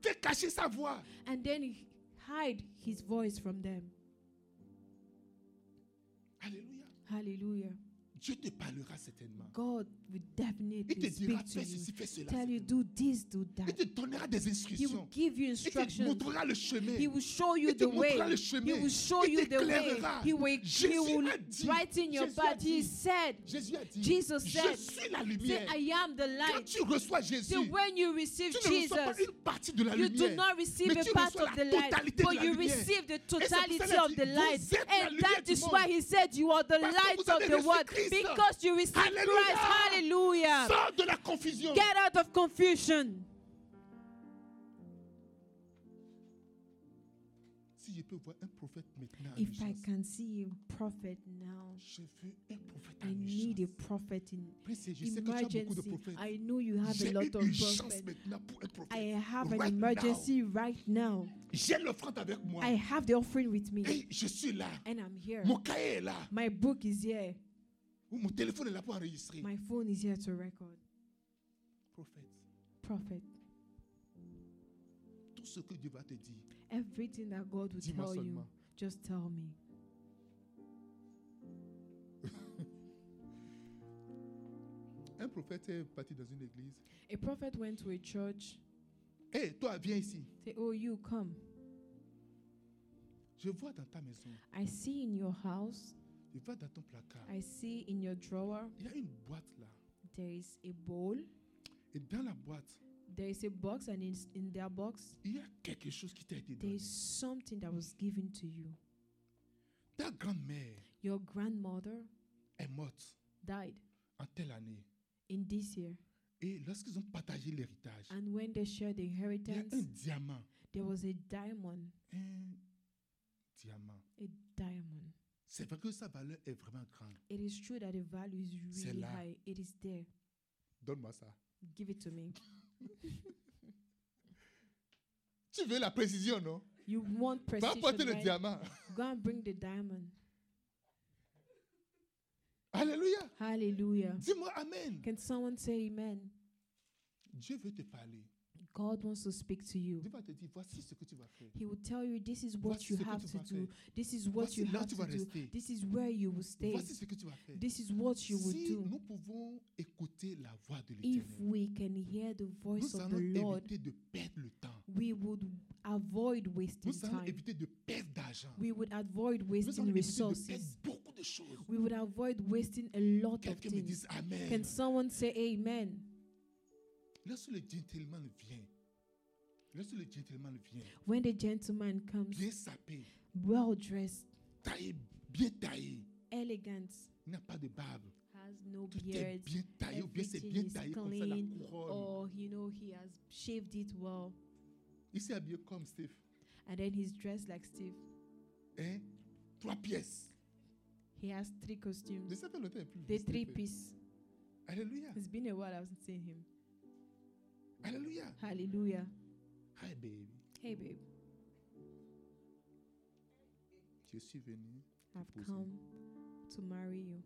[SPEAKER 1] fait cacher sa voix.
[SPEAKER 2] and then he hide his voice from them?
[SPEAKER 1] Alléluia.
[SPEAKER 2] Hallelujah.
[SPEAKER 1] Dieu te parlera certainement.
[SPEAKER 2] God will
[SPEAKER 1] Il te
[SPEAKER 2] definitely
[SPEAKER 1] dira
[SPEAKER 2] speak to
[SPEAKER 1] fais ceci,
[SPEAKER 2] you.
[SPEAKER 1] fais cela.
[SPEAKER 2] Tell you, do this, do
[SPEAKER 1] Il
[SPEAKER 2] that.
[SPEAKER 1] te donnera des
[SPEAKER 2] He will
[SPEAKER 1] instructions.
[SPEAKER 2] give you
[SPEAKER 1] Il te
[SPEAKER 2] instructions.
[SPEAKER 1] montrera le chemin.
[SPEAKER 2] He will show you
[SPEAKER 1] Il te
[SPEAKER 2] the way.
[SPEAKER 1] montrera le
[SPEAKER 2] He
[SPEAKER 1] chemin.
[SPEAKER 2] will show
[SPEAKER 1] Il
[SPEAKER 2] you the way.
[SPEAKER 1] t'éclairera.
[SPEAKER 2] He will, he
[SPEAKER 1] Jésus
[SPEAKER 2] will
[SPEAKER 1] a dit-
[SPEAKER 2] brighten your
[SPEAKER 1] Jésus a
[SPEAKER 2] path. He
[SPEAKER 1] dit-
[SPEAKER 2] said,
[SPEAKER 1] Jésus a dit
[SPEAKER 2] Jesus
[SPEAKER 1] Je
[SPEAKER 2] said,
[SPEAKER 1] suis la
[SPEAKER 2] Say,
[SPEAKER 1] lumière.
[SPEAKER 2] I am the
[SPEAKER 1] Quand
[SPEAKER 2] light.
[SPEAKER 1] tu reçois Jésus,
[SPEAKER 2] So when you receive
[SPEAKER 1] tu ne reçois pas
[SPEAKER 2] Jesus,
[SPEAKER 1] une partie de la
[SPEAKER 2] you
[SPEAKER 1] lumière.
[SPEAKER 2] do not receive
[SPEAKER 1] Mais
[SPEAKER 2] a
[SPEAKER 1] tu
[SPEAKER 2] part
[SPEAKER 1] reçois
[SPEAKER 2] of
[SPEAKER 1] la
[SPEAKER 2] the light,
[SPEAKER 1] totalité de
[SPEAKER 2] but
[SPEAKER 1] la
[SPEAKER 2] you
[SPEAKER 1] lumière.
[SPEAKER 2] receive the
[SPEAKER 1] pour ça
[SPEAKER 2] totality
[SPEAKER 1] qu'il a
[SPEAKER 2] of
[SPEAKER 1] dit,
[SPEAKER 2] the
[SPEAKER 1] vous
[SPEAKER 2] light.
[SPEAKER 1] êtes la
[SPEAKER 2] And
[SPEAKER 1] lumière
[SPEAKER 2] that
[SPEAKER 1] du
[SPEAKER 2] is why
[SPEAKER 1] monde.
[SPEAKER 2] he said you are the
[SPEAKER 1] Parce que
[SPEAKER 2] light
[SPEAKER 1] vous avez
[SPEAKER 2] of the
[SPEAKER 1] reçu
[SPEAKER 2] world.
[SPEAKER 1] Christ.
[SPEAKER 2] Because you receive Christ.
[SPEAKER 1] Alléluia.
[SPEAKER 2] Hallelujah.
[SPEAKER 1] Sors de la confusion.
[SPEAKER 2] Get out of confusion.
[SPEAKER 1] si je peux voir un prophète maintenant, à
[SPEAKER 2] If I
[SPEAKER 1] Nuchance,
[SPEAKER 2] can see a prophet now,
[SPEAKER 1] je veux un prophète à
[SPEAKER 2] I need a
[SPEAKER 1] Nuchance.
[SPEAKER 2] prophet in
[SPEAKER 1] Prince, je sais que tu as beaucoup de
[SPEAKER 2] emergency.
[SPEAKER 1] prophètes.
[SPEAKER 2] I know you have a
[SPEAKER 1] J'ai
[SPEAKER 2] lot
[SPEAKER 1] une
[SPEAKER 2] of
[SPEAKER 1] urgence
[SPEAKER 2] prophets.
[SPEAKER 1] maintenant pour un prophète.
[SPEAKER 2] I have an
[SPEAKER 1] right
[SPEAKER 2] emergency right now.
[SPEAKER 1] J'ai l'offrande avec moi.
[SPEAKER 2] I have the offering with me,
[SPEAKER 1] Et je suis là.
[SPEAKER 2] and I'm here.
[SPEAKER 1] Mon cahier est là.
[SPEAKER 2] My book is here.
[SPEAKER 1] Mon téléphone est là pour enregistrer.
[SPEAKER 2] My phone is here to record.
[SPEAKER 1] Prophète,
[SPEAKER 2] Prophet,
[SPEAKER 1] tout ce que Dieu va te dire,
[SPEAKER 2] everything that God will
[SPEAKER 1] dis-moi
[SPEAKER 2] tell you,
[SPEAKER 1] seulement.
[SPEAKER 2] just tell me.
[SPEAKER 1] Un prophète est parti dans une église.
[SPEAKER 2] A prophet went to a church.
[SPEAKER 1] Hé, toi, viens ici.
[SPEAKER 2] Say, oh, you come.
[SPEAKER 1] Je vois dans ta maison.
[SPEAKER 2] I see in your house.
[SPEAKER 1] Je vois dans ton placard.
[SPEAKER 2] I see in your drawer.
[SPEAKER 1] Il y a une boîte là.
[SPEAKER 2] There is a bowl.
[SPEAKER 1] Et dans la boîte,
[SPEAKER 2] There is a box, and in, in their box,
[SPEAKER 1] il y a quelque chose qui t'a été
[SPEAKER 2] there
[SPEAKER 1] donné.
[SPEAKER 2] is something that was given to you.
[SPEAKER 1] Ta grand-mère
[SPEAKER 2] Your grandmother
[SPEAKER 1] est morte
[SPEAKER 2] died
[SPEAKER 1] en telle année.
[SPEAKER 2] in this year,
[SPEAKER 1] Et lorsqu'ils ont partagé l'héritage,
[SPEAKER 2] and when they shared the
[SPEAKER 1] il y a un
[SPEAKER 2] inheritance,
[SPEAKER 1] diamant.
[SPEAKER 2] there was a diamond.
[SPEAKER 1] Un diamant.
[SPEAKER 2] A diamond.
[SPEAKER 1] C'est vrai que sa valeur est vraiment grande.
[SPEAKER 2] It is true that the value is
[SPEAKER 1] C'est
[SPEAKER 2] really
[SPEAKER 1] là.
[SPEAKER 2] high. It is there.
[SPEAKER 1] Donne-moi ça.
[SPEAKER 2] Give it to me.
[SPEAKER 1] Tu veux la précision, non?
[SPEAKER 2] You want
[SPEAKER 1] Va
[SPEAKER 2] precision,
[SPEAKER 1] apporter le
[SPEAKER 2] right? <laughs>
[SPEAKER 1] diamant.
[SPEAKER 2] Go and bring the diamond.
[SPEAKER 1] Alléluia.
[SPEAKER 2] Hallelujah.
[SPEAKER 1] Dis-moi Amen.
[SPEAKER 2] Can someone say amen?
[SPEAKER 1] Dieu veut te parler.
[SPEAKER 2] God wants to speak to you.
[SPEAKER 1] Dieu va te dire, voici ce que tu vas faire.
[SPEAKER 2] He will tell you this is what
[SPEAKER 1] Voici
[SPEAKER 2] you
[SPEAKER 1] ce que
[SPEAKER 2] have
[SPEAKER 1] tu
[SPEAKER 2] to
[SPEAKER 1] vas
[SPEAKER 2] do.
[SPEAKER 1] faire.
[SPEAKER 2] This is what
[SPEAKER 1] Voici
[SPEAKER 2] you
[SPEAKER 1] là
[SPEAKER 2] have
[SPEAKER 1] tu
[SPEAKER 2] to
[SPEAKER 1] vas
[SPEAKER 2] do.
[SPEAKER 1] rester.
[SPEAKER 2] This is where you will stay.
[SPEAKER 1] Voici ce que tu vas faire.
[SPEAKER 2] This is what you will
[SPEAKER 1] Si
[SPEAKER 2] do.
[SPEAKER 1] nous pouvons écouter la voix de
[SPEAKER 2] If
[SPEAKER 1] l'Éternel,
[SPEAKER 2] we can hear the voice
[SPEAKER 1] nous
[SPEAKER 2] of
[SPEAKER 1] allons
[SPEAKER 2] the Lord,
[SPEAKER 1] éviter de perdre le temps.
[SPEAKER 2] we would avoid wasting
[SPEAKER 1] Nous allons
[SPEAKER 2] time.
[SPEAKER 1] éviter de perdre d'argent.
[SPEAKER 2] We would avoid
[SPEAKER 1] Nous allons
[SPEAKER 2] wasting
[SPEAKER 1] éviter de perdre
[SPEAKER 2] resources.
[SPEAKER 1] beaucoup de choses.
[SPEAKER 2] We would avoid wasting a lot of
[SPEAKER 1] Quelqu'un me
[SPEAKER 2] things.
[SPEAKER 1] dise Amen.
[SPEAKER 2] Can someone say amen?
[SPEAKER 1] Lorsque le gentleman vient, lorsque le gentleman vient,
[SPEAKER 2] When the gentleman comes,
[SPEAKER 1] bien sapé,
[SPEAKER 2] well dressed,
[SPEAKER 1] taillé, bien taillé,
[SPEAKER 2] elegant,
[SPEAKER 1] il n'a pas de barbe.
[SPEAKER 2] has no
[SPEAKER 1] Tout est
[SPEAKER 2] beard,
[SPEAKER 1] bien taillé, ou bien c'est bien
[SPEAKER 2] everything is
[SPEAKER 1] taillé comme ça, la
[SPEAKER 2] clean, Oh.
[SPEAKER 1] couronne.
[SPEAKER 2] or you know he has shaved it well,
[SPEAKER 1] Il s'est habillé comme Steve.
[SPEAKER 2] and then he's dressed like Steve.
[SPEAKER 1] Hein? Trois pièces.
[SPEAKER 2] He has three
[SPEAKER 1] De
[SPEAKER 2] costumes,
[SPEAKER 1] ça fait longtemps il n'y a plus.
[SPEAKER 2] the
[SPEAKER 1] Steve. eh?
[SPEAKER 2] three piece.
[SPEAKER 1] Alléluia.
[SPEAKER 2] It's been a while I've seen him.
[SPEAKER 1] Alléluia.
[SPEAKER 2] Hallelujah.
[SPEAKER 1] Hi baby.
[SPEAKER 2] Hey babe,
[SPEAKER 1] Je suis venu.
[SPEAKER 2] I've
[SPEAKER 1] Posing.
[SPEAKER 2] come to marry you.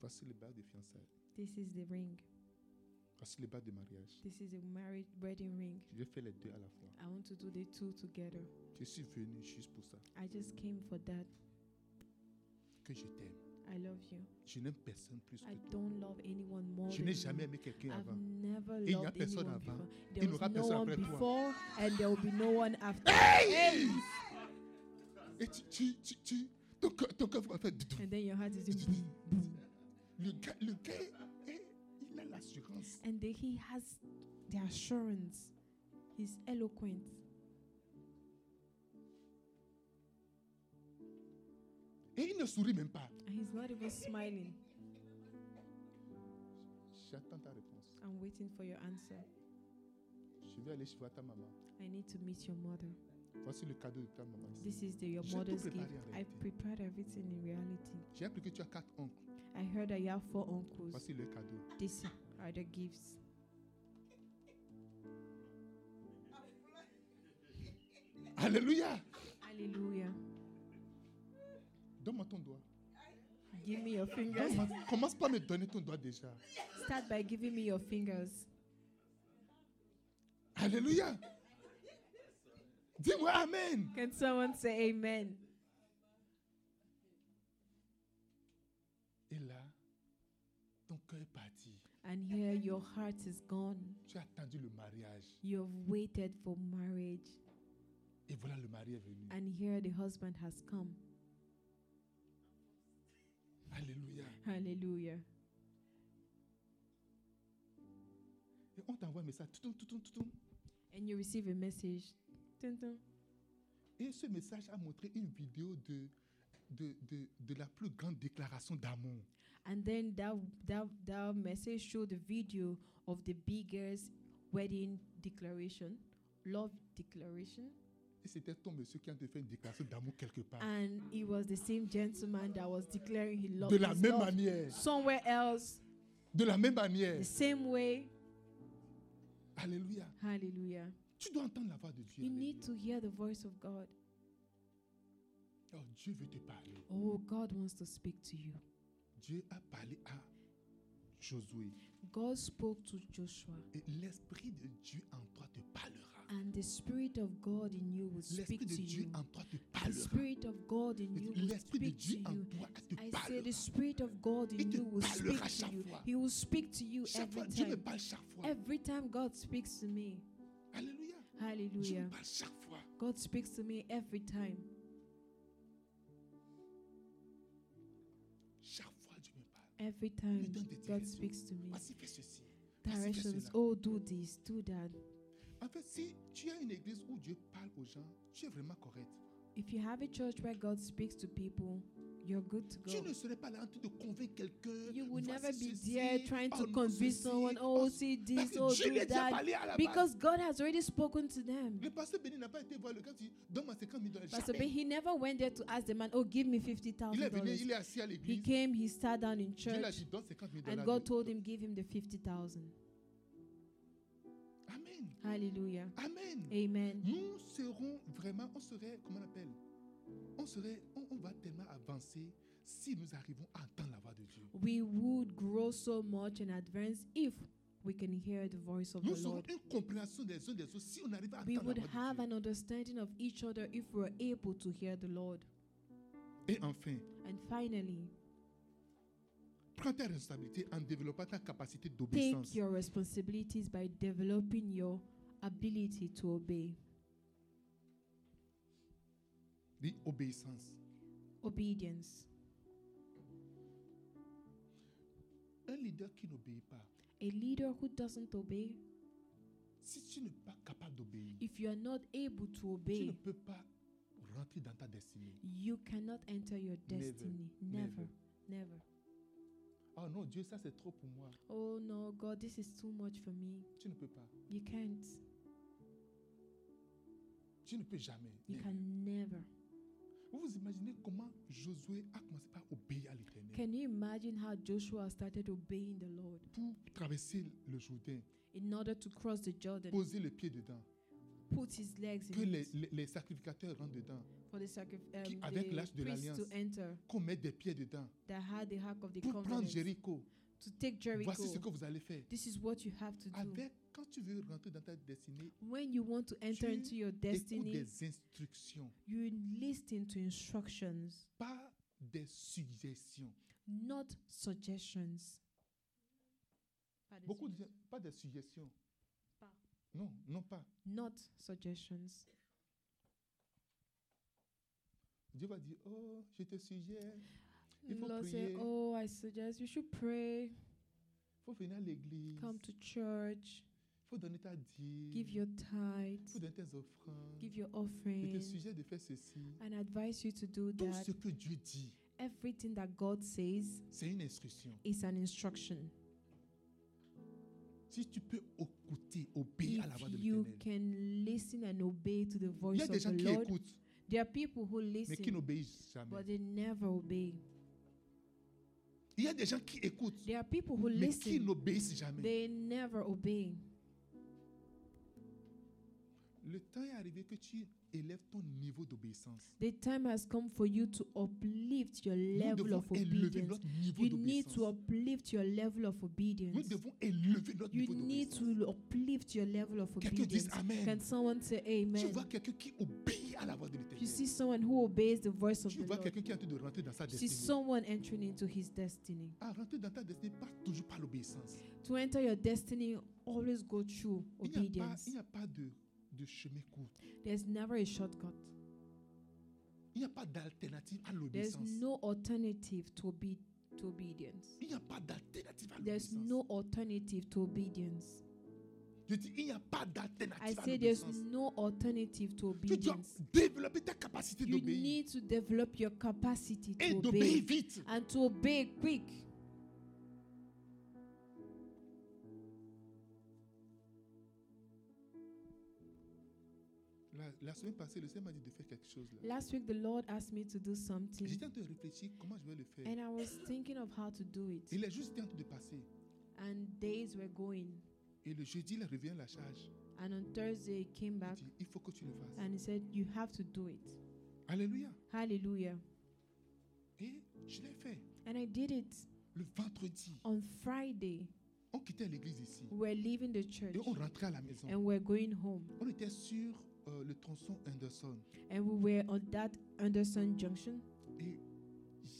[SPEAKER 1] Voici le bas de fiançailles.
[SPEAKER 2] This is the ring.
[SPEAKER 1] Voici le bas de mariage.
[SPEAKER 2] This is a marriage wedding ring.
[SPEAKER 1] Je vais faire les deux à la fois.
[SPEAKER 2] I want to do the two together.
[SPEAKER 1] Je suis venu juste pour ça.
[SPEAKER 2] I just came for that.
[SPEAKER 1] Que je t'aime.
[SPEAKER 2] I love you.
[SPEAKER 1] Je n'aime personne plus que
[SPEAKER 2] I
[SPEAKER 1] toi.
[SPEAKER 2] don't love anyone more.
[SPEAKER 1] Je
[SPEAKER 2] than
[SPEAKER 1] n'ai
[SPEAKER 2] you.
[SPEAKER 1] jamais aimé quelqu'un
[SPEAKER 2] I've
[SPEAKER 1] avant.
[SPEAKER 2] never
[SPEAKER 1] Et il n'y a
[SPEAKER 2] loved
[SPEAKER 1] personne
[SPEAKER 2] anyone
[SPEAKER 1] avant.
[SPEAKER 2] before.
[SPEAKER 1] Il
[SPEAKER 2] There
[SPEAKER 1] n'y
[SPEAKER 2] was
[SPEAKER 1] aura
[SPEAKER 2] no
[SPEAKER 1] personne
[SPEAKER 2] one
[SPEAKER 1] après toi.
[SPEAKER 2] before, and there will be no one
[SPEAKER 1] <coughs>
[SPEAKER 2] after.
[SPEAKER 1] Hey! Et tu, tu, tu, tu- ton cœur, ton cœur va faire. doudou.
[SPEAKER 2] And then your heart is in boom.
[SPEAKER 1] Le gars, le gars, eh, il a l'assurance.
[SPEAKER 2] And then he has the assurance. He's eloquent.
[SPEAKER 1] Et il ne sourit même pas.
[SPEAKER 2] And he's not even smiling.
[SPEAKER 1] J'attends ta réponse.
[SPEAKER 2] I'm waiting for your answer.
[SPEAKER 1] Je vais aller voir ta maman.
[SPEAKER 2] I need to meet your mother.
[SPEAKER 1] Voici le cadeau de ta maman. ici.
[SPEAKER 2] This is the, your
[SPEAKER 1] J'ai tout
[SPEAKER 2] mother's
[SPEAKER 1] préparé
[SPEAKER 2] gift.
[SPEAKER 1] en
[SPEAKER 2] I
[SPEAKER 1] réalité.
[SPEAKER 2] prepared everything in reality.
[SPEAKER 1] J'ai appris que tu as quatre oncles.
[SPEAKER 2] I heard that you have four uncles.
[SPEAKER 1] Voici le cadeau.
[SPEAKER 2] These are the gifts.
[SPEAKER 1] Alléluia.
[SPEAKER 2] Hallelujah.
[SPEAKER 1] Donne-moi ton doigt.
[SPEAKER 2] Give me your fingers.
[SPEAKER 1] Commence, commence pas à me donner ton doigt déjà.
[SPEAKER 2] Start by giving me your fingers.
[SPEAKER 1] Alléluia. Dis-moi Amen.
[SPEAKER 2] Can someone say amen?
[SPEAKER 1] Et là, ton cœur est parti.
[SPEAKER 2] And here your heart is gone.
[SPEAKER 1] Tu as attendu le mariage.
[SPEAKER 2] You have waited for marriage.
[SPEAKER 1] Et voilà, le mari est venu.
[SPEAKER 2] And here the husband has come.
[SPEAKER 1] Alléluia.
[SPEAKER 2] Hallelujah.
[SPEAKER 1] Et on t'envoie un message. toutoum, toutoum, toutoum.
[SPEAKER 2] And you receive a message. Dun, dun.
[SPEAKER 1] Et ce message a montré une vidéo de, de, de, de la plus grande déclaration d'amour.
[SPEAKER 2] And then that, that, that message showed the video of the biggest wedding declaration love declaration.
[SPEAKER 1] Et c'était ton monsieur qui a fait une déclaration d'amour quelque part.
[SPEAKER 2] And it was the same gentleman that was declaring he loved
[SPEAKER 1] De la
[SPEAKER 2] his
[SPEAKER 1] même
[SPEAKER 2] love
[SPEAKER 1] manière.
[SPEAKER 2] somewhere else,
[SPEAKER 1] De la même manière.
[SPEAKER 2] the same way.
[SPEAKER 1] Alléluia.
[SPEAKER 2] Hallelujah.
[SPEAKER 1] Tu dois entendre la voix de Dieu.
[SPEAKER 2] You
[SPEAKER 1] Alléluia.
[SPEAKER 2] need to hear the voice of God.
[SPEAKER 1] Oh, Dieu veut te parler.
[SPEAKER 2] Oh, God wants to speak to you.
[SPEAKER 1] Dieu a parlé à Josué.
[SPEAKER 2] God spoke to Joshua,
[SPEAKER 1] Et l'Esprit de Dieu en toi te parlera.
[SPEAKER 2] and the Spirit of God in you will
[SPEAKER 1] L'Esprit
[SPEAKER 2] speak
[SPEAKER 1] de
[SPEAKER 2] to
[SPEAKER 1] Dieu
[SPEAKER 2] you.
[SPEAKER 1] en toi te
[SPEAKER 2] The
[SPEAKER 1] parlera.
[SPEAKER 2] Spirit of God in you will
[SPEAKER 1] L'Esprit de
[SPEAKER 2] speak to
[SPEAKER 1] Dieu en
[SPEAKER 2] you.
[SPEAKER 1] toi te
[SPEAKER 2] I say the
[SPEAKER 1] parlera.
[SPEAKER 2] Spirit of God
[SPEAKER 1] Il
[SPEAKER 2] in
[SPEAKER 1] te
[SPEAKER 2] you will
[SPEAKER 1] parlera
[SPEAKER 2] speak
[SPEAKER 1] chaque
[SPEAKER 2] to you.
[SPEAKER 1] fois.
[SPEAKER 2] He will speak to you
[SPEAKER 1] Chaque fois,
[SPEAKER 2] every
[SPEAKER 1] Dieu me
[SPEAKER 2] time.
[SPEAKER 1] parle chaque fois.
[SPEAKER 2] Every time God speaks to me.
[SPEAKER 1] Alléluia. Dieu
[SPEAKER 2] Hallelujah.
[SPEAKER 1] me parle chaque fois.
[SPEAKER 2] God speaks to me every time.
[SPEAKER 1] Chaque fois, Dieu me parle.
[SPEAKER 2] Every
[SPEAKER 1] me
[SPEAKER 2] time
[SPEAKER 1] donne des
[SPEAKER 2] God
[SPEAKER 1] directions.
[SPEAKER 2] speaks to me.
[SPEAKER 1] Voici, fais ceci. Voici, fais
[SPEAKER 2] Directions.
[SPEAKER 1] cela.
[SPEAKER 2] Oh, do this, do that.
[SPEAKER 1] En fait, si tu as une église où Dieu parle aux gens, tu es vraiment correct.
[SPEAKER 2] If you have a church where God speaks to people, you're good to
[SPEAKER 1] Tu
[SPEAKER 2] go.
[SPEAKER 1] ne serais pas là en train de convaincre quelqu'un.
[SPEAKER 2] You will
[SPEAKER 1] Voici
[SPEAKER 2] never be
[SPEAKER 1] ceci,
[SPEAKER 2] there trying
[SPEAKER 1] oh
[SPEAKER 2] to
[SPEAKER 1] non,
[SPEAKER 2] convince
[SPEAKER 1] ceci,
[SPEAKER 2] someone,
[SPEAKER 1] oh,
[SPEAKER 2] oh, see
[SPEAKER 1] Parce
[SPEAKER 2] this,
[SPEAKER 1] que
[SPEAKER 2] oh,
[SPEAKER 1] Dieu lui
[SPEAKER 2] do
[SPEAKER 1] a déjà
[SPEAKER 2] that.
[SPEAKER 1] parlé à la base.
[SPEAKER 2] Because God has already spoken to them.
[SPEAKER 1] Le pasteur Béni n'a pas été voir le gars qui dit Donne-moi 50 000 dollars.
[SPEAKER 2] Pastor Ben,
[SPEAKER 1] Jamais.
[SPEAKER 2] he never went there to ask the man, oh, give me
[SPEAKER 1] Il est venu,
[SPEAKER 2] $50,000.
[SPEAKER 1] il est assis à
[SPEAKER 2] He
[SPEAKER 1] l'église.
[SPEAKER 2] came, he sat down in
[SPEAKER 1] Dieu lui a
[SPEAKER 2] church,
[SPEAKER 1] dit Donne 50 000
[SPEAKER 2] and
[SPEAKER 1] dollars.
[SPEAKER 2] God told him, give him the 50,000.
[SPEAKER 1] Amen.
[SPEAKER 2] Hallelujah.
[SPEAKER 1] Amen.
[SPEAKER 2] Amen.
[SPEAKER 1] Nous serons vraiment, on serait, comment on appelle On serait, on, on va tellement avancer si nous arrivons à entendre la voix de Dieu.
[SPEAKER 2] We would grow so much in advance if we can hear the voice of
[SPEAKER 1] Nous
[SPEAKER 2] Oh, the
[SPEAKER 1] serons
[SPEAKER 2] Lord.
[SPEAKER 1] une compréhension des uns des autres si on arrive à
[SPEAKER 2] We
[SPEAKER 1] entendre
[SPEAKER 2] would
[SPEAKER 1] la voix
[SPEAKER 2] have
[SPEAKER 1] de Dieu.
[SPEAKER 2] an understanding of each other if we are able to hear the Lord.
[SPEAKER 1] Et enfin,
[SPEAKER 2] And finally,
[SPEAKER 1] prends tes responsabilités en développant ta capacité
[SPEAKER 2] take
[SPEAKER 1] d'obéissance.
[SPEAKER 2] your responsibilities by developing your ability to obey.
[SPEAKER 1] Dis obéissance.
[SPEAKER 2] Obedience.
[SPEAKER 1] Un leader qui n'obéit pas,
[SPEAKER 2] A leader who doesn't obey,
[SPEAKER 1] si tu n'es pas capable d'obéir,
[SPEAKER 2] if you are not able to
[SPEAKER 1] tu ne
[SPEAKER 2] obey,
[SPEAKER 1] peux pas rentrer dans ta destinée.
[SPEAKER 2] you cannot enter your
[SPEAKER 1] Never,
[SPEAKER 2] destiny.
[SPEAKER 1] never.
[SPEAKER 2] Never. Never.
[SPEAKER 1] Oh non, Dieu, ça c'est trop pour moi.
[SPEAKER 2] Oh no, God, this is too much for me.
[SPEAKER 1] Tu ne peux pas.
[SPEAKER 2] You can't.
[SPEAKER 1] Tu ne peux jamais.
[SPEAKER 2] You can never.
[SPEAKER 1] Vous vous imaginez comment Josué a commencé par obéir à l'Éternel
[SPEAKER 2] Can you imagine how Joshua started obeying the Lord
[SPEAKER 1] pour traverser le Jourdain,
[SPEAKER 2] in order to cross the Jordan,
[SPEAKER 1] poser le pied dedans,
[SPEAKER 2] put his legs
[SPEAKER 1] que
[SPEAKER 2] in
[SPEAKER 1] les,
[SPEAKER 2] it
[SPEAKER 1] les, les sacrificateurs rentrent dedans,
[SPEAKER 2] for the, sacri-
[SPEAKER 1] qui,
[SPEAKER 2] um,
[SPEAKER 1] avec
[SPEAKER 2] the
[SPEAKER 1] l'arche de
[SPEAKER 2] priests to
[SPEAKER 1] l'Alliance,
[SPEAKER 2] enter
[SPEAKER 1] qu'on mette des pieds dedans
[SPEAKER 2] that had the ark of the
[SPEAKER 1] pour prendre
[SPEAKER 2] covenant
[SPEAKER 1] Jéricho.
[SPEAKER 2] to take Jericho.
[SPEAKER 1] Voici ce que vous allez faire.
[SPEAKER 2] This is what you have to do.
[SPEAKER 1] Avec, quand tu veux rentrer dans ta destinée,
[SPEAKER 2] When you want to enter
[SPEAKER 1] Tu
[SPEAKER 2] into your
[SPEAKER 1] écoute
[SPEAKER 2] destiny,
[SPEAKER 1] des instructions,
[SPEAKER 2] you listen to instructions,
[SPEAKER 1] pas des suggestions.
[SPEAKER 2] not suggestions. Pardon,
[SPEAKER 1] Beaucoup
[SPEAKER 2] suggestions.
[SPEAKER 1] de gens, pas des suggestions.
[SPEAKER 2] Pas.
[SPEAKER 1] Non, non pas.
[SPEAKER 2] Not suggestions.
[SPEAKER 1] Dieu va dire, oh, je te suggère, Il faut
[SPEAKER 2] Lord say,
[SPEAKER 1] prier.
[SPEAKER 2] oh, I suggest you should pray,
[SPEAKER 1] faut venir à l'église,
[SPEAKER 2] come to church,
[SPEAKER 1] faut donner ta dîme,
[SPEAKER 2] give your
[SPEAKER 1] faut
[SPEAKER 2] tithes,
[SPEAKER 1] donner tes offrandes.
[SPEAKER 2] give your
[SPEAKER 1] Je te
[SPEAKER 2] offering,
[SPEAKER 1] suggère de faire ceci.
[SPEAKER 2] and advise you to do
[SPEAKER 1] Tout
[SPEAKER 2] that.
[SPEAKER 1] ce que Dieu dit,
[SPEAKER 2] Everything that God says
[SPEAKER 1] c'est une instruction.
[SPEAKER 2] is an instruction.
[SPEAKER 1] Si tu peux écouter, obéir à la
[SPEAKER 2] If
[SPEAKER 1] voix de
[SPEAKER 2] you
[SPEAKER 1] l'Éternel.
[SPEAKER 2] can listen and obey to
[SPEAKER 1] Il
[SPEAKER 2] the
[SPEAKER 1] y
[SPEAKER 2] voice
[SPEAKER 1] a
[SPEAKER 2] of
[SPEAKER 1] des gens qui
[SPEAKER 2] the Lord,
[SPEAKER 1] écoutent,
[SPEAKER 2] there are people who
[SPEAKER 1] mais qui
[SPEAKER 2] listen,
[SPEAKER 1] n'obéissent jamais.
[SPEAKER 2] but they never obey.
[SPEAKER 1] Il y a des gens qui écoutent,
[SPEAKER 2] There are people who
[SPEAKER 1] mais qui
[SPEAKER 2] listen,
[SPEAKER 1] n'obéissent jamais.
[SPEAKER 2] they never obey.
[SPEAKER 1] Le temps est arrivé que tu élèves ton niveau d'obéissance.
[SPEAKER 2] The time has come for you to uplift your
[SPEAKER 1] Nous
[SPEAKER 2] level
[SPEAKER 1] devons
[SPEAKER 2] of
[SPEAKER 1] élever
[SPEAKER 2] obedience.
[SPEAKER 1] notre niveau
[SPEAKER 2] You need to
[SPEAKER 1] d'obéissance.
[SPEAKER 2] uplift your level of
[SPEAKER 1] Nous
[SPEAKER 2] obedience.
[SPEAKER 1] devons élever notre
[SPEAKER 2] You
[SPEAKER 1] niveau
[SPEAKER 2] need
[SPEAKER 1] d'obéissance.
[SPEAKER 2] to uplift your level of
[SPEAKER 1] Quelqu'un dit
[SPEAKER 2] obedience. Can
[SPEAKER 1] Amen.
[SPEAKER 2] someone say
[SPEAKER 1] Tu
[SPEAKER 2] amen?
[SPEAKER 1] vois quelqu'un qui obéit à la voix de
[SPEAKER 2] If you see
[SPEAKER 1] l'Éternel.
[SPEAKER 2] someone who obeys the voice of
[SPEAKER 1] Tu
[SPEAKER 2] the
[SPEAKER 1] vois
[SPEAKER 2] Lord,
[SPEAKER 1] quelqu'un qui est en train de rentrer dans sa
[SPEAKER 2] you see
[SPEAKER 1] destinée.
[SPEAKER 2] someone entering into his destiny.
[SPEAKER 1] Ah, rentrer dans ta destinée, pas toujours par l'obéissance.
[SPEAKER 2] To enter your destiny, always go through
[SPEAKER 1] Il n'y a pas,
[SPEAKER 2] obedience.
[SPEAKER 1] il n'y a pas de, de chemin court.
[SPEAKER 2] There's never a shortcut.
[SPEAKER 1] Il n'y a pas d'alternative à
[SPEAKER 2] There's
[SPEAKER 1] l'obéissance.
[SPEAKER 2] no alternative to obe to obedience.
[SPEAKER 1] Il n'y a pas d'alternative à
[SPEAKER 2] There's
[SPEAKER 1] l'obéissance.
[SPEAKER 2] no alternative to obedience.
[SPEAKER 1] Je dis, il n'y a pas
[SPEAKER 2] I
[SPEAKER 1] d'alternative à
[SPEAKER 2] say there's
[SPEAKER 1] l'obéissance.
[SPEAKER 2] no alternative to
[SPEAKER 1] Tu dois
[SPEAKER 2] obedience.
[SPEAKER 1] développer ta capacité
[SPEAKER 2] You
[SPEAKER 1] d'obéir
[SPEAKER 2] need to develop your capacity
[SPEAKER 1] et
[SPEAKER 2] to
[SPEAKER 1] d'obéir
[SPEAKER 2] obey Ah.
[SPEAKER 1] vite.
[SPEAKER 2] and to obey quick.
[SPEAKER 1] La, la semaine passée, le Seigneur m'a dit de faire quelque chose. là.
[SPEAKER 2] Last week, the Lord asked me to do something,
[SPEAKER 1] J'étais en train de réfléchir comment je vais le faire.
[SPEAKER 2] and I was thinking of how to do it.
[SPEAKER 1] Il est juste en train de passer.
[SPEAKER 2] And days were going.
[SPEAKER 1] Et le jeudi, il revient à la charge.
[SPEAKER 2] And on Thursday, he came
[SPEAKER 1] Il
[SPEAKER 2] back
[SPEAKER 1] dit, il faut que tu le fasses.
[SPEAKER 2] and he said, You have to do it.
[SPEAKER 1] Alléluia.
[SPEAKER 2] Hallelujah.
[SPEAKER 1] Et je l'ai fait.
[SPEAKER 2] And I did it
[SPEAKER 1] Le vendredi,
[SPEAKER 2] on Friday.
[SPEAKER 1] on quittait l'église ici.
[SPEAKER 2] We We're leaving the church
[SPEAKER 1] Et on rentrait à la maison.
[SPEAKER 2] and we we're going home.
[SPEAKER 1] On était sur euh, le tronçon Anderson.
[SPEAKER 2] And we were on that Anderson Junction.
[SPEAKER 1] Et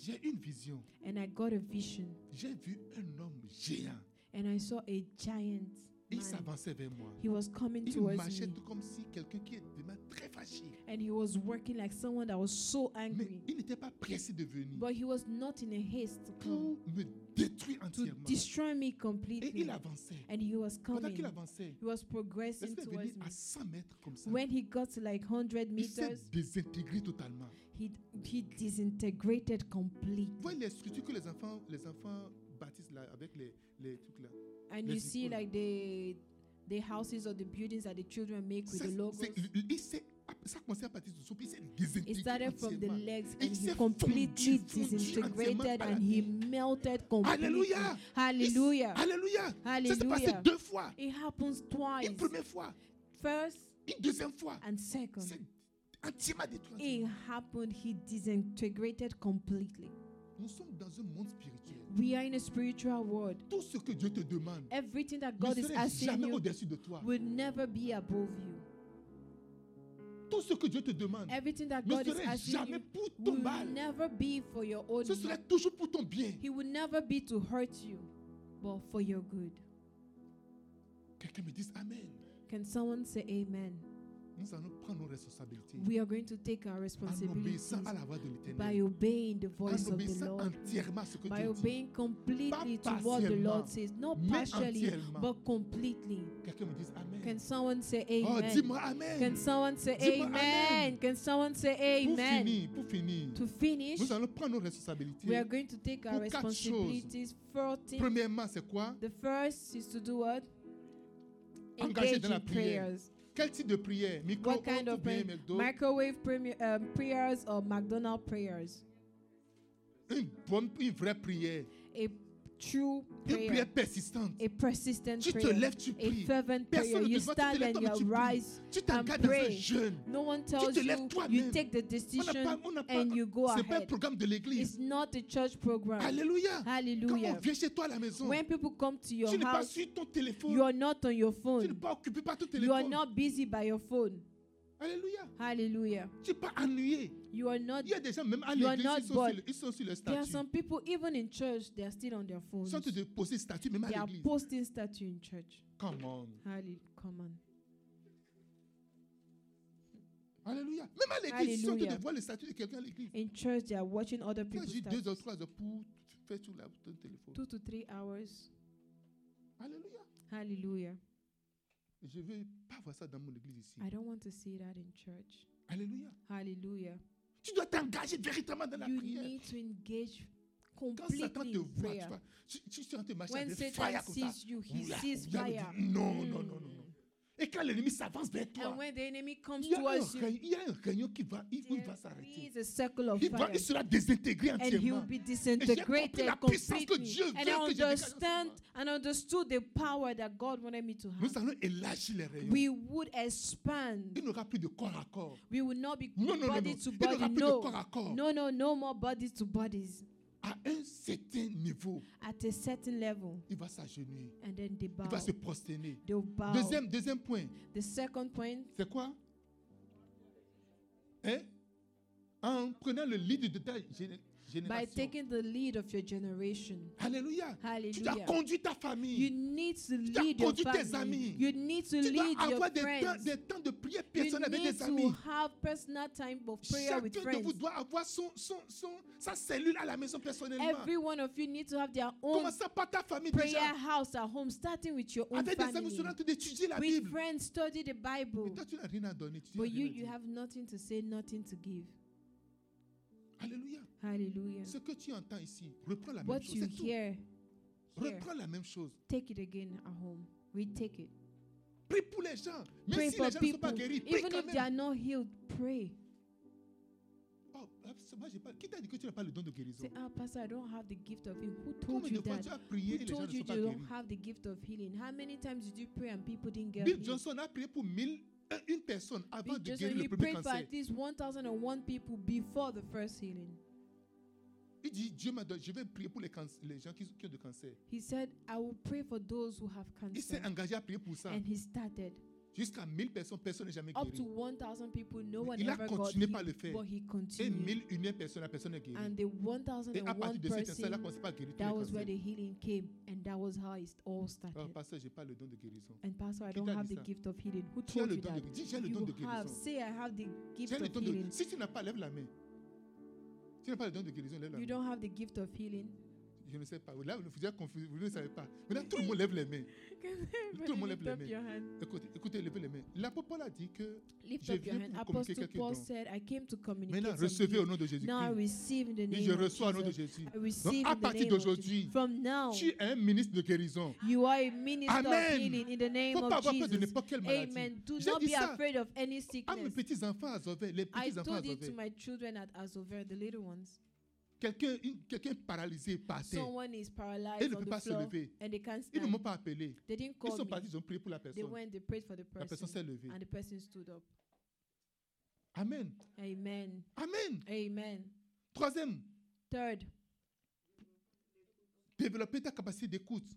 [SPEAKER 1] j'ai une vision.
[SPEAKER 2] And I got a vision.
[SPEAKER 1] J'ai vu un homme géant.
[SPEAKER 2] And I saw a giant.
[SPEAKER 1] Et il
[SPEAKER 2] man.
[SPEAKER 1] s'avançait vers moi.
[SPEAKER 2] He was coming
[SPEAKER 1] Il
[SPEAKER 2] towards
[SPEAKER 1] marchait
[SPEAKER 2] me.
[SPEAKER 1] tout comme si quelqu'un qui était vraiment très fâché.
[SPEAKER 2] And he was working like someone that was so
[SPEAKER 1] Mais
[SPEAKER 2] angry.
[SPEAKER 1] il n'était pas pressé de venir
[SPEAKER 2] But he was not in a haste to come
[SPEAKER 1] pour me détruire
[SPEAKER 2] to
[SPEAKER 1] entièrement.
[SPEAKER 2] destroy me
[SPEAKER 1] Et il
[SPEAKER 2] completely.
[SPEAKER 1] avançait.
[SPEAKER 2] And he was
[SPEAKER 1] Pendant
[SPEAKER 2] coming.
[SPEAKER 1] qu'il avançait,
[SPEAKER 2] He was progressing
[SPEAKER 1] l'esprit est venu
[SPEAKER 2] towards me.
[SPEAKER 1] à 100 mètres comme ça.
[SPEAKER 2] When he got to like 100
[SPEAKER 1] Il s'est
[SPEAKER 2] meters,
[SPEAKER 1] désintégré totalement.
[SPEAKER 2] he, he disintegrated completely.
[SPEAKER 1] Vous voyez les structures que les enfants, les enfants bâtissent là, avec les, les trucs là.
[SPEAKER 2] And
[SPEAKER 1] Les
[SPEAKER 2] you see
[SPEAKER 1] icônes.
[SPEAKER 2] like the the houses or the buildings that the children make with
[SPEAKER 1] Ça,
[SPEAKER 2] the logos.
[SPEAKER 1] c'est- il s'est- ça a commencé à partir du soupe, il s'est
[SPEAKER 2] It
[SPEAKER 1] désintégré
[SPEAKER 2] started from the
[SPEAKER 1] entièrement.
[SPEAKER 2] legs
[SPEAKER 1] Il
[SPEAKER 2] and he
[SPEAKER 1] s'est
[SPEAKER 2] completely
[SPEAKER 1] fondu, fondu entièrement
[SPEAKER 2] disintegrated
[SPEAKER 1] par la
[SPEAKER 2] and he melted completely.
[SPEAKER 1] Alléluia! Il s-
[SPEAKER 2] Hallelujah.
[SPEAKER 1] Alléluia! Ça s'est passé
[SPEAKER 2] Hallelujah.
[SPEAKER 1] deux fois.
[SPEAKER 2] It happens twice.
[SPEAKER 1] Une première fois,
[SPEAKER 2] First
[SPEAKER 1] une deuxième fois.
[SPEAKER 2] and second.
[SPEAKER 1] C'est entièrement détruit.
[SPEAKER 2] It happened. He disintegrated completely.
[SPEAKER 1] Nous sommes dans un monde spirituel.
[SPEAKER 2] We are in a spiritual world.
[SPEAKER 1] Tout ce que Dieu te demande
[SPEAKER 2] Everything that
[SPEAKER 1] ne
[SPEAKER 2] Eh, God is
[SPEAKER 1] serait
[SPEAKER 2] asking
[SPEAKER 1] jamais
[SPEAKER 2] you
[SPEAKER 1] au-dessus de toi.
[SPEAKER 2] will never be above you.
[SPEAKER 1] Tout ce que Dieu te demande
[SPEAKER 2] Everything that
[SPEAKER 1] ne
[SPEAKER 2] God is
[SPEAKER 1] serait
[SPEAKER 2] asking
[SPEAKER 1] jamais
[SPEAKER 2] you
[SPEAKER 1] pour ton
[SPEAKER 2] will
[SPEAKER 1] mal.
[SPEAKER 2] never be for your own.
[SPEAKER 1] Ce serait toujours pour ton bien.
[SPEAKER 2] He will never be to hurt you, but for your good.
[SPEAKER 1] Quelqu'un me dise Amen.
[SPEAKER 2] Can someone say amen?
[SPEAKER 1] Nous allons prendre nos responsabilités
[SPEAKER 2] We are going to take our
[SPEAKER 1] en
[SPEAKER 2] responsibilities
[SPEAKER 1] obéissant à la voix de
[SPEAKER 2] by
[SPEAKER 1] l'éternel.
[SPEAKER 2] obeying the
[SPEAKER 1] En
[SPEAKER 2] voice of the
[SPEAKER 1] obéissant
[SPEAKER 2] Lord,
[SPEAKER 1] entièrement à ce que
[SPEAKER 2] by
[SPEAKER 1] Dieu dit.
[SPEAKER 2] obeying completely to
[SPEAKER 1] Pas
[SPEAKER 2] what the
[SPEAKER 1] partiellement,
[SPEAKER 2] Lord says, not
[SPEAKER 1] mais
[SPEAKER 2] partially,
[SPEAKER 1] entièrement.
[SPEAKER 2] but completely.
[SPEAKER 1] Quelqu'un me dise
[SPEAKER 2] Can
[SPEAKER 1] Amen.
[SPEAKER 2] someone say
[SPEAKER 1] Oh,
[SPEAKER 2] amen?
[SPEAKER 1] dis-moi
[SPEAKER 2] Can
[SPEAKER 1] Amen.
[SPEAKER 2] someone say
[SPEAKER 1] Dis-moi
[SPEAKER 2] amen?
[SPEAKER 1] amen.
[SPEAKER 2] Can someone say
[SPEAKER 1] Pour
[SPEAKER 2] amen?
[SPEAKER 1] finir, pour finir,
[SPEAKER 2] To finish,
[SPEAKER 1] nous allons prendre nos
[SPEAKER 2] we
[SPEAKER 1] responsabilités.
[SPEAKER 2] are going to take our
[SPEAKER 1] Pour quatre choses.
[SPEAKER 2] responsibilities. 14
[SPEAKER 1] Premièrement, c'est quoi
[SPEAKER 2] The first is to do what?
[SPEAKER 1] Engagé dans la
[SPEAKER 2] Engaging
[SPEAKER 1] prière.
[SPEAKER 2] prayers.
[SPEAKER 1] Quel type de prière Micro
[SPEAKER 2] What kind
[SPEAKER 1] ou
[SPEAKER 2] of prayer?
[SPEAKER 1] bien McDo
[SPEAKER 2] Microwave premi- um, prayers or McDonald prayers?
[SPEAKER 1] Une bonne, une vraie prière.
[SPEAKER 2] A
[SPEAKER 1] Une
[SPEAKER 2] true prayer.
[SPEAKER 1] prière persistante.
[SPEAKER 2] A persistent
[SPEAKER 1] Tu te
[SPEAKER 2] prayer.
[SPEAKER 1] lèves, tu
[SPEAKER 2] A
[SPEAKER 1] pries.
[SPEAKER 2] fervent prayer.
[SPEAKER 1] Personne ne
[SPEAKER 2] You
[SPEAKER 1] te voit, tu te
[SPEAKER 2] stand
[SPEAKER 1] lèves
[SPEAKER 2] and you
[SPEAKER 1] toi-même, tu pries.
[SPEAKER 2] arise.
[SPEAKER 1] Tu t'engages
[SPEAKER 2] and
[SPEAKER 1] dans un
[SPEAKER 2] pray.
[SPEAKER 1] jeûne.
[SPEAKER 2] No one
[SPEAKER 1] te
[SPEAKER 2] tells
[SPEAKER 1] lèves
[SPEAKER 2] you.
[SPEAKER 1] toi-même.
[SPEAKER 2] You take the
[SPEAKER 1] On n'a pas,
[SPEAKER 2] decision
[SPEAKER 1] on n'a pas,
[SPEAKER 2] and you go
[SPEAKER 1] c'est pas un
[SPEAKER 2] ahead.
[SPEAKER 1] programme de
[SPEAKER 2] It's
[SPEAKER 1] l'église.
[SPEAKER 2] not a church program.
[SPEAKER 1] Alléluia. Quand on
[SPEAKER 2] Hallelujah.
[SPEAKER 1] vient chez toi à la maison,
[SPEAKER 2] When people come to
[SPEAKER 1] tu
[SPEAKER 2] your
[SPEAKER 1] n'es pas
[SPEAKER 2] house,
[SPEAKER 1] sur ton téléphone.
[SPEAKER 2] you are not on your
[SPEAKER 1] Tu n'es
[SPEAKER 2] phone.
[SPEAKER 1] pas occupé par ton
[SPEAKER 2] You are
[SPEAKER 1] téléphone.
[SPEAKER 2] not busy by your phone.
[SPEAKER 1] Alléluia.
[SPEAKER 2] Hallelujah.
[SPEAKER 1] Tu n'es pas ennuyé.
[SPEAKER 2] You are not
[SPEAKER 1] Il y a des gens, même à
[SPEAKER 2] You are
[SPEAKER 1] l'église,
[SPEAKER 2] not
[SPEAKER 1] ils, sont sur
[SPEAKER 2] bored.
[SPEAKER 1] le- ils sont sur le
[SPEAKER 2] There are
[SPEAKER 1] statut.
[SPEAKER 2] some people, even in church, they are still on their
[SPEAKER 1] Ils
[SPEAKER 2] phones.
[SPEAKER 1] sont en train de poser statut, même à
[SPEAKER 2] They are
[SPEAKER 1] l'église.
[SPEAKER 2] posting statue in church.
[SPEAKER 1] Come on.
[SPEAKER 2] Hallelujah. Come on.
[SPEAKER 1] Alléluia. Même à l'église, ils sont en train
[SPEAKER 2] Alléluia.
[SPEAKER 1] de voir le statut de quelqu'un à l'église.
[SPEAKER 2] In church, they are watching other
[SPEAKER 1] Quand
[SPEAKER 2] people's
[SPEAKER 1] j'ai
[SPEAKER 2] statues.
[SPEAKER 1] deux ou trois heures pour faire tout là, ton téléphone.
[SPEAKER 2] Two to three hours.
[SPEAKER 1] Alléluia.
[SPEAKER 2] Hallelujah.
[SPEAKER 1] Je ne veux pas voir ça dans mon église ici.
[SPEAKER 2] I don't want to see that in church.
[SPEAKER 1] Alléluia.
[SPEAKER 2] Hallelujah.
[SPEAKER 1] Tu dois t'engager véritablement dans la
[SPEAKER 2] You
[SPEAKER 1] prière.
[SPEAKER 2] need to engage
[SPEAKER 1] Quand Satan
[SPEAKER 2] completely
[SPEAKER 1] te voit,
[SPEAKER 2] in
[SPEAKER 1] tu
[SPEAKER 2] prayer.
[SPEAKER 1] vois, tu, tu, es en train de marcher
[SPEAKER 2] When
[SPEAKER 1] avec
[SPEAKER 2] Satan
[SPEAKER 1] fire comme ça.
[SPEAKER 2] sees you, he
[SPEAKER 1] Ouah,
[SPEAKER 2] sees
[SPEAKER 1] ouah, il
[SPEAKER 2] fire.
[SPEAKER 1] dit, Non, non, non, non,
[SPEAKER 2] Mm.
[SPEAKER 1] non. Et quand l'ennemi s'avance vers toi,
[SPEAKER 2] And when the enemy comes
[SPEAKER 1] il y, a un
[SPEAKER 2] towards you,
[SPEAKER 1] rayon, il y a un rayon qui va, il, où il
[SPEAKER 2] there
[SPEAKER 1] va s'arrêter.
[SPEAKER 2] is a circle of
[SPEAKER 1] Il, va-
[SPEAKER 2] fire.
[SPEAKER 1] il sera désintégré
[SPEAKER 2] and he will
[SPEAKER 1] entièrement.
[SPEAKER 2] be
[SPEAKER 1] j'ai compris
[SPEAKER 2] disintegrated
[SPEAKER 1] la puissance que
[SPEAKER 2] completely.
[SPEAKER 1] Dieu
[SPEAKER 2] And I
[SPEAKER 1] veut que je dégage en ce
[SPEAKER 2] understand
[SPEAKER 1] moment.
[SPEAKER 2] and understood the power that God wanted me to
[SPEAKER 1] Nous
[SPEAKER 2] have.
[SPEAKER 1] allons élargir les rayons.
[SPEAKER 2] We would expand.
[SPEAKER 1] Il n'aura plus de corps à corps.
[SPEAKER 2] We would not be
[SPEAKER 1] Non, non, non,
[SPEAKER 2] body
[SPEAKER 1] non.
[SPEAKER 2] to
[SPEAKER 1] Il
[SPEAKER 2] body.
[SPEAKER 1] n'aura plus de corps
[SPEAKER 2] No,
[SPEAKER 1] à corps.
[SPEAKER 2] no, no, no more bodies to bodies
[SPEAKER 1] À un certain niveau,
[SPEAKER 2] at a certain level,
[SPEAKER 1] il va s'agenouiller.
[SPEAKER 2] and then they
[SPEAKER 1] Il
[SPEAKER 2] bow.
[SPEAKER 1] va se prosterner.
[SPEAKER 2] They bow.
[SPEAKER 1] Deuxième, deuxième point,
[SPEAKER 2] The second point,
[SPEAKER 1] c'est quoi Hein En prenant le lead de ta géné-
[SPEAKER 2] by
[SPEAKER 1] génération.
[SPEAKER 2] taking the lead of your generation.
[SPEAKER 1] Alléluia. Tu dois
[SPEAKER 2] Hallelujah.
[SPEAKER 1] conduire ta
[SPEAKER 2] You
[SPEAKER 1] famille.
[SPEAKER 2] need to
[SPEAKER 1] Tu dois
[SPEAKER 2] lead your
[SPEAKER 1] conduire tes
[SPEAKER 2] family.
[SPEAKER 1] amis.
[SPEAKER 2] You need to
[SPEAKER 1] Tu
[SPEAKER 2] lead
[SPEAKER 1] dois
[SPEAKER 2] your
[SPEAKER 1] avoir des temps,
[SPEAKER 2] friends.
[SPEAKER 1] des temps de prière
[SPEAKER 2] You
[SPEAKER 1] personnelle avec
[SPEAKER 2] need
[SPEAKER 1] des amis.
[SPEAKER 2] to have personal time of prayer
[SPEAKER 1] Chacun
[SPEAKER 2] with
[SPEAKER 1] de vous
[SPEAKER 2] friends.
[SPEAKER 1] doit avoir son, son, son, sa cellule à la maison personnellement.
[SPEAKER 2] Every one of you need to have their own
[SPEAKER 1] Commencez par ta famille
[SPEAKER 2] prayer
[SPEAKER 1] déjà.
[SPEAKER 2] house at home, starting with your own
[SPEAKER 1] Avec des amis,
[SPEAKER 2] family.
[SPEAKER 1] tu es en train d'étudier la
[SPEAKER 2] With
[SPEAKER 1] Bible.
[SPEAKER 2] friends, study the
[SPEAKER 1] Mais
[SPEAKER 2] Bible.
[SPEAKER 1] toi, tu n'as rien à donner. Tu n'as
[SPEAKER 2] But
[SPEAKER 1] rien
[SPEAKER 2] you,
[SPEAKER 1] à
[SPEAKER 2] you
[SPEAKER 1] dire.
[SPEAKER 2] have nothing to say, nothing to give.
[SPEAKER 1] Alléluia.
[SPEAKER 2] Hallelujah.
[SPEAKER 1] Ce que tu entends ici, reprends la même
[SPEAKER 2] What
[SPEAKER 1] chose.
[SPEAKER 2] you
[SPEAKER 1] c'est tout.
[SPEAKER 2] hear, here,
[SPEAKER 1] Reprends la même chose.
[SPEAKER 2] take it again at home. Retake it.
[SPEAKER 1] Prie pour les gens. Même
[SPEAKER 2] Pray
[SPEAKER 1] si les gens
[SPEAKER 2] for
[SPEAKER 1] ne sont
[SPEAKER 2] people.
[SPEAKER 1] pas guéris, prie
[SPEAKER 2] Even
[SPEAKER 1] quand
[SPEAKER 2] if they
[SPEAKER 1] même.
[SPEAKER 2] are not healed, pray.
[SPEAKER 1] Oh, ah, c'est- moi, j'ai pas- Qui t'a dit que tu n'as pas le don de guérison
[SPEAKER 2] Say, ah, Pastor, I don't have the gift of healing. Who told
[SPEAKER 1] Combien de
[SPEAKER 2] you
[SPEAKER 1] fois
[SPEAKER 2] that?
[SPEAKER 1] tu as
[SPEAKER 2] Who
[SPEAKER 1] prié et les gens
[SPEAKER 2] told
[SPEAKER 1] ne
[SPEAKER 2] you
[SPEAKER 1] sont
[SPEAKER 2] they
[SPEAKER 1] pas
[SPEAKER 2] don't
[SPEAKER 1] guéris
[SPEAKER 2] have the gift of healing? How many times did you pray and people didn't get
[SPEAKER 1] Bill
[SPEAKER 2] healed?
[SPEAKER 1] Johnson a prié pour mille, euh, une personne avant
[SPEAKER 2] Bill
[SPEAKER 1] de
[SPEAKER 2] Johnson,
[SPEAKER 1] guérir le
[SPEAKER 2] he
[SPEAKER 1] premier
[SPEAKER 2] prayed for
[SPEAKER 1] cancer.
[SPEAKER 2] at least 1,001 people before the first healing.
[SPEAKER 1] Il dit Dieu m'a donné, je vais prier pour les, canc- les gens qui, qui ont du cancer.
[SPEAKER 2] He said, I will pray for those who have
[SPEAKER 1] Il
[SPEAKER 2] cancer.
[SPEAKER 1] s'est engagé à prier pour ça.
[SPEAKER 2] And he started.
[SPEAKER 1] Jusqu'à 1000 personnes, personne n'est jamais
[SPEAKER 2] Up to
[SPEAKER 1] guéri.
[SPEAKER 2] 1,000 people, no
[SPEAKER 1] Mais
[SPEAKER 2] one
[SPEAKER 1] il a
[SPEAKER 2] ever got
[SPEAKER 1] continué par
[SPEAKER 2] healed,
[SPEAKER 1] le faire.
[SPEAKER 2] but he
[SPEAKER 1] Et
[SPEAKER 2] continued.
[SPEAKER 1] 1000, une personne, la personne n'est guérie.
[SPEAKER 2] And the
[SPEAKER 1] Et à
[SPEAKER 2] 1,001
[SPEAKER 1] partir de cette personne, elle a
[SPEAKER 2] person,
[SPEAKER 1] commencé par guérir tous les
[SPEAKER 2] that was where
[SPEAKER 1] cancers.
[SPEAKER 2] the healing came, and that was how it all
[SPEAKER 1] Oh,
[SPEAKER 2] started.
[SPEAKER 1] pasteur, je n'ai pas le don de guérison.
[SPEAKER 2] And Pastor, I
[SPEAKER 1] Qui
[SPEAKER 2] don't
[SPEAKER 1] t'a
[SPEAKER 2] have
[SPEAKER 1] dit
[SPEAKER 2] the
[SPEAKER 1] ça?
[SPEAKER 2] gift of healing. Who
[SPEAKER 1] Tu as
[SPEAKER 2] told
[SPEAKER 1] le
[SPEAKER 2] you
[SPEAKER 1] don de
[SPEAKER 2] that?
[SPEAKER 1] guérison. Dis, j'ai le don de
[SPEAKER 2] You have.
[SPEAKER 1] guérison.
[SPEAKER 2] Say, I have the gift
[SPEAKER 1] J'ai le
[SPEAKER 2] of
[SPEAKER 1] don de...
[SPEAKER 2] healing.
[SPEAKER 1] Si tu n'as pas, lève la main. Si tu n'as pas le don de guérison, lève la
[SPEAKER 2] You
[SPEAKER 1] main.
[SPEAKER 2] don't have the gift of healing.
[SPEAKER 1] Je ne sais pas. Là, vous êtes confus, vous ne savez pas. Maintenant, tout le monde lève les
[SPEAKER 2] <laughs>
[SPEAKER 1] mains.
[SPEAKER 2] Everybody
[SPEAKER 1] monde lève
[SPEAKER 2] lift
[SPEAKER 1] les
[SPEAKER 2] up
[SPEAKER 1] mains.
[SPEAKER 2] your hand.
[SPEAKER 1] Écoutez, écoutez levez les mains. L'apôtre Paul a dit que
[SPEAKER 2] Lift
[SPEAKER 1] Je
[SPEAKER 2] up your
[SPEAKER 1] viens
[SPEAKER 2] hand.
[SPEAKER 1] pour communiquer
[SPEAKER 2] Apostle
[SPEAKER 1] quelques
[SPEAKER 2] Paul
[SPEAKER 1] dons.
[SPEAKER 2] said, I came to communicate.
[SPEAKER 1] maintenant,
[SPEAKER 2] some
[SPEAKER 1] recevez au
[SPEAKER 2] gifts.
[SPEAKER 1] nom de Jésus-Christ.
[SPEAKER 2] Now I receive in the
[SPEAKER 1] Et
[SPEAKER 2] name
[SPEAKER 1] je
[SPEAKER 2] of
[SPEAKER 1] reçois au nom de
[SPEAKER 2] Jesus.
[SPEAKER 1] Jésus.
[SPEAKER 2] I receive
[SPEAKER 1] à
[SPEAKER 2] in the
[SPEAKER 1] partir
[SPEAKER 2] name of
[SPEAKER 1] d'aujourd'hui,
[SPEAKER 2] Jesus. From now,
[SPEAKER 1] Tu es un ministre de guérison.
[SPEAKER 2] you are a minister
[SPEAKER 1] Amen.
[SPEAKER 2] of healing in the
[SPEAKER 1] Il
[SPEAKER 2] name
[SPEAKER 1] ne faut pas
[SPEAKER 2] of
[SPEAKER 1] avoir peur de
[SPEAKER 2] Jesus.
[SPEAKER 1] n'importe quelle maladie.
[SPEAKER 2] Amen. Do
[SPEAKER 1] J'ai
[SPEAKER 2] not
[SPEAKER 1] dit
[SPEAKER 2] be
[SPEAKER 1] ça
[SPEAKER 2] afraid of any
[SPEAKER 1] À Ah, mes
[SPEAKER 2] sickness.
[SPEAKER 1] petits-enfants à Zovet, les
[SPEAKER 2] I
[SPEAKER 1] petits-enfants à
[SPEAKER 2] told it to
[SPEAKER 1] Zovet,
[SPEAKER 2] my children at Azover, the little ones.
[SPEAKER 1] quelqu'un une- quelqu'un paralysé par terre.
[SPEAKER 2] Someone is
[SPEAKER 1] Et
[SPEAKER 2] paralyzed
[SPEAKER 1] ne
[SPEAKER 2] on
[SPEAKER 1] peut pas
[SPEAKER 2] the
[SPEAKER 1] se
[SPEAKER 2] floor
[SPEAKER 1] lever.
[SPEAKER 2] and they can't
[SPEAKER 1] Ils ne m'ont
[SPEAKER 2] stand.
[SPEAKER 1] pas appelé.
[SPEAKER 2] They didn't
[SPEAKER 1] Ils
[SPEAKER 2] call
[SPEAKER 1] sont
[SPEAKER 2] me.
[SPEAKER 1] partis, ils ont prié pour la
[SPEAKER 2] They
[SPEAKER 1] personne.
[SPEAKER 2] went, they prayed for the
[SPEAKER 1] La personne
[SPEAKER 2] person
[SPEAKER 1] s'est levée.
[SPEAKER 2] and the person stood up.
[SPEAKER 1] Amen.
[SPEAKER 2] Amen.
[SPEAKER 1] Amen.
[SPEAKER 2] Amen.
[SPEAKER 1] Troisième,
[SPEAKER 2] Third,
[SPEAKER 1] développer ta capacité d'écoute.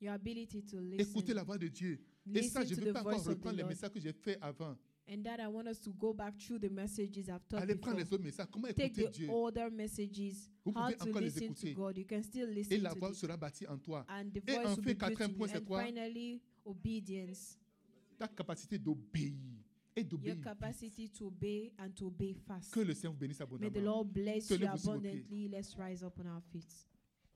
[SPEAKER 2] your ability to
[SPEAKER 1] Écouter
[SPEAKER 2] listen.
[SPEAKER 1] la voix de Dieu. Et ça,
[SPEAKER 2] Listen
[SPEAKER 1] je
[SPEAKER 2] to
[SPEAKER 1] ne veux
[SPEAKER 2] the
[SPEAKER 1] pas encore
[SPEAKER 2] voice of the
[SPEAKER 1] reprendre les
[SPEAKER 2] Lord.
[SPEAKER 1] messages que j'ai faits avant.
[SPEAKER 2] And that I want us to go back through the messages I've taught
[SPEAKER 1] Allez prendre
[SPEAKER 2] before.
[SPEAKER 1] les autres messages. Comment
[SPEAKER 2] Take
[SPEAKER 1] écouter Dieu
[SPEAKER 2] the older messages,
[SPEAKER 1] Vous
[SPEAKER 2] how
[SPEAKER 1] pouvez
[SPEAKER 2] to
[SPEAKER 1] encore les
[SPEAKER 2] listen to
[SPEAKER 1] écouter.
[SPEAKER 2] God. You can still
[SPEAKER 1] Et
[SPEAKER 2] listen
[SPEAKER 1] la
[SPEAKER 2] to
[SPEAKER 1] voix
[SPEAKER 2] this.
[SPEAKER 1] sera bâtie en toi.
[SPEAKER 2] And the
[SPEAKER 1] Et
[SPEAKER 2] voice
[SPEAKER 1] en
[SPEAKER 2] will
[SPEAKER 1] fait,
[SPEAKER 2] be
[SPEAKER 1] quatrième
[SPEAKER 2] built in
[SPEAKER 1] point,
[SPEAKER 2] you.
[SPEAKER 1] c'est
[SPEAKER 2] And
[SPEAKER 1] quoi?
[SPEAKER 2] finally, obedience.
[SPEAKER 1] Ta capacité d'obéir. Et
[SPEAKER 2] Your
[SPEAKER 1] d'obéir.
[SPEAKER 2] capacity to obey and to obey fast.
[SPEAKER 1] Que le Seigneur vous bénisse
[SPEAKER 2] May the
[SPEAKER 1] abondamment.
[SPEAKER 2] Lord bless you
[SPEAKER 1] Tenez-vous, s'il vous plaît.
[SPEAKER 2] abundantly. Let's rise up on our feet.